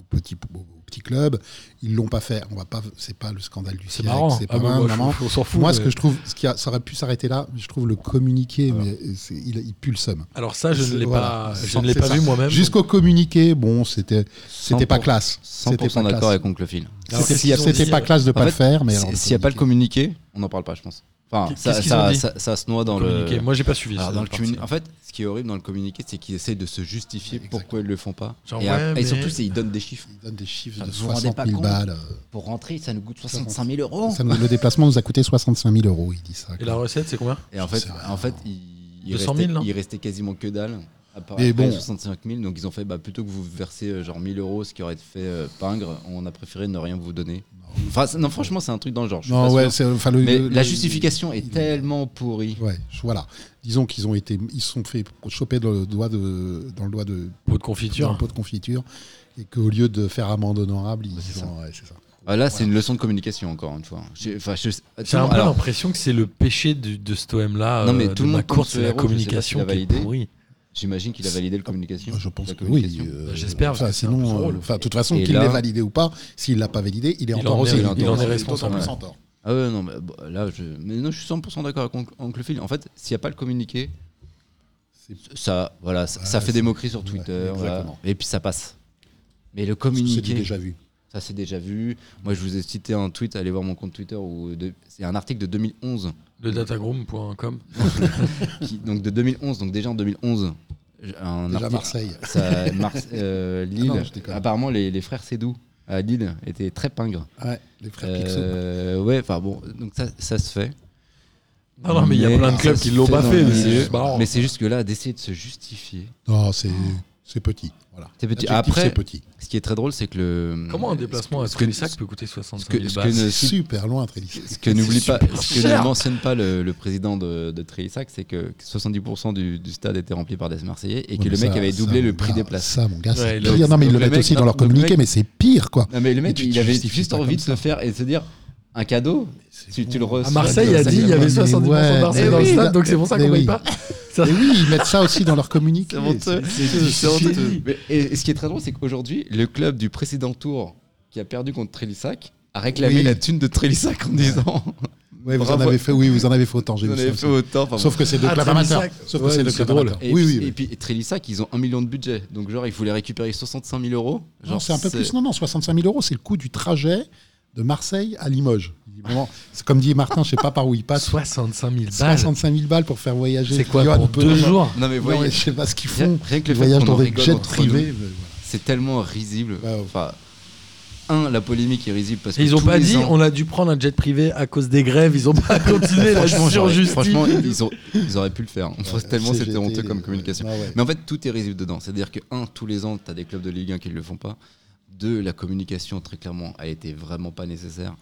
Speaker 3: aux petits, aux petits clubs. Ils l'ont pas fait. On va pas, c'est pas le scandale du
Speaker 4: C'est
Speaker 3: siècle.
Speaker 4: marrant.
Speaker 3: C'est pas
Speaker 4: Ah bah,
Speaker 3: mal,
Speaker 4: moi, je-
Speaker 3: maman.
Speaker 4: on s'en fout.
Speaker 3: Moi,
Speaker 4: mais-
Speaker 3: ce que je trouve, ce qui a- ça aurait pu s'arrêter là, je trouve le communiqué,
Speaker 4: Voilà.
Speaker 3: mais euh, c'est- il, il pue le seum.
Speaker 4: Alors ça, Ah. je ne l'ai
Speaker 3: Voilà.
Speaker 4: pas, je ne l'ai
Speaker 3: C'est
Speaker 4: pas
Speaker 3: ça.
Speaker 4: vu moi-même.
Speaker 3: Jusqu'au communiqué, bon, c'était, c'était pas classe. C'était
Speaker 5: 100%
Speaker 3: pas
Speaker 5: d'accord
Speaker 3: classe.
Speaker 5: avec Oncle Phil.
Speaker 4: Alors,
Speaker 3: C'était
Speaker 4: qu'est-ce qu'ils ont
Speaker 3: c'était
Speaker 4: dit,
Speaker 3: pas
Speaker 4: euh,
Speaker 3: classe de pas le
Speaker 5: fait,
Speaker 3: faire, mais alors,
Speaker 5: Si- S'il n'y a pas le communiqué, on n'en parle pas, je pense. Enfin,
Speaker 4: Qu'est-ce
Speaker 5: ça,
Speaker 4: qu'ils ont
Speaker 5: ça,
Speaker 4: dit
Speaker 5: ça- ça se noie dans
Speaker 4: communiqué.
Speaker 5: le.
Speaker 4: Moi, j'ai pas
Speaker 3: Ah,
Speaker 4: suivi.
Speaker 5: Alors,
Speaker 4: ça,
Speaker 5: dans le
Speaker 4: cette
Speaker 5: communi-
Speaker 4: partie-là.
Speaker 5: En fait, ce qui est horrible dans le communiqué, c'est qu'ils essayent de se justifier
Speaker 3: Exactement.
Speaker 5: pourquoi ils le font pas.
Speaker 4: Genre,
Speaker 5: et,
Speaker 4: ouais,
Speaker 5: après- et
Speaker 4: mais-
Speaker 5: surtout, c'est ils donnent des chiffres.
Speaker 3: Ils donnent des chiffres
Speaker 5: Enfin,
Speaker 3: de
Speaker 5: vous vous rendez
Speaker 3: 60
Speaker 5: pas
Speaker 3: 000
Speaker 5: compte
Speaker 3: balles.
Speaker 5: Pour rentrer, ça nous coûte
Speaker 3: 65
Speaker 5: 000 euros.
Speaker 3: Ça nous- le déplacement nous a coûté 65 000 euros, il dit ça.
Speaker 4: Et la recette, c'est combien
Speaker 5: Et en fait,
Speaker 3: C'est vrai.
Speaker 5: en fait il, il
Speaker 4: 200 000,
Speaker 5: restait,
Speaker 4: non
Speaker 5: il restait quasiment que dalle. À part
Speaker 3: Mais
Speaker 5: après
Speaker 3: bon.
Speaker 5: 65 000, donc ils ont fait bah, plutôt que vous versez euh, genre 1000 euros, ce qui aurait fait euh, pingre, on a préféré ne rien vous donner. Enfin, c'est- non, franchement, c'est un truc dans le genre. je suis
Speaker 3: Non,
Speaker 5: pas
Speaker 3: ouais,
Speaker 5: sûr.
Speaker 3: c'est- enfin, le-
Speaker 5: Mais
Speaker 3: le-
Speaker 5: la
Speaker 3: le-
Speaker 5: justification est
Speaker 3: il-
Speaker 5: tellement pourrie.
Speaker 3: Ouais, je- voilà. Disons qu'ils ont été, ils se sont fait choper dans le doigt de, dans le doigt de,
Speaker 4: Pot de
Speaker 3: dans le
Speaker 4: confiture.
Speaker 3: pot de confiture, et qu'au lieu de faire amende honorable, ils
Speaker 5: Ouais, c'est
Speaker 3: ont, ouais, c'est ça.
Speaker 5: Ah, là, c'est une leçon de communication, encore une fois. J'ai- enfin, je-
Speaker 4: J'ai un peu l'impression que c'est le péché du- de ce toème-là.
Speaker 5: Non, mais
Speaker 4: euh, de
Speaker 5: tout le monde
Speaker 4: Macron,
Speaker 5: compte sur
Speaker 4: c'est la
Speaker 5: Hero, je sais pas
Speaker 4: communication
Speaker 5: s'il
Speaker 4: qui
Speaker 5: a
Speaker 4: est
Speaker 5: validé.
Speaker 4: pourrie.
Speaker 5: J'imagine qu'il a validé le communication.
Speaker 3: Ah, Je pense
Speaker 5: la
Speaker 3: que oui.
Speaker 5: communication.
Speaker 3: euh,
Speaker 4: Bah, j'espère,
Speaker 3: enfin,
Speaker 4: parce que c'est un peu son
Speaker 3: sinon,
Speaker 4: rôle.
Speaker 3: euh, enfin, de toute façon,
Speaker 5: Et
Speaker 3: qu'il
Speaker 5: là-
Speaker 3: l'ait validé ou pas, s'il l'a pas validé, il est
Speaker 4: Il
Speaker 3: en tort
Speaker 4: en est-
Speaker 3: aussi.
Speaker 5: il en est
Speaker 3: d'autant-
Speaker 4: responsable.
Speaker 3: d'autant plus en tort.
Speaker 5: Ah ouais, non, mais bon, là, je, mais non, je suis 100% d'accord avec Oncle- Oncle Phil. En fait, s'il n'y a pas le communiqué,
Speaker 3: C'est-
Speaker 5: ça, voilà, ça,
Speaker 3: Ouais,
Speaker 5: ça fait
Speaker 3: c'est-
Speaker 5: des moqueries sur
Speaker 3: ouais,
Speaker 5: Twitter, voilà.
Speaker 3: exactement.
Speaker 5: et puis ça passe. Mais le
Speaker 3: C'est
Speaker 5: communiqué,
Speaker 3: du déjà vu.
Speaker 5: ça c'est déjà vu. Moi, je vous ai cité un tweet, allez voir mon compte Twitter, où de- c'est un article de 2011.
Speaker 4: Le datagroom.com.
Speaker 5: qui- donc de 2011, donc déjà en 2011. j- Un
Speaker 3: Déjà
Speaker 5: article-
Speaker 3: Marseille.
Speaker 5: ça- Marse- euh, Lille.
Speaker 3: Ah non, je déconne.
Speaker 5: apparemment, les, les frères Sédou à Lille étaient très pingres.
Speaker 3: Ouais, les frères Picsou.
Speaker 5: Euh, ouais, enfin bon, donc ça, ça se fait.
Speaker 4: Non, non, mais il y a plein de clubs
Speaker 5: ça
Speaker 4: qui
Speaker 5: se
Speaker 4: l'ont pas
Speaker 5: dans
Speaker 4: fait.
Speaker 5: le
Speaker 4: mais c'est
Speaker 5: milieu.
Speaker 4: juste
Speaker 3: Oh.
Speaker 4: marrant.
Speaker 5: Mais c'est juste que là, d'essayer de se justifier.
Speaker 3: Non, c'est c'est petit. Voilà.
Speaker 5: C'est petit.
Speaker 3: L'adjectif,
Speaker 5: Après-
Speaker 3: c'est petit.
Speaker 5: Ce qui est très drôle, c'est que le.
Speaker 4: Comment un déplacement à
Speaker 5: ce que-
Speaker 4: Trélissac peut coûter
Speaker 5: ce que-
Speaker 4: 65
Speaker 5: ce
Speaker 4: 000
Speaker 5: que
Speaker 4: balles
Speaker 5: ne-
Speaker 3: C'est super loin, Trélis.
Speaker 5: Ce que n'oublie pas,
Speaker 4: super
Speaker 5: ce que
Speaker 4: cher.
Speaker 5: ne mentionne pas le, le président de, de Trélissac, c'est que 70% du, du stade était rempli par des Marseillais et que le mec avait doublé le prix des places.
Speaker 3: Ça, mon gars,
Speaker 4: Ouais,
Speaker 3: c'est
Speaker 4: le-
Speaker 3: pire. Non, mais ils
Speaker 5: donc
Speaker 3: le
Speaker 5: le
Speaker 3: mettent
Speaker 5: mec-
Speaker 3: aussi dans leur
Speaker 5: donc le
Speaker 3: communiqué,
Speaker 5: mec-
Speaker 3: mais c'est pire, quoi.
Speaker 5: Non mais le mec,
Speaker 3: tu- tu
Speaker 5: il avait
Speaker 3: justifies
Speaker 5: juste
Speaker 3: pas
Speaker 5: envie
Speaker 3: comme
Speaker 5: de se faire et de se dire un cadeau. Si tu le reçois.
Speaker 4: À Marseille, il a
Speaker 5: comme
Speaker 4: dit
Speaker 5: ça,
Speaker 4: il y avait
Speaker 3: Mais
Speaker 4: 70% de
Speaker 3: ouais,
Speaker 4: Marseille
Speaker 3: mais
Speaker 4: dans le
Speaker 3: oui,
Speaker 4: stade,
Speaker 3: mais-
Speaker 4: donc c'est pour ça
Speaker 3: mais
Speaker 4: qu'on paye
Speaker 3: oui.
Speaker 4: pas.
Speaker 3: Et oui, ils mettent ça aussi dans leur communiqué.
Speaker 5: Mais- et, et ce qui est très drôle, c'est qu'aujourd'hui, le club du précédent tour qui a perdu contre Trélissac a réclamé
Speaker 3: Oui.
Speaker 5: la thune de Trélissac en disant
Speaker 3: Ouais, vous en
Speaker 5: Bravo.
Speaker 3: avez fait, oui, vous en avez fait autant. j'ai
Speaker 5: Vous en
Speaker 3: vu
Speaker 5: avez
Speaker 3: ça
Speaker 5: fait
Speaker 3: aussi.
Speaker 5: autant. enfin,
Speaker 3: Sauf que c'est deux
Speaker 4: Ah,
Speaker 3: clubs
Speaker 4: Trélissac.
Speaker 3: amateurs. Sauf que
Speaker 4: Ouais,
Speaker 3: c'est deux
Speaker 4: c'est
Speaker 3: clubs
Speaker 4: drôle.
Speaker 3: amateurs.
Speaker 5: Et,
Speaker 3: Oui,
Speaker 5: puis-
Speaker 3: oui.
Speaker 5: et puis Trélissac, ils ont un million de budget. Donc, genre, il voulaient récupérer 65 000 euros.
Speaker 3: Non,
Speaker 5: Genre,
Speaker 3: c'est un peu plus. Non, non, 65 000 euros, c'est le coût du trajet de Marseille à Limoges. Bon, c'est comme dit Martin, je sais pas par où il passe.
Speaker 4: 65 000 balles.
Speaker 3: 65 000 balles pour faire voyager.
Speaker 4: C'est quoi
Speaker 3: Johan,
Speaker 4: pour
Speaker 3: peu-
Speaker 4: deux jours
Speaker 5: Non, mais
Speaker 3: Non,
Speaker 5: voyez,
Speaker 3: mais je sais pas ce qu'ils
Speaker 5: rien
Speaker 3: font.
Speaker 5: rien que
Speaker 3: Ils
Speaker 5: le fait
Speaker 3: voyagent
Speaker 5: qu'on en
Speaker 3: dans des
Speaker 5: rigole
Speaker 3: jets
Speaker 5: entre
Speaker 3: privés. Bah
Speaker 5: nous, c'est tellement risible.
Speaker 3: Ouais, ouais.
Speaker 5: Enfin, un, la polémique est risible parce que.
Speaker 4: Et ils ont
Speaker 5: tous
Speaker 4: pas
Speaker 5: les
Speaker 4: dit,
Speaker 5: ans-
Speaker 4: on a dû prendre un jet privé à cause des grèves, ils ont pas continué la
Speaker 5: Franchement, j'aurais-
Speaker 4: surjustice.
Speaker 5: franchement, ils, ont- ils auraient pu le faire. Franchement, tellement
Speaker 3: CGT,
Speaker 5: c'était honteux comme
Speaker 3: les-
Speaker 5: communication.
Speaker 3: Ah ouais.
Speaker 5: Mais en fait, tout est risible dedans. C'est-à-dire que, un, tous les ans, tu as des clubs de Ligue 1 qui ne le font pas. Deux, la communication, très clairement, a été vraiment pas nécessaire.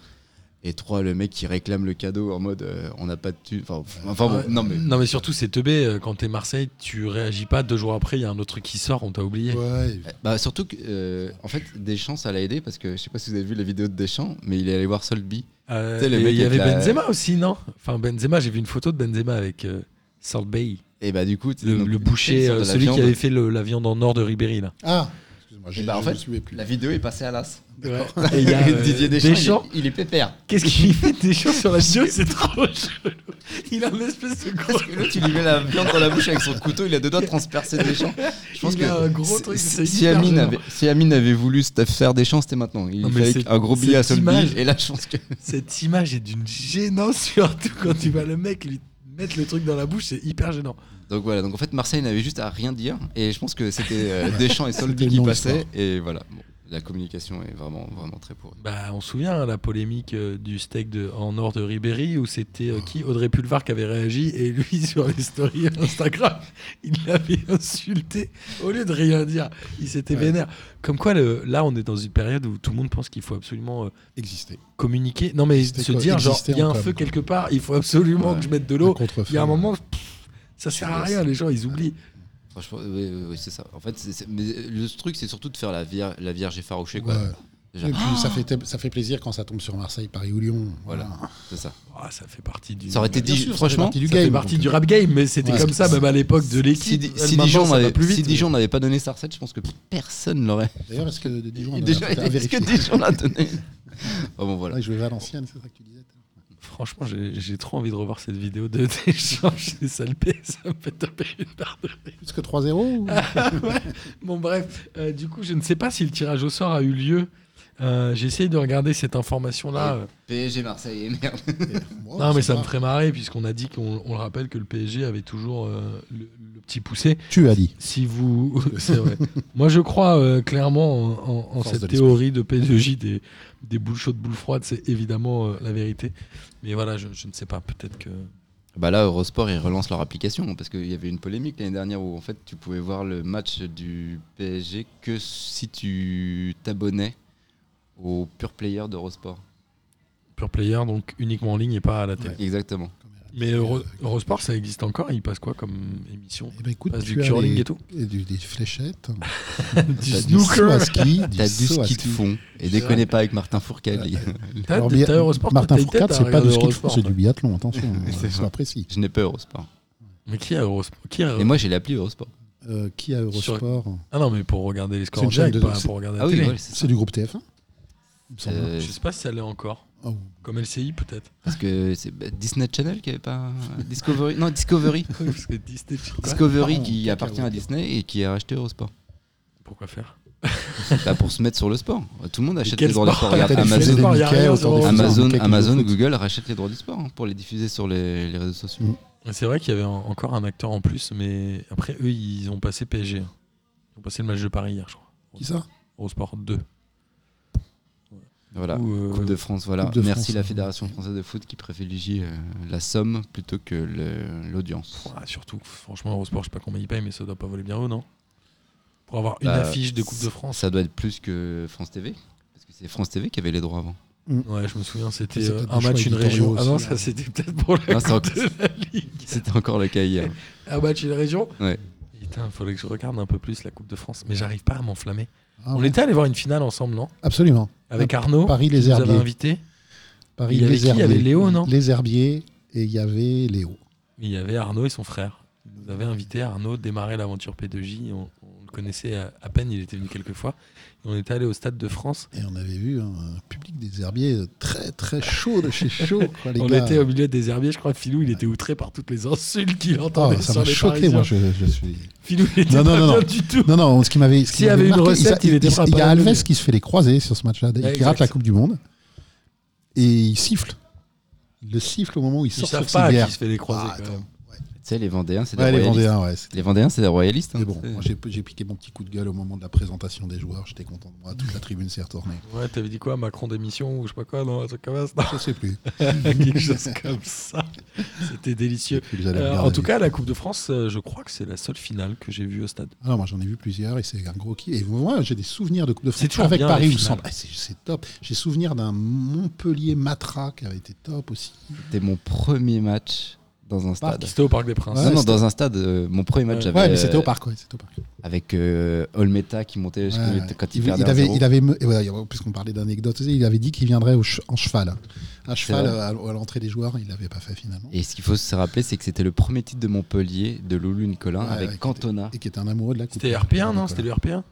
Speaker 5: Et trois, le mec qui réclame le cadeau en mode euh, on n'a pas de thune. Enfin, pff, enfin Ah bon,
Speaker 4: Ouais.
Speaker 5: non mais.
Speaker 4: Non, mais surtout, c'est teubé. euh, Quand t'es Marseille, tu réagis pas. Deux jours après, il y a un autre truc qui sort, on t'a oublié.
Speaker 3: Ouais.
Speaker 5: Bah, surtout que, euh, en fait, Deschamps, ça l'a aidé parce que je sais pas si vous avez vu la vidéo de Deschamps, mais il est allé voir Solby.
Speaker 4: Euh,
Speaker 5: Tu sais, le
Speaker 4: et
Speaker 5: mec
Speaker 4: il y avait
Speaker 5: avec la-
Speaker 4: Benzema aussi, non Enfin, Benzema, j'ai vu une photo de Benzema avec euh, Salt Bay,
Speaker 5: Et bah, du coup, tu sais,
Speaker 4: le,
Speaker 5: donc,
Speaker 4: le boucher,
Speaker 5: il sort de
Speaker 4: euh,
Speaker 5: la
Speaker 4: celui
Speaker 5: viande.
Speaker 4: qui avait fait le- la viande en or de Ribéry, là.
Speaker 3: Ah, excuse-moi,
Speaker 5: Et
Speaker 3: j'ai-
Speaker 5: bah, en
Speaker 3: je
Speaker 5: fait,
Speaker 3: me souviens plus.
Speaker 5: La vidéo est passée à l'as.
Speaker 4: Et il y a, euh,
Speaker 5: Didier Deschamps, il est-
Speaker 4: Deschamps.
Speaker 5: Il, est pépère.
Speaker 4: Qu'est-ce qu'il fait des choses sur la vidéo C'est trop chelou. Il a une espèce de gros.
Speaker 5: Parce que l'autre, il lui met la viande dans la bouche avec son couteau, il a deux doigts transpercés des champs. Je pense
Speaker 4: Il
Speaker 5: que
Speaker 4: a un gros
Speaker 5: si-
Speaker 4: truc,
Speaker 5: si-
Speaker 4: c'est
Speaker 5: si,
Speaker 4: hyper
Speaker 5: Amine
Speaker 4: gênant.
Speaker 5: avait, si Amine avait voulu se faire des champs, c'était maintenant. Il
Speaker 4: Non, mais
Speaker 5: fallait
Speaker 4: c'est-
Speaker 5: un gros billet à
Speaker 4: cette
Speaker 5: Solby.
Speaker 4: image-
Speaker 5: Et là, je pense que.
Speaker 4: Cette image est d'une gênance, surtout quand tu vas le mec lui mettre le truc dans la bouche, c'est hyper gênant.
Speaker 5: Donc voilà, donc en fait, Marseille n'avait juste à rien dire. Et je pense que c'était euh, Deschamps et Solby
Speaker 3: C'était
Speaker 5: qui
Speaker 3: une longue
Speaker 5: passaient. Et voilà. Bon, la communication est vraiment, vraiment très pourrie.
Speaker 4: Bah, on se souvient hein, la polémique euh, du steak de, en or de Ribéry où c'était euh, qui Audrey Pulvar qui avait réagi et lui sur les stories Instagram, il l'avait insulté au lieu de rien dire. Il s'était
Speaker 3: Ouais.
Speaker 4: vénère. Comme quoi, le- là, on est dans une période où tout le monde pense qu'il faut absolument euh,
Speaker 3: Exister.
Speaker 4: communiquer. Non, mais
Speaker 3: Exister
Speaker 4: se
Speaker 3: quoi,
Speaker 4: dire genre,
Speaker 3: exister
Speaker 4: il y a
Speaker 3: en
Speaker 4: un
Speaker 3: com,
Speaker 4: feu
Speaker 3: quoi.
Speaker 4: quelque part, il faut absolument
Speaker 5: Ouais.
Speaker 4: que je mette de
Speaker 3: Le
Speaker 4: l'eau.
Speaker 3: contrefeu.
Speaker 4: Il y a un moment, pff, ça sert à rien, les gens, ils oublient.
Speaker 5: Franchement, oui, oui, oui, c'est ça. En fait, c'est- c'est- mais le truc, c'est surtout de faire la, vier- la vierge effarouchée. Quoi.
Speaker 3: Ouais.
Speaker 5: déjà.
Speaker 3: Et puis ça, fait, ça fait plaisir quand ça tombe sur Marseille, Paris ou Lyon.
Speaker 5: Voilà. C'est ça.
Speaker 4: Ah, ça fait partie du.
Speaker 5: Ça aurait été
Speaker 3: Bien
Speaker 5: dit,
Speaker 3: sûr, ça fait
Speaker 5: franchement,
Speaker 3: partie du
Speaker 4: ça
Speaker 3: game,
Speaker 4: fait partie
Speaker 3: donc,
Speaker 4: du rap game, mais c'était
Speaker 3: Ouais,
Speaker 4: comme ça
Speaker 3: parce que
Speaker 4: même à l'époque de
Speaker 5: si,
Speaker 4: l'équipe.
Speaker 5: Di-
Speaker 4: Même
Speaker 5: si
Speaker 4: maintenant,
Speaker 5: Dijon
Speaker 4: ça va
Speaker 5: n'avait-
Speaker 4: plus
Speaker 5: si
Speaker 4: vite, mais-
Speaker 5: Dijon n'avait pas donné sa recette, je pense que personne l'aurait.
Speaker 3: D'ailleurs, est-ce que de Dijon on a
Speaker 5: Dijon-
Speaker 3: un truc à
Speaker 5: Est-ce que
Speaker 3: vérifier
Speaker 5: Dijon l'a donné Oh, bon, voilà.
Speaker 3: Ouais, Je vais Valenciennes, c'est ça que tu disais.
Speaker 4: Franchement, j'ai j'ai trop envie de revoir cette vidéo de d'échange des salpés. Ça me fait taper une barre de rire.
Speaker 3: Plus que 3-0 ou-
Speaker 5: Ah.
Speaker 4: Bon, bref, euh, du coup, je ne sais pas si le tirage au sort a eu lieu. Euh, J'essaye de regarder cette information-là. euh.
Speaker 5: PSG Marseille, merde.
Speaker 3: Bon,
Speaker 4: non, mais
Speaker 3: Oh, c'est
Speaker 4: ça
Speaker 3: pas-
Speaker 4: me ferait marrer, puisqu'on a dit qu'on on le rappelle que le PSG avait toujours euh, le, le petit poussé.
Speaker 3: Tu as dit.
Speaker 4: Si vous. C'est vrai. Moi, je crois euh, clairement en- en, en
Speaker 3: Force
Speaker 4: cette
Speaker 3: de l'esprit.
Speaker 4: théorie de pédagogie des, des boules chaudes, boules froides. C'est évidemment euh, la vérité. Mais voilà, je, je ne sais pas. Peut-être que.
Speaker 5: Bah là, Eurosport, ils relancent leur application parce qu'il y avait une polémique l'année dernière où en fait tu pouvais voir le match du PSG que si tu t'abonnais au pur player d'Eurosport.
Speaker 4: Pure player, donc uniquement en ligne et pas à la télé.
Speaker 3: Ouais.
Speaker 5: Exactement.
Speaker 4: Mais Euro- Eurosport, ça existe encore. Il passe quoi comme émission
Speaker 3: Eh ben, écoute,
Speaker 4: Il passe du
Speaker 3: tu as
Speaker 4: curling
Speaker 3: les-
Speaker 4: euh, et tout.
Speaker 3: et du- des fléchettes,
Speaker 4: du
Speaker 5: T'as
Speaker 3: du saut à
Speaker 4: snooker.
Speaker 3: ski, du
Speaker 5: T'as du
Speaker 3: saut à
Speaker 5: ski de
Speaker 3: ski.
Speaker 5: fond. Et déconnez pas avec Martin Fourcade, les gars.
Speaker 4: T'as
Speaker 3: Alors,
Speaker 4: t'as
Speaker 3: bien-
Speaker 4: Eurosport.
Speaker 3: Martin
Speaker 4: t'as été,
Speaker 3: Fourcade,
Speaker 4: t'as
Speaker 3: c'est pas
Speaker 4: regardé
Speaker 3: du ski de fond,
Speaker 4: Eurosport,
Speaker 3: c'est
Speaker 4: toi.
Speaker 3: du biathlon, attention,
Speaker 5: C'est
Speaker 3: c'est
Speaker 5: ça.
Speaker 3: pas précis.
Speaker 5: Je n'ai pas Eurosport.
Speaker 4: Mais qui a Eurosport qui a-
Speaker 5: Et moi, j'ai l'appli Eurosport.
Speaker 3: Euh, qui a
Speaker 4: Sur-
Speaker 3: Eurosport
Speaker 4: Ah non, mais pour regarder les scores
Speaker 3: C'est
Speaker 4: en
Speaker 3: une chaîne
Speaker 4: direct,
Speaker 3: de-
Speaker 4: pas
Speaker 3: c'est-
Speaker 4: pour regarder
Speaker 5: Ah
Speaker 4: la
Speaker 5: oui,
Speaker 4: télé.
Speaker 5: ouais, c'est
Speaker 3: C'est
Speaker 5: ça.
Speaker 3: du groupe TF1 il me semble.
Speaker 5: Euh,
Speaker 4: Je sais pas si ça l'est encore.
Speaker 3: Ah, ou-
Speaker 4: Comme LCI peut-être.
Speaker 5: Parce que c'est bah, Disney Channel qui avait pas. euh, Discovery. Non, Discovery.
Speaker 4: Parce que Disney, je sais pas.
Speaker 5: Discovery
Speaker 3: Pardon,
Speaker 5: qui
Speaker 3: caca,
Speaker 5: appartient à
Speaker 3: ouais.
Speaker 5: Disney et qui a racheté Eurosport.
Speaker 4: Pourquoi faire
Speaker 5: Bah, pour se mettre sur le sport. Tout le monde achète
Speaker 4: quel
Speaker 5: les droits de
Speaker 4: sport
Speaker 5: sport. Regarde,
Speaker 3: T'as des
Speaker 5: Amazon,
Speaker 3: filets
Speaker 4: Sport,
Speaker 3: de
Speaker 4: y a
Speaker 3: Mickey
Speaker 4: rien,
Speaker 3: autour
Speaker 4: c'est
Speaker 3: des
Speaker 4: vraiment-
Speaker 3: enfants,
Speaker 5: Amazon,
Speaker 3: quelques
Speaker 5: Amazon
Speaker 3: foot.
Speaker 5: Google rachètent les droits du sport hein, pour les diffuser sur les, les réseaux sociaux.
Speaker 3: Mm.
Speaker 4: C'est vrai qu'il y avait en- encore un acteur en plus, mais après eux, ils ont passé PSG. Ils ont passé le match de Paris hier, je crois.
Speaker 3: Qui ça
Speaker 4: Eurosport 2.
Speaker 5: Voilà.
Speaker 4: Ou, euh,
Speaker 5: Coupe de France, voilà.
Speaker 3: Coupe de
Speaker 5: Merci
Speaker 3: France,
Speaker 5: la
Speaker 3: ouais.
Speaker 5: Fédération française de foot qui privilégie euh, la somme plutôt que le- l'audience.
Speaker 4: Ouais, surtout, franchement, Eurosport, je sais pas combien ils payent, mais ça doit pas voler bien haut, non Pour avoir une
Speaker 5: Bah,
Speaker 4: affiche de Coupe de France.
Speaker 5: Ça doit être plus que France TV. Parce que c'est France TV qui avait les droits avant.
Speaker 4: Ouais, je me souviens, c'était
Speaker 3: C'est
Speaker 4: euh,
Speaker 3: peut-être
Speaker 4: un
Speaker 3: des choix
Speaker 4: match, une
Speaker 3: éditoriaux
Speaker 4: région. Ah
Speaker 3: aussi,
Speaker 4: non,
Speaker 3: là.
Speaker 4: ça c'était peut-être pour la
Speaker 5: Non, c'est
Speaker 4: Coupe de la Ligue.
Speaker 5: C'était encore le cas hier.
Speaker 4: Un match, une région
Speaker 5: Ouais.
Speaker 4: Putain, faudrait que je regarde un peu plus la Coupe de France, mais j'arrive pas à m'enflammer.
Speaker 3: Ah,
Speaker 4: On
Speaker 3: ouais.
Speaker 4: était allé voir une finale ensemble, non
Speaker 3: Absolument.
Speaker 4: Avec Arnaud,
Speaker 3: Paris les
Speaker 4: vous avez
Speaker 3: Herbiers.
Speaker 4: invité.
Speaker 3: Paris
Speaker 4: Il y avait
Speaker 3: les
Speaker 4: qui Il y
Speaker 3: Herbiers.
Speaker 4: avait Léo, non
Speaker 3: Les Herbiers et il y avait Léo.
Speaker 4: Il y avait Arnaud et son frère. Il nous avait invité Arnaud démarrer l'aventure P2J. On, on le connaissait à, à peine, il était venu quelques fois. Et on était allé au Stade de France.
Speaker 3: Et on avait vu un public des Herbiers très très chaud de chez chaud. quoi, les
Speaker 4: on
Speaker 3: gars.
Speaker 4: était au milieu des herbiers, je crois. Philou, il était outré par toutes les insultes qu'il
Speaker 3: Oh,
Speaker 4: entendait
Speaker 3: ça
Speaker 4: sur
Speaker 3: m'a
Speaker 4: les
Speaker 3: choqué,
Speaker 4: Parisiens.
Speaker 3: moi, je, je suis.
Speaker 4: Philou, il était
Speaker 3: Non, non,
Speaker 4: pas
Speaker 3: non,
Speaker 4: bien
Speaker 3: non.
Speaker 4: du tout.
Speaker 3: Non, non, ce qui m'avait. ce qui
Speaker 4: S'il y
Speaker 3: m'avait
Speaker 4: avait une
Speaker 3: marqué,
Speaker 4: recette,
Speaker 3: il,
Speaker 4: il était
Speaker 3: il-
Speaker 4: pas
Speaker 3: il y a
Speaker 4: pas
Speaker 3: Alves
Speaker 4: donné.
Speaker 3: qui se fait les croiser sur ce match-là,
Speaker 4: Ouais,
Speaker 3: qui rate
Speaker 4: exact.
Speaker 3: la Coupe du Monde. Et il siffle. Il le siffle au moment où il
Speaker 4: Ils
Speaker 3: sort
Speaker 4: savent
Speaker 3: sur
Speaker 4: pas à qui
Speaker 3: civière.
Speaker 4: se fait les croiser.
Speaker 3: Ah,
Speaker 4: quand
Speaker 3: attends.
Speaker 4: même.
Speaker 5: Tu sais, les Vendéens, c'est des
Speaker 3: Ouais, les
Speaker 5: royalistes.
Speaker 3: Vendéens, ouais. c'était-
Speaker 5: Les Vendéens, c'est des royalistes. hein.
Speaker 3: Mais bon,
Speaker 5: C'est-
Speaker 3: moi, j'ai j'ai piqué mon petit coup de gueule au moment de la présentation des joueurs. J'étais content de moi. Toute la tribune s'est retournée.
Speaker 4: Ouais, t'avais dit quoi Macron démission ou je sais pas quoi, non, un truc comme ça. Non.
Speaker 3: Je sais plus.
Speaker 4: quelque chose comme ça. C'était délicieux.
Speaker 3: Vous allez
Speaker 4: Euh, en
Speaker 3: regarder.
Speaker 4: tout cas, la Coupe de France, euh, je crois que c'est la seule finale que j'ai vue au stade.
Speaker 3: Alors moi j'en ai vu plusieurs et c'est un gros qui. Et moi j'ai des souvenirs de Coupe de
Speaker 4: C'est
Speaker 3: France
Speaker 4: toujours
Speaker 3: avec
Speaker 4: bien,
Speaker 3: Paris
Speaker 4: les
Speaker 3: ou sans.
Speaker 4: finales.
Speaker 3: Ah, c'est- c'est top. J'ai souvenir d'un Montpellier Matra qui avait été top aussi.
Speaker 5: C'était mon premier match dans un stade.
Speaker 4: Bah, C'était au Parc des Princes.
Speaker 5: non, non,
Speaker 3: c'était-
Speaker 5: dans un stade. euh, mon premier match,
Speaker 4: Ouais.
Speaker 5: j'avais,
Speaker 3: Ouais, mais c'était
Speaker 5: euh,
Speaker 3: au parc, ouais, c'était au parc.
Speaker 5: avec euh, Olmeta qui montait jusqu'au-
Speaker 3: Ouais, ouais.
Speaker 5: quand il,
Speaker 3: il,
Speaker 5: perdait
Speaker 3: il avait,
Speaker 5: 1-0.
Speaker 3: il avait, me- et voilà, puisqu'on parlait d'anecdotes, il avait dit qu'il viendrait au che- en cheval, à cheval euh,
Speaker 5: vrai.
Speaker 3: à, à l'entrée des joueurs, il l'avait pas fait finalement.
Speaker 5: Et ce qu'il faut se rappeler, c'est que c'était le premier titre de Montpellier de Loulou Nicolin
Speaker 3: Ouais,
Speaker 5: avec
Speaker 3: ouais,
Speaker 5: Cantona.
Speaker 3: Et qui était un amoureux de la coupe.
Speaker 4: C'était RP1, non C'était
Speaker 3: Voilà. Ah,
Speaker 4: le RP1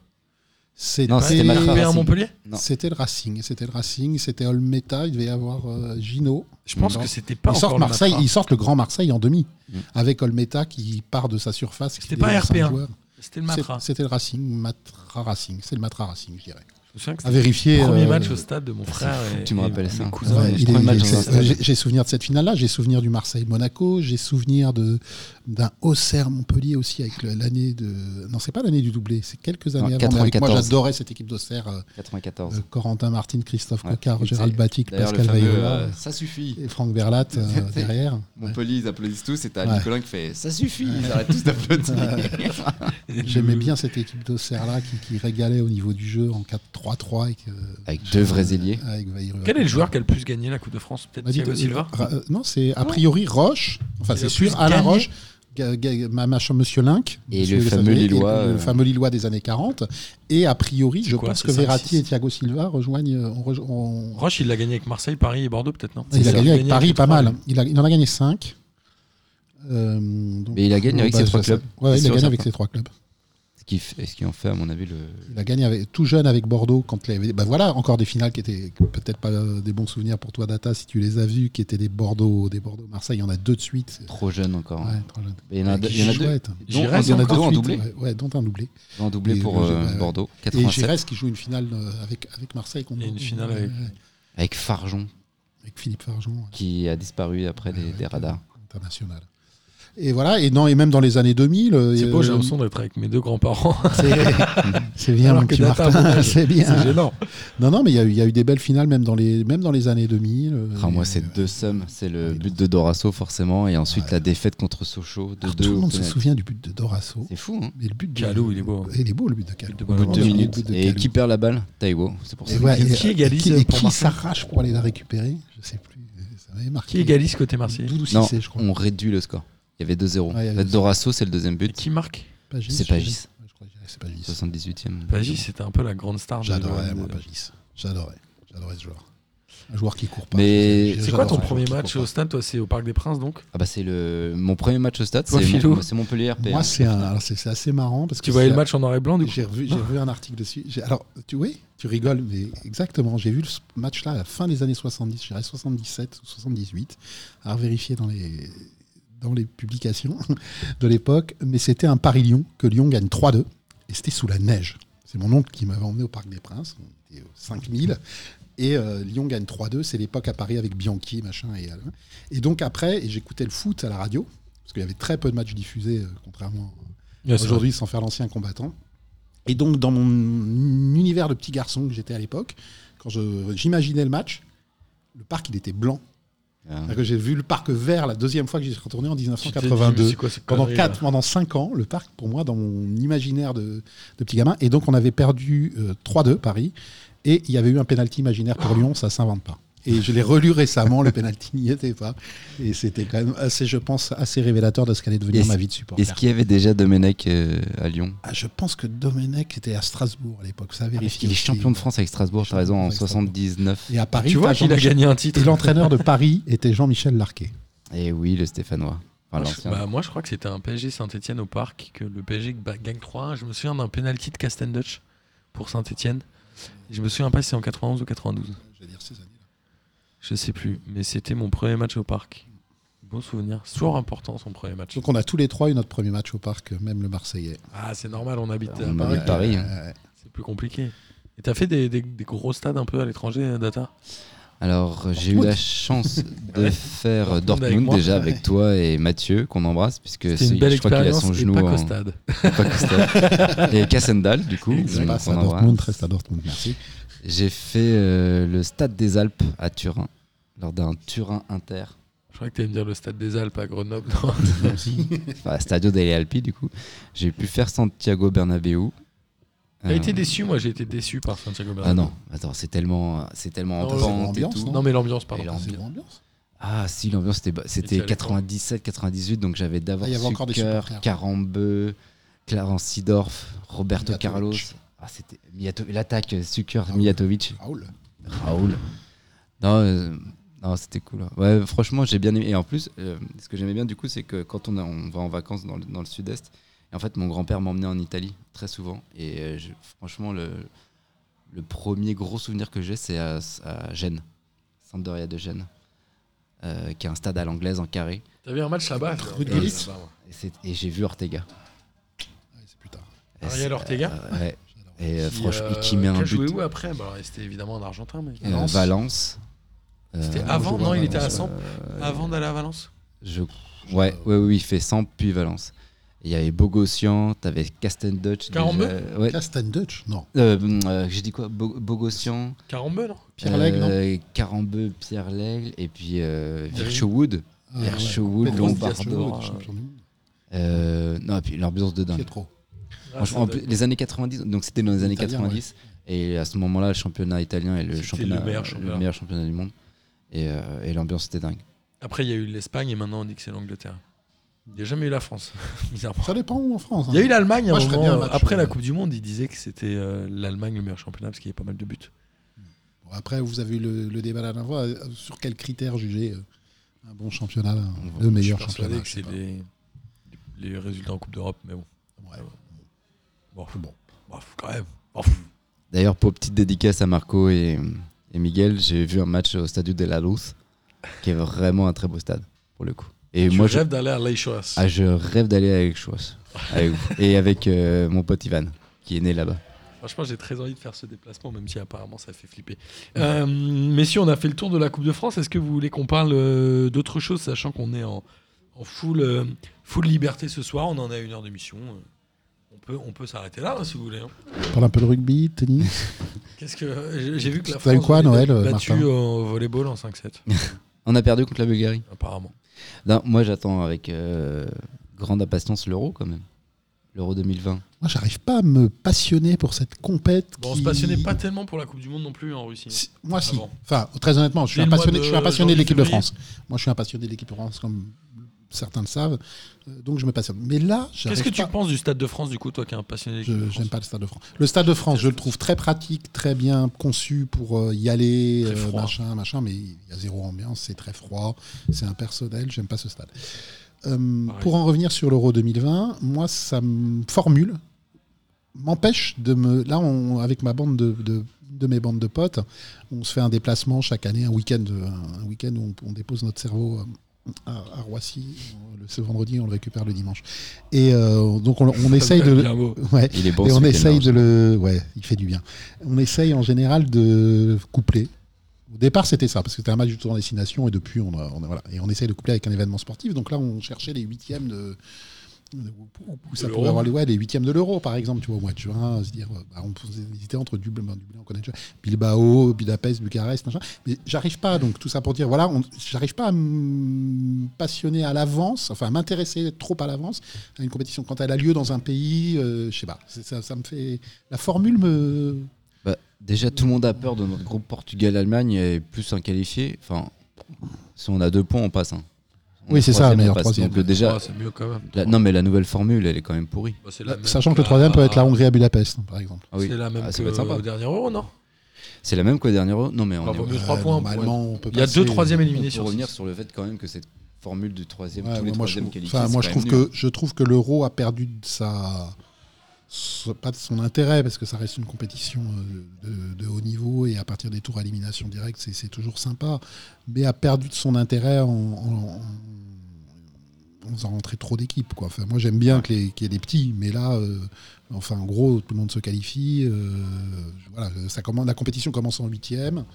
Speaker 3: C'était
Speaker 5: Non, c'était Matra.
Speaker 4: RP1
Speaker 5: Racing.
Speaker 4: Montpellier
Speaker 5: Non.
Speaker 3: C'était le Racing, c'était le Racing, c'était Olmeta, il devait y avoir euh, Gino.
Speaker 4: Je pense
Speaker 3: Non.
Speaker 4: que c'était
Speaker 3: Ils
Speaker 4: pas encore
Speaker 3: sortent
Speaker 4: le
Speaker 3: Marseille,
Speaker 4: Matra.
Speaker 3: ils sortent le grand Marseille en demi
Speaker 5: Mm.
Speaker 3: avec Olmeta qui part de sa surface. qui
Speaker 4: C'était
Speaker 3: délivre
Speaker 4: pas
Speaker 3: cinq
Speaker 4: RP1.
Speaker 3: joueurs.
Speaker 4: C'était le Matra.
Speaker 3: C'est- C'était le Racing, Matra Racing, c'est le Matra Racing, je dirais.
Speaker 4: Je me souviens que
Speaker 3: À
Speaker 4: c'était
Speaker 3: vérifier.
Speaker 4: le premier
Speaker 3: euh,
Speaker 4: match au stade de mon frère.
Speaker 5: fou que
Speaker 4: et-
Speaker 5: tu me
Speaker 4: et
Speaker 5: rappelles
Speaker 4: mes
Speaker 5: ça.
Speaker 4: cousins.
Speaker 3: Ouais,
Speaker 5: les
Speaker 3: il
Speaker 5: premiers
Speaker 3: est-
Speaker 5: matchs
Speaker 3: il
Speaker 5: dans un
Speaker 3: est-
Speaker 5: stade.
Speaker 3: euh, J'ai j'ai souvenir de cette finale-là, j'ai souvenir du Marseille-Monaco, j'ai souvenir de d'un Auxerre-Montpellier aussi avec le- l'année de. Non, c'est pas l'année du doublé, c'est quelques années
Speaker 5: Non,
Speaker 3: avant. mais avec moi,
Speaker 5: 94.
Speaker 3: j'adorais cette équipe d'Auxerre. euh,
Speaker 5: 94.
Speaker 3: euh, Corentin Martin, Christophe
Speaker 5: Ouais.
Speaker 3: Cocard,
Speaker 5: Et
Speaker 3: Gérald
Speaker 5: c'est-
Speaker 3: Batic,
Speaker 5: D'ailleurs,
Speaker 3: Pascal
Speaker 5: le fameux,
Speaker 3: Vaillant
Speaker 5: euh, ça suffit.
Speaker 3: et Franck Berlat euh,
Speaker 5: C'est- c'est-
Speaker 3: derrière.
Speaker 5: Montpellier, ils applaudissent tous et t'as
Speaker 3: Ouais.
Speaker 5: Nicolin qui fait Ça suffit, ils arrêtent tous d'applaudir.
Speaker 3: J'aimais bien cette équipe d'Auxerre-là qui, qui régalait au niveau du jeu en 4-3-3. et que-
Speaker 5: Avec deux vrais ailiers.
Speaker 3: Avec Vaillant.
Speaker 4: Quel est le joueur qui a le plus gagné la Coupe de France Peut-être
Speaker 3: Bah, dites-
Speaker 4: Thiago Silva
Speaker 3: Ra- euh, Non, c'est a priori Roche. Enfin,
Speaker 4: Il a
Speaker 3: c'est
Speaker 4: plus
Speaker 3: sûr, Alain
Speaker 4: gagné.
Speaker 3: Roche. Ga- Ga- ma- machin, Monsieur Link,
Speaker 5: Et
Speaker 3: Monsieur
Speaker 5: le
Speaker 3: Link,
Speaker 5: fameux
Speaker 3: et
Speaker 5: Lillois,
Speaker 3: le
Speaker 5: euh.
Speaker 3: fameux Lillois des années 40. Et a priori, je
Speaker 4: quoi,
Speaker 3: pense
Speaker 4: c'est
Speaker 3: que
Speaker 4: ça,
Speaker 3: Verratti
Speaker 4: six
Speaker 3: et Thiago Silva rejoignent. euh, on rejo- on-
Speaker 4: Roche, il l'a gagné avec Marseille, Paris et Bordeaux, peut-être, non
Speaker 3: Il
Speaker 5: ça.
Speaker 3: a gagné avec
Speaker 4: Gagné
Speaker 3: Paris
Speaker 4: avec
Speaker 3: pas
Speaker 4: trois,
Speaker 3: mal.
Speaker 4: lui.
Speaker 3: Il, a- il en a gagné 5. donc,
Speaker 5: Mais il a gagné
Speaker 3: bon,
Speaker 5: avec
Speaker 3: bah,
Speaker 5: ces trois
Speaker 3: ça, ça-
Speaker 5: clubs.
Speaker 3: ouais,
Speaker 5: C'est
Speaker 3: il a
Speaker 5: sûr,
Speaker 3: gagné avec
Speaker 5: certain.
Speaker 3: ces trois clubs.
Speaker 5: Ce qui, f- ce qui en fait, à mon avis, le.
Speaker 3: Il a gagné avec- tout jeune avec Bordeaux quand les, bah voilà encore des finales qui étaient peut-être pas euh, des bons souvenirs pour toi Data si tu les as vus qui étaient des Bordeaux des Bordeaux Marseille il y en a deux de suite
Speaker 5: Trop jeune encore. hein.
Speaker 3: ouais, trop jeune.
Speaker 5: Et Il y en a
Speaker 3: Ouais,
Speaker 5: deux.
Speaker 3: qui
Speaker 5: Il y en a deux.
Speaker 3: chouette.
Speaker 5: dont
Speaker 4: Giroud,
Speaker 5: un-
Speaker 4: il y en a
Speaker 5: dont
Speaker 4: deux
Speaker 5: un
Speaker 4: de
Speaker 5: doublé.
Speaker 3: ouais, ouais, dont un doublé
Speaker 5: Un doublé
Speaker 3: Et
Speaker 5: pour
Speaker 3: je-
Speaker 5: euh,
Speaker 3: ouais, ouais.
Speaker 5: Bordeaux,
Speaker 3: et
Speaker 5: 87.
Speaker 3: Giresse qui joue une finale euh, avec avec Marseille contre
Speaker 4: Et une finale avec-
Speaker 3: ouais, ouais,
Speaker 5: Avec Farjon,
Speaker 3: avec Philippe Fargeon ouais,
Speaker 5: qui a disparu après des,
Speaker 3: Ouais,
Speaker 5: des
Speaker 3: ouais.
Speaker 5: radars.
Speaker 3: international et voilà et non et même dans les années 2000 euh,
Speaker 4: C'est beau, j'ai
Speaker 3: euh,
Speaker 4: l'impression d'être avec mes deux grands-parents.
Speaker 3: c'est- c'est bien
Speaker 4: Alors
Speaker 3: mon
Speaker 4: que
Speaker 3: petit
Speaker 4: Data,
Speaker 3: Martin
Speaker 4: bon,
Speaker 3: c'est bien
Speaker 4: C'est gênant.
Speaker 3: non non mais il y, a eu- il y a eu des belles finales même dans les même dans les années 2000 euh,
Speaker 5: Ah, moi,
Speaker 3: et-
Speaker 5: c'est deux sommes. C'est le
Speaker 3: Ouais,
Speaker 5: but de Dorasso, forcément, et ensuite la défaite contre Sochaux de
Speaker 3: Alors,
Speaker 5: 2
Speaker 3: Ah, tout le monde se souvient du but de Dorasso.
Speaker 5: C'est fou, hein
Speaker 3: Mais le but de
Speaker 4: Calou, il est beau, hein.
Speaker 3: Il est beau le but de Calou.
Speaker 4: But de
Speaker 5: Au bout de
Speaker 4: Voilà,
Speaker 5: deux
Speaker 4: on a
Speaker 5: minutes.
Speaker 3: Le but de
Speaker 5: Et
Speaker 3: Calou.
Speaker 5: qui perd la balle Taïwo. C'est pour ça.
Speaker 3: Et ouais,
Speaker 4: Qui-
Speaker 3: et- euh,
Speaker 4: qui égalise
Speaker 3: qui-
Speaker 4: pour
Speaker 3: et qui
Speaker 4: Marseille
Speaker 3: s'arrache pour aller la récupérer Je sais plus. euh, Ça m'avait marqué.
Speaker 4: Qui égalise côté Marseille
Speaker 3: Doudou
Speaker 5: Non,
Speaker 3: Cissé, je crois.
Speaker 5: on réduit le score. Il y avait 2-0.
Speaker 3: Ouais, il y avait
Speaker 5: En fait,
Speaker 3: 2-0.
Speaker 5: Dorasso, c'est le deuxième
Speaker 4: Et
Speaker 5: but.
Speaker 4: Qui marque
Speaker 3: Pagis. je
Speaker 5: c'est
Speaker 3: sais
Speaker 5: Pagis.
Speaker 3: pas. Ouais, je crois que c'est Pagis.
Speaker 5: 78e.
Speaker 4: Pagis, c'était un peu la grande star. de-
Speaker 3: J'adorais,
Speaker 4: de-
Speaker 3: moi, Pagis. J'adorais. J'adorais ce joueur. Un joueur qui court pas. J'ai-
Speaker 5: Mais-
Speaker 4: C'est quoi
Speaker 3: j'adorais
Speaker 4: ton
Speaker 3: un joueur
Speaker 4: premier
Speaker 3: qui court
Speaker 4: match
Speaker 3: pas.
Speaker 4: au stade Toi, c'est au Parc des Princes, donc
Speaker 5: Ah bah c'est le mon premier match au stade,
Speaker 4: Toi,
Speaker 5: c'est
Speaker 4: Philou
Speaker 5: Mon- c'est Montpellier RP.
Speaker 3: Moi,
Speaker 5: hein.
Speaker 3: c'est un- alors, c'est- c'est assez marrant. Parce que
Speaker 4: Tu voyais
Speaker 3: c'est-
Speaker 4: le match en noir et blanc, du coup
Speaker 3: J'ai revu, j'ai revu un article dessus. J'ai- Alors, tu oui, tu rigoles, mais exactement. J'ai vu ce match-là à la fin des années 70, je dirais 77 ou 78, à vérifier dans les, dans les publications de l'époque. Mais c'était un Paris-Lyon, que Lyon gagne 3-2, et c'était sous la neige. C'est mon oncle qui m'avait emmené au Parc des Princes, on était au 5000. Et euh, Lyon gagne 3-2, c'est l'époque à Paris avec Bianchi, machin. Et, Alain. et donc après, et j'écoutais le foot à la radio, parce qu'il y avait très peu de matchs diffusés, euh, contrairement
Speaker 4: Ouais, c'est
Speaker 3: aujourd'hui sans faire l'ancien combattant. Et donc dans mon univers de petit garçon que j'étais à l'époque, quand je- j'imaginais le match, le parc il était blanc.
Speaker 5: Ah.
Speaker 3: C'est-à-dire que J'ai vu le parc vert la deuxième fois que j'y suis retourné en
Speaker 4: Tu t'es dit,
Speaker 3: 1982.
Speaker 4: mais c'est quoi cette
Speaker 3: Pendant,
Speaker 4: connerie,
Speaker 3: quatre,
Speaker 4: là
Speaker 3: pendant 5 ans, le parc, pour moi, dans mon imaginaire de, de petit gamin. Et donc, on avait perdu euh, 3-2 Paris. Et il y avait eu un pénalty imaginaire pour Lyon, ça s'invente pas. Et je l'ai relu récemment, le pénalty n'y était pas. Et c'était quand même assez, je pense, assez révélateur de ce qu'allait devenir
Speaker 5: Est-ce-
Speaker 3: ma vie de supporter.
Speaker 5: Est-ce qu'il y avait déjà Domenech euh, à Lyon
Speaker 3: Ah, je pense que Domenech était à Strasbourg à l'époque,
Speaker 4: Ah,
Speaker 3: ça
Speaker 5: Est-ce
Speaker 3: vérifie.
Speaker 5: qu'il est champion de France avec Strasbourg, t'as raison,
Speaker 3: Champion
Speaker 5: en
Speaker 3: de France avec
Speaker 5: 79.
Speaker 3: Et à Paris,
Speaker 4: Tu vois
Speaker 3: t'as
Speaker 4: qu'il a
Speaker 3: Jean-Michel-
Speaker 4: gagné un titre
Speaker 3: Et l'entraîneur de Paris était Jean-Michel Larquet.
Speaker 5: Et oui, le Stéphanois.
Speaker 4: Moi,
Speaker 5: Enfin,
Speaker 4: je-
Speaker 5: l'ancien.
Speaker 4: bah, moi, je crois que c'était un PSG Saint-Etienne au parc, que le PSG ba- gagne 3-1. Je me souviens d'un penalty de Castendutch pour Saint-Etienne. Je me souviens pas si c'est en 91 ou 92. Je sais plus. Mais c'était mon premier match au parc. Bon souvenir. C'est toujours important son premier match.
Speaker 3: Donc on a tous les trois eu notre premier match au parc, euh, même le Marseillais.
Speaker 4: Ah, c'est normal, on habite à
Speaker 5: On
Speaker 4: Paris.
Speaker 5: habite Paris. hein.
Speaker 3: Euh,
Speaker 4: C'est plus compliqué. Et t'as fait des, des- des gros stades un peu à l'étranger, hein, Data
Speaker 5: Alors, j'ai eu la chance de
Speaker 4: Ouais.
Speaker 5: faire
Speaker 4: Dortmund avec
Speaker 5: Dortmund
Speaker 4: moi.
Speaker 5: déjà avec toi et Mathieu, qu'on embrasse, puisque
Speaker 4: C'était
Speaker 5: c'est-
Speaker 4: une belle
Speaker 5: je crois qu'il a
Speaker 4: expérience.
Speaker 5: son
Speaker 4: et
Speaker 5: genou hein.
Speaker 4: pas qu'au
Speaker 5: en-
Speaker 4: stade.
Speaker 5: pas qu'au stade. Et Kassendal, du coup.
Speaker 3: il se
Speaker 5: donc
Speaker 3: passe
Speaker 5: on
Speaker 3: à
Speaker 5: embrasse.
Speaker 3: Dortmund, reste à Dortmund, merci.
Speaker 5: J'ai fait euh, le stade des Alpes à Turin, lors d'un Turin Inter.
Speaker 4: Je crois que t'allais me dire le stade des Alpes à Grenoble. Non.
Speaker 5: Enfin, Stadio delle Alpi, du coup. J'ai pu faire Santiago Bernabéu.
Speaker 4: T'as
Speaker 5: Euh,
Speaker 4: été déçu, moi j'ai été déçu par Santiago
Speaker 5: Ah
Speaker 4: Bernabéu.
Speaker 5: non, attends, c'est tellement, c'est tellement
Speaker 4: Non, Oh,
Speaker 5: en
Speaker 4: c'est
Speaker 5: pente et
Speaker 3: l'ambiance,
Speaker 5: tout.
Speaker 3: non
Speaker 4: Non, mais l'ambiance, pardon.
Speaker 5: Et l'ambiance.
Speaker 3: C'est une ambiance.
Speaker 5: Ah si, l'ambiance c'était, ba-
Speaker 4: t'y
Speaker 5: c'était
Speaker 4: allais
Speaker 5: 97, 98, donc j'avais d'abord
Speaker 3: Ah, il y avait encore des
Speaker 5: Zucker,
Speaker 3: supporters.
Speaker 5: Carambeu, Clarence Sidorf, Roberto
Speaker 3: Mijatovic. Ah
Speaker 5: Carlos. Ah, c'était Mijato- l'attaque euh, Zucker,
Speaker 3: Raoul.
Speaker 5: Mijatovic,
Speaker 3: Raoul. ah,
Speaker 5: Raoul. Non, euh, non, c'était cool. hein. Ouais, franchement, j'ai bien aimé. Et en plus, euh, ce que j'aimais bien du coup, c'est que quand on, a- on va en vacances dans le, dans le sud-est, et en fait, mon grand-père m'emmenait en Italie très souvent. Et euh, je- franchement, le, le premier gros souvenir que j'ai, c'est à, à Gênes, Sampdoria de Gênes, euh, qui est un stade à l'anglaise en carré.
Speaker 4: T'avais un match là-bas
Speaker 3: Rue de Guillis.
Speaker 5: Et, c'est- et j'ai vu Ortega.
Speaker 4: Ah
Speaker 3: Ouais, c'est plus tard.
Speaker 5: Et
Speaker 4: Ariel
Speaker 5: c'est-
Speaker 4: Ortega
Speaker 5: euh, ouais. Et euh,
Speaker 4: Qui,
Speaker 5: franchement,
Speaker 4: euh,
Speaker 5: qui met un
Speaker 4: qui a
Speaker 5: but.
Speaker 4: joué où après bah, C'était évidemment un Argentin, mais.
Speaker 5: Euh,
Speaker 3: Valence.
Speaker 5: Valence.
Speaker 4: C'était
Speaker 5: Euh,
Speaker 4: avant,
Speaker 3: bonjour,
Speaker 4: non, il
Speaker 3: Valence,
Speaker 4: était à Samp,
Speaker 5: euh,
Speaker 4: avant d'aller à Valence.
Speaker 5: Je... Ouais, ouais, oui, il fait 100 puis Valence. Il y avait Bogossian, t'avais Castendutch.
Speaker 4: Carambeu
Speaker 5: déjà, ouais.
Speaker 3: Castagne Dutch Non.
Speaker 5: Euh, euh, J'ai dit quoi Bo- Bogossian,
Speaker 4: Carambeu, non
Speaker 3: Pierre Lègue, non
Speaker 5: euh, Carambeu, Pierre Lègle, et puis euh,
Speaker 4: Oui.
Speaker 5: Virchowood.
Speaker 3: Ah, ouais.
Speaker 5: Virchowood,
Speaker 3: Pedro
Speaker 5: Lombardo.
Speaker 3: Virchowood, champion du monde.
Speaker 5: Euh, non, et puis l'ambiance de dingue.
Speaker 3: Pietro.
Speaker 5: Franchement, en plus, les années 90, donc c'était dans les années
Speaker 3: Italien,
Speaker 5: 90, et à ce moment-là, le championnat italien est le,
Speaker 4: C'était
Speaker 5: championnat,
Speaker 4: le meilleur championnat.
Speaker 5: meilleur championnat du monde. Et, euh, et l'ambiance était dingue.
Speaker 4: Après, il y a eu l'Espagne et maintenant on dit que c'est l'Angleterre. Il n'y a jamais eu la France, bizarrement.
Speaker 3: Ça dépend où en France.
Speaker 4: Il y a
Speaker 3: hein.
Speaker 4: eu l'Allemagne à
Speaker 3: Moi,
Speaker 4: un
Speaker 3: je ferais
Speaker 4: moment,
Speaker 3: bien un match, euh,
Speaker 4: après
Speaker 3: ouais.
Speaker 4: la Coupe du Monde, ils disaient que c'était euh, l'Allemagne le meilleur championnat parce qu'il y avait pas mal de buts.
Speaker 3: Bon, Après, vous avez eu le, le débat la dernière fois. euh, Sur quels critères juger euh, un bon championnat, un-
Speaker 5: On-
Speaker 3: le
Speaker 4: Je suis
Speaker 3: meilleur
Speaker 4: persuadé
Speaker 3: championnat
Speaker 4: que
Speaker 3: je sais
Speaker 4: c'est
Speaker 3: pas.
Speaker 4: les, les résultats en Coupe d'Europe, mais bon.
Speaker 3: Ouais.
Speaker 4: Bon, bon. Bon, faut quand même. Bon, faut-
Speaker 5: D'ailleurs, pour petite dédicace à Marco et, et Miguel, j'ai vu un match au Stadio de la Luz, qui est vraiment un très beau stade, pour le coup.
Speaker 3: Ah,
Speaker 5: Et
Speaker 4: je
Speaker 5: moi, je
Speaker 4: rêve d'aller à Leixoas.
Speaker 5: ah, je rêve d'aller avec Chouas. Avec vous. Et avec euh, mon pote Ivan, qui est né là-bas.
Speaker 4: Franchement, j'ai très envie de faire ce déplacement, même si apparemment ça fait flipper. Euh, messieurs, on a fait le tour de la Coupe de France. Est-ce que vous voulez qu'on parle euh, d'autre chose, sachant qu'on est en, en full, euh, full liberté ce soir On en a une heure d'émission. Euh, On peut, on peut s'arrêter là, hein, si vous voulez. hein.
Speaker 3: On parle un peu de rugby, tennis.
Speaker 4: Qu'est-ce que j'ai vu que la
Speaker 3: T'as eu
Speaker 4: France
Speaker 3: quoi,
Speaker 4: nous a
Speaker 3: Noël, euh, Martin
Speaker 4: battue au volleyball en 5-7,
Speaker 5: On a perdu contre la Bulgarie.
Speaker 4: apparemment.
Speaker 5: Non, moi, j'attends avec euh, grande impatience l'euro, quand même. L'euro 2020.
Speaker 3: Moi, j'arrive pas à me passionner pour cette compète.
Speaker 4: Bon, on
Speaker 3: qui-
Speaker 4: se passionnait pas tellement pour la Coupe du Monde non plus en Russie.
Speaker 3: Si- moi, si.
Speaker 4: Ah bon.
Speaker 3: Enfin, très honnêtement, je suis
Speaker 4: Dès
Speaker 3: un
Speaker 4: le mois
Speaker 3: passionné,
Speaker 4: de
Speaker 3: je suis un passionné de l'équipe de
Speaker 4: janvier,
Speaker 3: France. Moi, je suis un passionné de l'équipe de France, comme certains le savent. Euh, Donc, je me passionne. Mais là,
Speaker 4: Qu'est-ce que
Speaker 3: j'arrive
Speaker 4: tu
Speaker 3: pas.
Speaker 4: penses du Stade de France, du coup, toi qui es un passionné de l'équipe de
Speaker 3: Je
Speaker 4: France
Speaker 3: j'aime pas le Stade de France. Le Stade de France, je le trouve très pratique, très bien conçu pour euh, y aller,
Speaker 4: Très
Speaker 3: euh,
Speaker 4: froid.
Speaker 3: machin, machin, mais il y a zéro ambiance, c'est très froid, c'est impersonnel, j'aime pas ce stade. Euh,
Speaker 4: Pareil.
Speaker 3: pour en revenir sur l'Euro 2020, moi, ça me formule, m'empêche de me. Là, on, avec ma bande de, de- de mes bandes de potes, on se fait un déplacement chaque année, un week-end, un, un week-end où on, on dépose notre cerveau. euh, à, à Roissy, On- ce vendredi, on le récupère le dimanche. Et euh, donc, on, on essaye de.
Speaker 4: Bien beau.
Speaker 3: Ouais.
Speaker 5: Il est bon.
Speaker 3: Et
Speaker 5: ce
Speaker 3: on
Speaker 5: week-end,
Speaker 3: essaye
Speaker 5: hein.
Speaker 3: de le. Ouais, il fait du bien. On essaye en général de coupler. Au départ, c'était ça, parce que c'était un match du tour en destination, et depuis, on, a- on a- voilà. Et on essaye de coupler avec un événement sportif. Donc là, on cherchait les huitièmes de. de- où- où- où ça
Speaker 4: De
Speaker 3: pouvait
Speaker 4: l'Euro.
Speaker 3: avoir les, ouais, les huitièmes de l'euro, par exemple, tu vois, au mois de juin, se dire, euh, bah, on faisait- hésitait entre Dublin, ben, Dublin, on connaît déjà, Bilbao, Budapest, Bucarest, machin. Mais j'arrive pas, donc tout ça pour dire, voilà, on- j'arrive pas à me passionner à l'avance, enfin à m'intéresser trop à l'avance à une compétition. Quand elle a lieu dans un pays, euh, je sais pas, c'est- ça, ça me fait. La formule me.
Speaker 5: Bah, déjà, tout le monde a peur de notre groupe Portugal-Allemagne et plus un qualifié. Enfin, si on a deux points, on passe. hein. On
Speaker 3: Oui,
Speaker 5: est
Speaker 3: c'est ça,
Speaker 5: troisième, on
Speaker 3: meilleur
Speaker 5: passe.
Speaker 3: troisième.
Speaker 5: Donc, euh, déjà,
Speaker 4: Ah, c'est mieux quand même.
Speaker 5: la- non, mais la nouvelle formule, elle est quand même pourrie.
Speaker 4: Bah, c'est la même
Speaker 3: Sachant que le
Speaker 4: la- Ah,
Speaker 3: troisième peut être la Hongrie à Budapest, par exemple.
Speaker 5: Ah oui.
Speaker 4: C'est la même
Speaker 5: Ah, ça
Speaker 4: que
Speaker 5: va être sympa.
Speaker 4: au dernier euro, non
Speaker 5: C'est la même qu'au dernier euro. Non, mais on
Speaker 4: Ah,
Speaker 5: est-
Speaker 4: vaut mieux trois points,
Speaker 3: Euh, Normalement, on peut
Speaker 4: Il y a
Speaker 3: passer- euh,
Speaker 4: deux troisièmes
Speaker 5: on
Speaker 4: éliminés
Speaker 5: peut
Speaker 4: sur
Speaker 5: revenir
Speaker 4: six.
Speaker 5: sur le fait quand même que cette formule du troisième,
Speaker 3: Ouais,
Speaker 5: tous
Speaker 3: ouais,
Speaker 5: les
Speaker 3: moi, je,
Speaker 5: troisièmes
Speaker 3: trouve-
Speaker 5: qualifiés.
Speaker 3: enfin,
Speaker 5: c'est
Speaker 3: moi,
Speaker 5: quand
Speaker 3: je trouve
Speaker 5: même nul.
Speaker 3: que je trouve que l'euro a perdu de sa sa- pas de son intérêt parce que ça reste une compétition euh, de, de haut niveau et à partir des tours à élimination directe c'est- c'est toujours sympa mais a perdu de son intérêt en, en, en- en faisant rentrer trop d'équipes quoi enfin moi j'aime bien que les- qu'il y ait des petits mais là euh, enfin en gros tout le monde se qualifie euh, voilà ça commence la compétition commence en huitième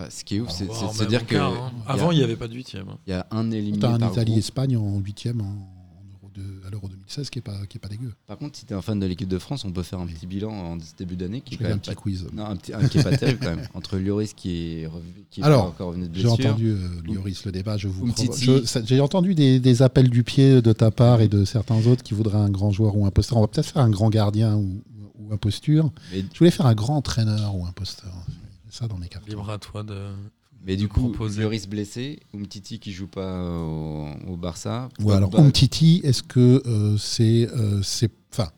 Speaker 5: Enfin, ce qui est ouf, c'est
Speaker 4: Voire
Speaker 5: c'est de se
Speaker 4: même
Speaker 5: dire
Speaker 4: en
Speaker 5: que
Speaker 4: quart, hein.
Speaker 5: il y a-
Speaker 4: Avant, il n'y avait pas de huitième. hein.
Speaker 5: il y a un éliminé
Speaker 3: t'as un
Speaker 5: par
Speaker 3: Italie
Speaker 5: groupe.
Speaker 3: Espagne en huitième en, en Euro de- à l'Euro 2016 qui est pas qui est pas dégueu
Speaker 5: Par contre, si t'es un fan de l'équipe de France, on peut faire un petit bilan en ce début d'année qui
Speaker 3: je
Speaker 5: est quand
Speaker 3: fais un
Speaker 5: même
Speaker 3: petit
Speaker 5: pas
Speaker 3: quiz
Speaker 5: non, un petit, un qui est pas terrible quand même. Entre Lloris qui est, revenu- qui est
Speaker 3: Alors,
Speaker 5: pas encore revenu de
Speaker 3: J'ai
Speaker 5: blessure.
Speaker 3: entendu, euh, Lloris, le débat. Je vous
Speaker 5: Umtiti.
Speaker 3: provo- je- ça- J'ai entendu des, des appels du pied de ta part et de certains autres qui voudraient un grand joueur ou un posteur. On va peut-être faire un grand gardien ou, ou un posture.
Speaker 5: Mais,
Speaker 3: Je voulais faire un grand entraîneur ou un posteur. J'ai Ça dans mes cartes.
Speaker 4: Libre à toi de.
Speaker 5: mais du coup,
Speaker 4: Proposer.
Speaker 5: Lloris blessé, Umtiti qui joue pas au, au Barça.
Speaker 3: Ou alors
Speaker 5: Pogba-
Speaker 3: Umtiti, est-ce que euh, c'est euh, c'est enfin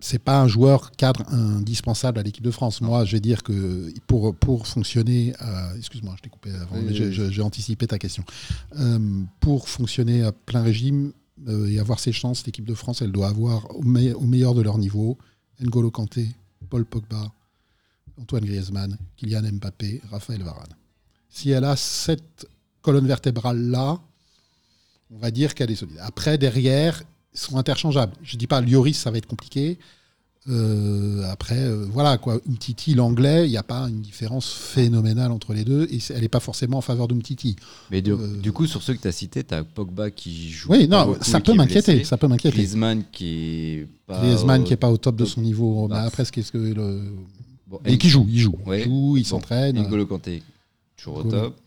Speaker 3: c'est pas un joueur cadre indispensable à l'équipe de France. Moi, je vais dire que pour pour fonctionner, à- excuse-moi, je t'ai coupé avant,
Speaker 5: Oui,
Speaker 3: mais
Speaker 5: oui,
Speaker 3: je-
Speaker 5: oui.
Speaker 3: je- j'ai anticipé ta question. Euh, pour fonctionner à plein régime euh, et avoir ses chances, l'équipe de France, elle doit avoir au, me- au meilleur de leur niveau N'Golo Kanté, Paul Pogba, Antoine Griezmann, Kylian Mbappé, Raphaël Varane. Si elle a cette colonne vertébrale là, on va dire qu'elle est solide. Après, derrière, ils sont interchangeables. Je dis pas Lloris, ça va être compliqué. Euh, après, euh, voilà quoi. Umtiti, l'anglais, il n'y a pas une différence phénoménale entre les deux et c'est- elle n'est pas forcément en faveur d'Umtiti.
Speaker 5: Mais du,
Speaker 3: Euh,
Speaker 5: du coup, sur ceux que tu as cités, tu as Pogba qui joue.
Speaker 3: Oui,
Speaker 5: pas
Speaker 3: non,
Speaker 5: beaucoup
Speaker 3: ça
Speaker 5: et
Speaker 3: peut
Speaker 5: qui est
Speaker 3: m'inquiéter.
Speaker 5: blessé.
Speaker 3: Ça peut m'inquiéter.
Speaker 5: Griezmann qui est pas.
Speaker 3: Griezmann
Speaker 5: au-
Speaker 3: qui n'est pas au top de son niveau. Mais
Speaker 5: Bah,
Speaker 3: après, ce qu'est-ce que le...
Speaker 5: Bon,
Speaker 3: Et qui joue, il joue.
Speaker 5: Ouais.
Speaker 3: Il joue, il
Speaker 5: Bon,
Speaker 3: s'entraîne.
Speaker 5: N'Golo Kanté, toujours au
Speaker 3: N'Golo.
Speaker 5: top,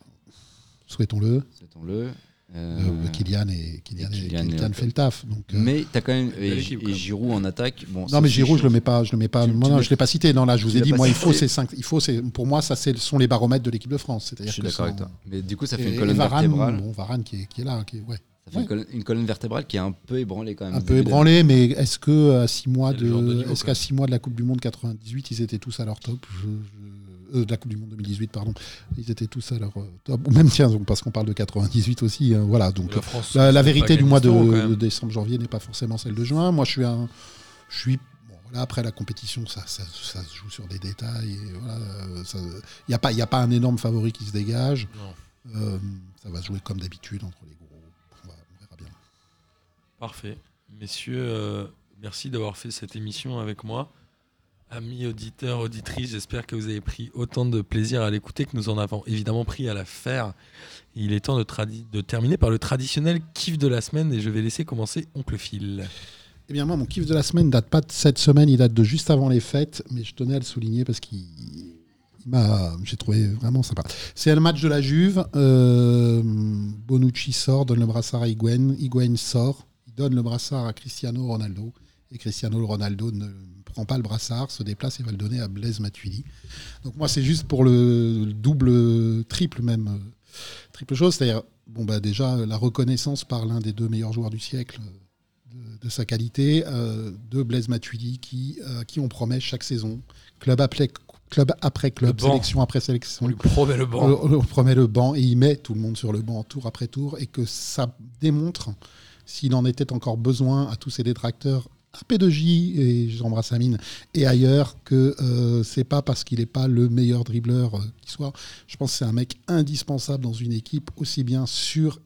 Speaker 3: Souhaitons-le.
Speaker 5: souhaitons-le. Euh,
Speaker 3: Euh, Kylian et Kylian,
Speaker 5: et
Speaker 3: et-
Speaker 5: Kylian
Speaker 3: Kylian
Speaker 5: est au
Speaker 3: fait le taf. Donc, euh,
Speaker 5: mais tu as quand même.
Speaker 4: Belle
Speaker 5: Et,
Speaker 4: équipe,
Speaker 5: et
Speaker 4: quand même.
Speaker 5: Giroud en attaque. Bon, ça,
Speaker 3: Non mais
Speaker 5: c'est
Speaker 3: Giroud, je
Speaker 5: chaud.
Speaker 3: le mets pas, je le mets pas.
Speaker 5: Tu-
Speaker 3: non,
Speaker 5: tu
Speaker 3: non,
Speaker 5: l'as-
Speaker 3: je l'ai pas cité. Non là, je
Speaker 5: tu
Speaker 3: vous ai
Speaker 5: l'as
Speaker 3: dit,
Speaker 5: pas
Speaker 3: moi, il
Speaker 5: cité.
Speaker 3: faut ces cinq, il faut ces, pour moi, ça c'est sont les baromètres de l'équipe de France.
Speaker 5: Je
Speaker 3: C'est-à-dire
Speaker 5: suis
Speaker 3: que
Speaker 5: d'accord
Speaker 3: sans-
Speaker 5: avec toi. Mais du coup, ça fait
Speaker 3: et-
Speaker 5: une
Speaker 3: et
Speaker 5: colonne
Speaker 3: Varane,
Speaker 5: vertébrale.
Speaker 3: bon, Varane qui est, qui est là, qui est- ouais.
Speaker 5: Ça Ça fait
Speaker 3: Ouais.
Speaker 5: une, colonne, une colonne vertébrale qui est un peu ébranlée quand même.
Speaker 3: Un
Speaker 5: au
Speaker 3: peu
Speaker 5: début de-
Speaker 3: ébranlé, mais est-ce que à six mois
Speaker 4: C'est le genre de
Speaker 3: de,
Speaker 4: niveau,
Speaker 3: est-ce
Speaker 4: quoi.
Speaker 3: qu'à six mois de la Coupe du Monde 98, ils étaient tous à leur top Je- je- euh, De la Coupe du Monde 2018, pardon, ils étaient tous à leur euh, top. Ou même tiens, donc, parce qu'on parle de 98 aussi. hein, voilà, donc
Speaker 4: La, France,
Speaker 5: bah,
Speaker 3: la, la
Speaker 4: c'est
Speaker 3: vérité
Speaker 4: pas
Speaker 3: du mois de,
Speaker 4: Afghanistan, quand même.
Speaker 3: de décembre janvier n'est pas forcément celle de juin. Moi, je suis un, je suis bon, voilà, après la compétition, ça, ça, ça se joue sur des détails. et voilà, euh, ça- Il n'y a pas, il y a pas un énorme favori qui se dégage.
Speaker 4: Non.
Speaker 3: Euh, ça va se jouer comme d'habitude entre les gros. On va- on verra bien.
Speaker 4: Parfait. Messieurs, euh, merci d'avoir fait cette émission avec moi. Amis auditeurs, auditrices, j'espère que vous avez pris autant de plaisir à l'écouter que nous en avons évidemment pris à la faire. Il est temps de, tradi- de terminer par le traditionnel kiff de la semaine et je vais laisser commencer Oncle Phil.
Speaker 3: Eh bien, moi, mon kiff de la semaine date pas de cette semaine, il date de juste avant les fêtes, mais je tenais à le souligner parce qu'il il m'a, j'ai trouvé vraiment sympa. C'est le match de la Juve. euh, Bonucci sort, donne le brassard à Higuain. Higuain sort, il donne le brassard à Cristiano Ronaldo. Et Cristiano Ronaldo ne prend pas le brassard, se déplace et va le donner à Blaise Matuidi. Donc moi, c'est juste pour le double, triple même, euh, triple chose. C'est-à-dire, bon bah déjà la reconnaissance par l'un des deux meilleurs joueurs du siècle de, de sa qualité, euh, de Blaise Matuidi, qui, euh, qui on promet chaque saison, club après club, après club
Speaker 4: Le banc.
Speaker 3: sélection après
Speaker 4: On
Speaker 3: sélection,
Speaker 4: lui promet le banc.
Speaker 3: on, on promet le banc et il met tout le monde sur le banc tour après tour et que ça démontre, s'il en était encore besoin à tous ses détracteurs, à P2J et j'embrasse Amine et ailleurs, que euh, c'est pas parce qu'il n'est pas le meilleur dribbleur euh, qui soit. Je pense que c'est un mec indispensable dans une équipe, aussi bien sur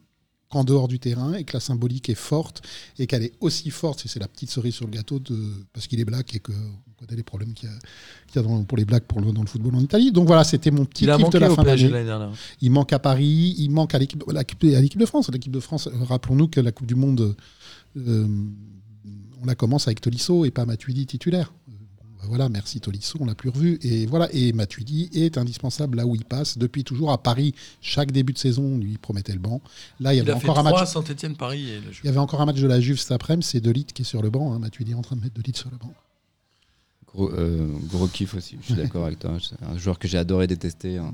Speaker 3: qu'en dehors du terrain et que la symbolique est forte et qu'elle est aussi forte, et c'est la petite cerise sur le gâteau, de, parce qu'il est black et qu'on connaît les problèmes qu'il y a, qu'il y a dans- pour les blacks pour le- dans le football en Italie. Donc voilà, c'était mon petit
Speaker 4: Il a
Speaker 3: kiff de
Speaker 4: manqué
Speaker 3: la
Speaker 4: au
Speaker 3: fin
Speaker 4: PSG
Speaker 3: d'année.
Speaker 4: l'année dernière.
Speaker 3: Il manque à Paris, il manque à l'équipe, à l'équipe- à l'équipe de France. L'équipe de France, euh, rappelons-nous que la Coupe du Monde, euh, on la commence avec Tolisso et pas Matuidi titulaire. Euh, bon, bah voilà, merci Tolisso, on l'a plus revu. Et voilà, et Matuidi est indispensable là où il passe. Depuis toujours à Paris, chaque début de saison, on lui promettait le banc. Là, il y
Speaker 4: Il
Speaker 3: avait
Speaker 4: a fait
Speaker 3: encore un match.
Speaker 4: 3 Saint-Etienne Paris. Et le
Speaker 3: Il y avait encore un match de la Juve cet après-midi, c'est Delite qui est sur le banc. hein. Matuidi est en train de mettre Delite sur le banc.
Speaker 5: Gros, euh, gros kiff aussi, je suis d'accord avec toi. C'est un joueur que j'ai adoré détester. hein.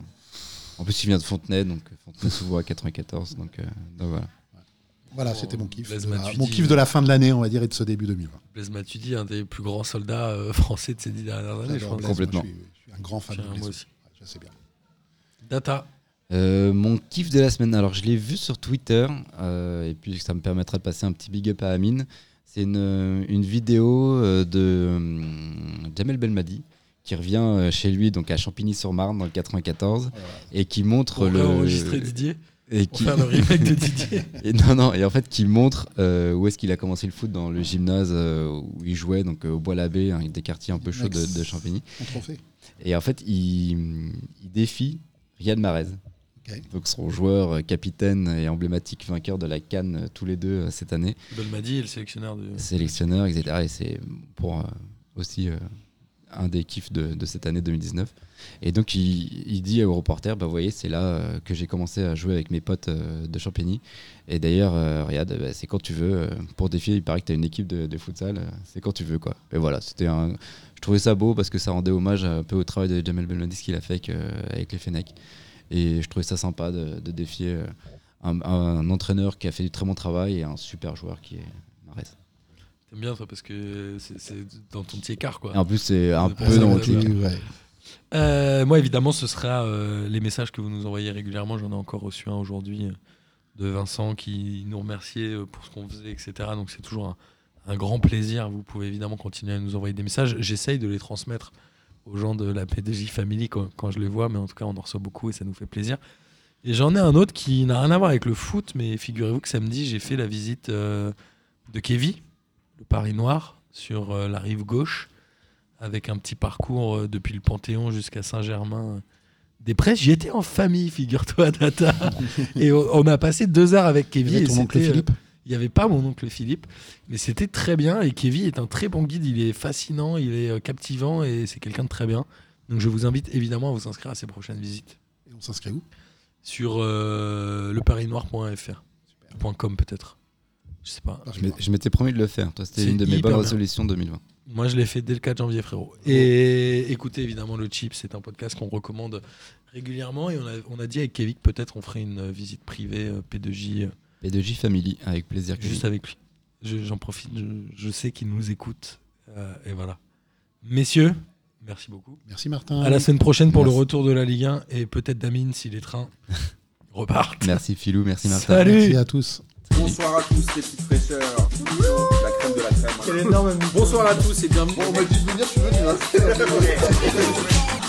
Speaker 5: En plus, il vient de Fontenay, donc Fontenay-sous-Bois à 94. Donc, euh, donc voilà.
Speaker 3: Voilà,
Speaker 4: Bon,
Speaker 3: c'était mon kiff.
Speaker 4: Blaise
Speaker 3: de la-
Speaker 4: Oh, Matuidi,
Speaker 3: mon kiff de la fin de l'année, on va dire, et de ce début 2020.
Speaker 4: Blaise Matuidi, un des plus grands soldats euh, français de ces dix dernières années, je
Speaker 3: J'adore
Speaker 4: pense.
Speaker 3: Blaise, moi,
Speaker 5: Complètement.
Speaker 3: Je suis, je suis un grand fan
Speaker 4: J'ai
Speaker 3: de
Speaker 4: un
Speaker 3: Blaise.
Speaker 4: mot aussi.
Speaker 3: Ouais, Je sais bien.
Speaker 4: Data.
Speaker 5: Euh, mon kiff de la semaine, alors je l'ai vu sur Twitter, euh, et puis ça me permettra de passer un petit big up à Amine. C'est une, une vidéo euh, de hum, Jamel Belmadi qui revient euh, chez lui, donc à Champigny-sur-Marne dans le 94, et qui montre
Speaker 4: Oh Pour
Speaker 5: le.
Speaker 4: enregistrer Didier.
Speaker 5: et
Speaker 4: Pour
Speaker 5: qui-
Speaker 4: faire le remake de Didier.
Speaker 5: et non, non, et en fait, qui montre euh, où est-ce qu'il a commencé le foot dans le gymnase euh, où il jouait, donc euh, au Bois-l'Abbé, un des quartiers un peu chauds de, de Champigny.
Speaker 3: Mon trophée.
Speaker 5: Et en fait, il, il défie Riyad Mahrez.
Speaker 3: Ok.
Speaker 5: Donc son joueur, euh, capitaine et emblématique vainqueur de la Cannes euh, tous les deux euh, cette année,
Speaker 4: Belmadi est le sélectionneur de.
Speaker 5: sélectionneur, etc. Et c'est pour euh, aussi euh, un des kiffs de, de cette année 2019. Et donc il, il dit au reporter, bah vous voyez, c'est là euh, que j'ai commencé à jouer avec mes potes euh, de Champigny. Et d'ailleurs, euh, Riyad, bah, c'est quand tu veux. euh, pour défier, il paraît que tu as une équipe de, de futsal, euh, c'est quand tu veux quoi. Et voilà, c'était un... Je trouvais ça beau parce que ça rendait hommage un peu au travail de Jamel Belmadi, ce qu'il a fait avec, euh, avec les Fenech. Et je trouvais ça sympa de, de défier euh, un, un entraîneur qui a fait du très bon travail et un super joueur qui est Mahrez.
Speaker 4: T'aimes bien toi parce que c'est- c'est dans ton petit écart quoi.
Speaker 5: Et En plus, c'est un
Speaker 4: C'est
Speaker 5: peu
Speaker 4: pour ça
Speaker 5: dans
Speaker 4: que j'adore.
Speaker 5: le truc.
Speaker 3: Ouais.
Speaker 4: Euh, moi évidemment ce sera euh, les messages que vous nous envoyez régulièrement. J'en ai encore reçu un aujourd'hui euh, de Vincent qui nous remerciait euh, pour ce qu'on faisait etc. Donc c'est toujours un, un grand plaisir. Vous pouvez évidemment continuer à nous envoyer des messages. J'essaye de les transmettre aux gens de la PDJ Family quand, quand je les vois, mais en tout cas on en reçoit beaucoup et ça nous fait plaisir. Et j'en ai un autre qui n'a rien à voir avec le foot, mais figurez-vous que samedi j'ai fait la visite euh, de Kévy, le Paris Noir, sur euh, la rive gauche, avec un petit parcours euh, depuis le Panthéon jusqu'à Saint-Germain. euh, Des presses, j'y étais en famille, figure-toi, Data. Et on, on a passé deux heures avec
Speaker 3: Il
Speaker 4: Kévy.
Speaker 3: y avait
Speaker 4: et
Speaker 3: ton oncle
Speaker 4: c'était, euh,
Speaker 3: Philippe.
Speaker 4: il n'y avait pas mon oncle Philippe, mais c'était très bien. Et Kevin est un très bon guide. Il est fascinant, il est euh, captivant et c'est quelqu'un de très bien. Donc je vous invite évidemment à vous inscrire à ses prochaines visites
Speaker 3: Et on s'inscrit où
Speaker 4: sur euh, leparisnoir.fr. .com peut-être. Je sais pas.
Speaker 3: Ah,
Speaker 5: Je m'é- Je m'étais promis de le faire. Toi, c'était
Speaker 4: C'est
Speaker 5: une de mes
Speaker 4: hyper
Speaker 5: bonnes
Speaker 4: bien.
Speaker 5: résolutions 2020.
Speaker 4: Moi, je l'ai fait dès le 4 janvier, frérot. Et écoutez, évidemment, le Chip, c'est un podcast qu'on recommande régulièrement. Et on a, on a dit avec Kevin que peut-être on ferait une euh, visite privée euh, P2J euh,
Speaker 5: P2J Family, avec plaisir. que
Speaker 4: Juste
Speaker 5: oui.
Speaker 4: avec lui. Je- J'en profite, je, je sais qu'il nous écoute. Euh, et voilà. Messieurs, merci beaucoup.
Speaker 3: Merci Martin.
Speaker 4: À la semaine prochaine pour le
Speaker 5: Merci.
Speaker 4: retour de la Ligue 1 et peut-être Damine si les trains repartent.
Speaker 5: Merci Philou, merci Martin.
Speaker 4: Salut.
Speaker 3: Merci à tous.
Speaker 1: hein. Bonsoir à tous les petites fraîcheurs. La crème de la crème. hein.
Speaker 2: Quel énorme
Speaker 1: Bonsoir à tous et bienvenue.
Speaker 6: On m'a dit de venir, je suis venu. hein.
Speaker 1: Ouais.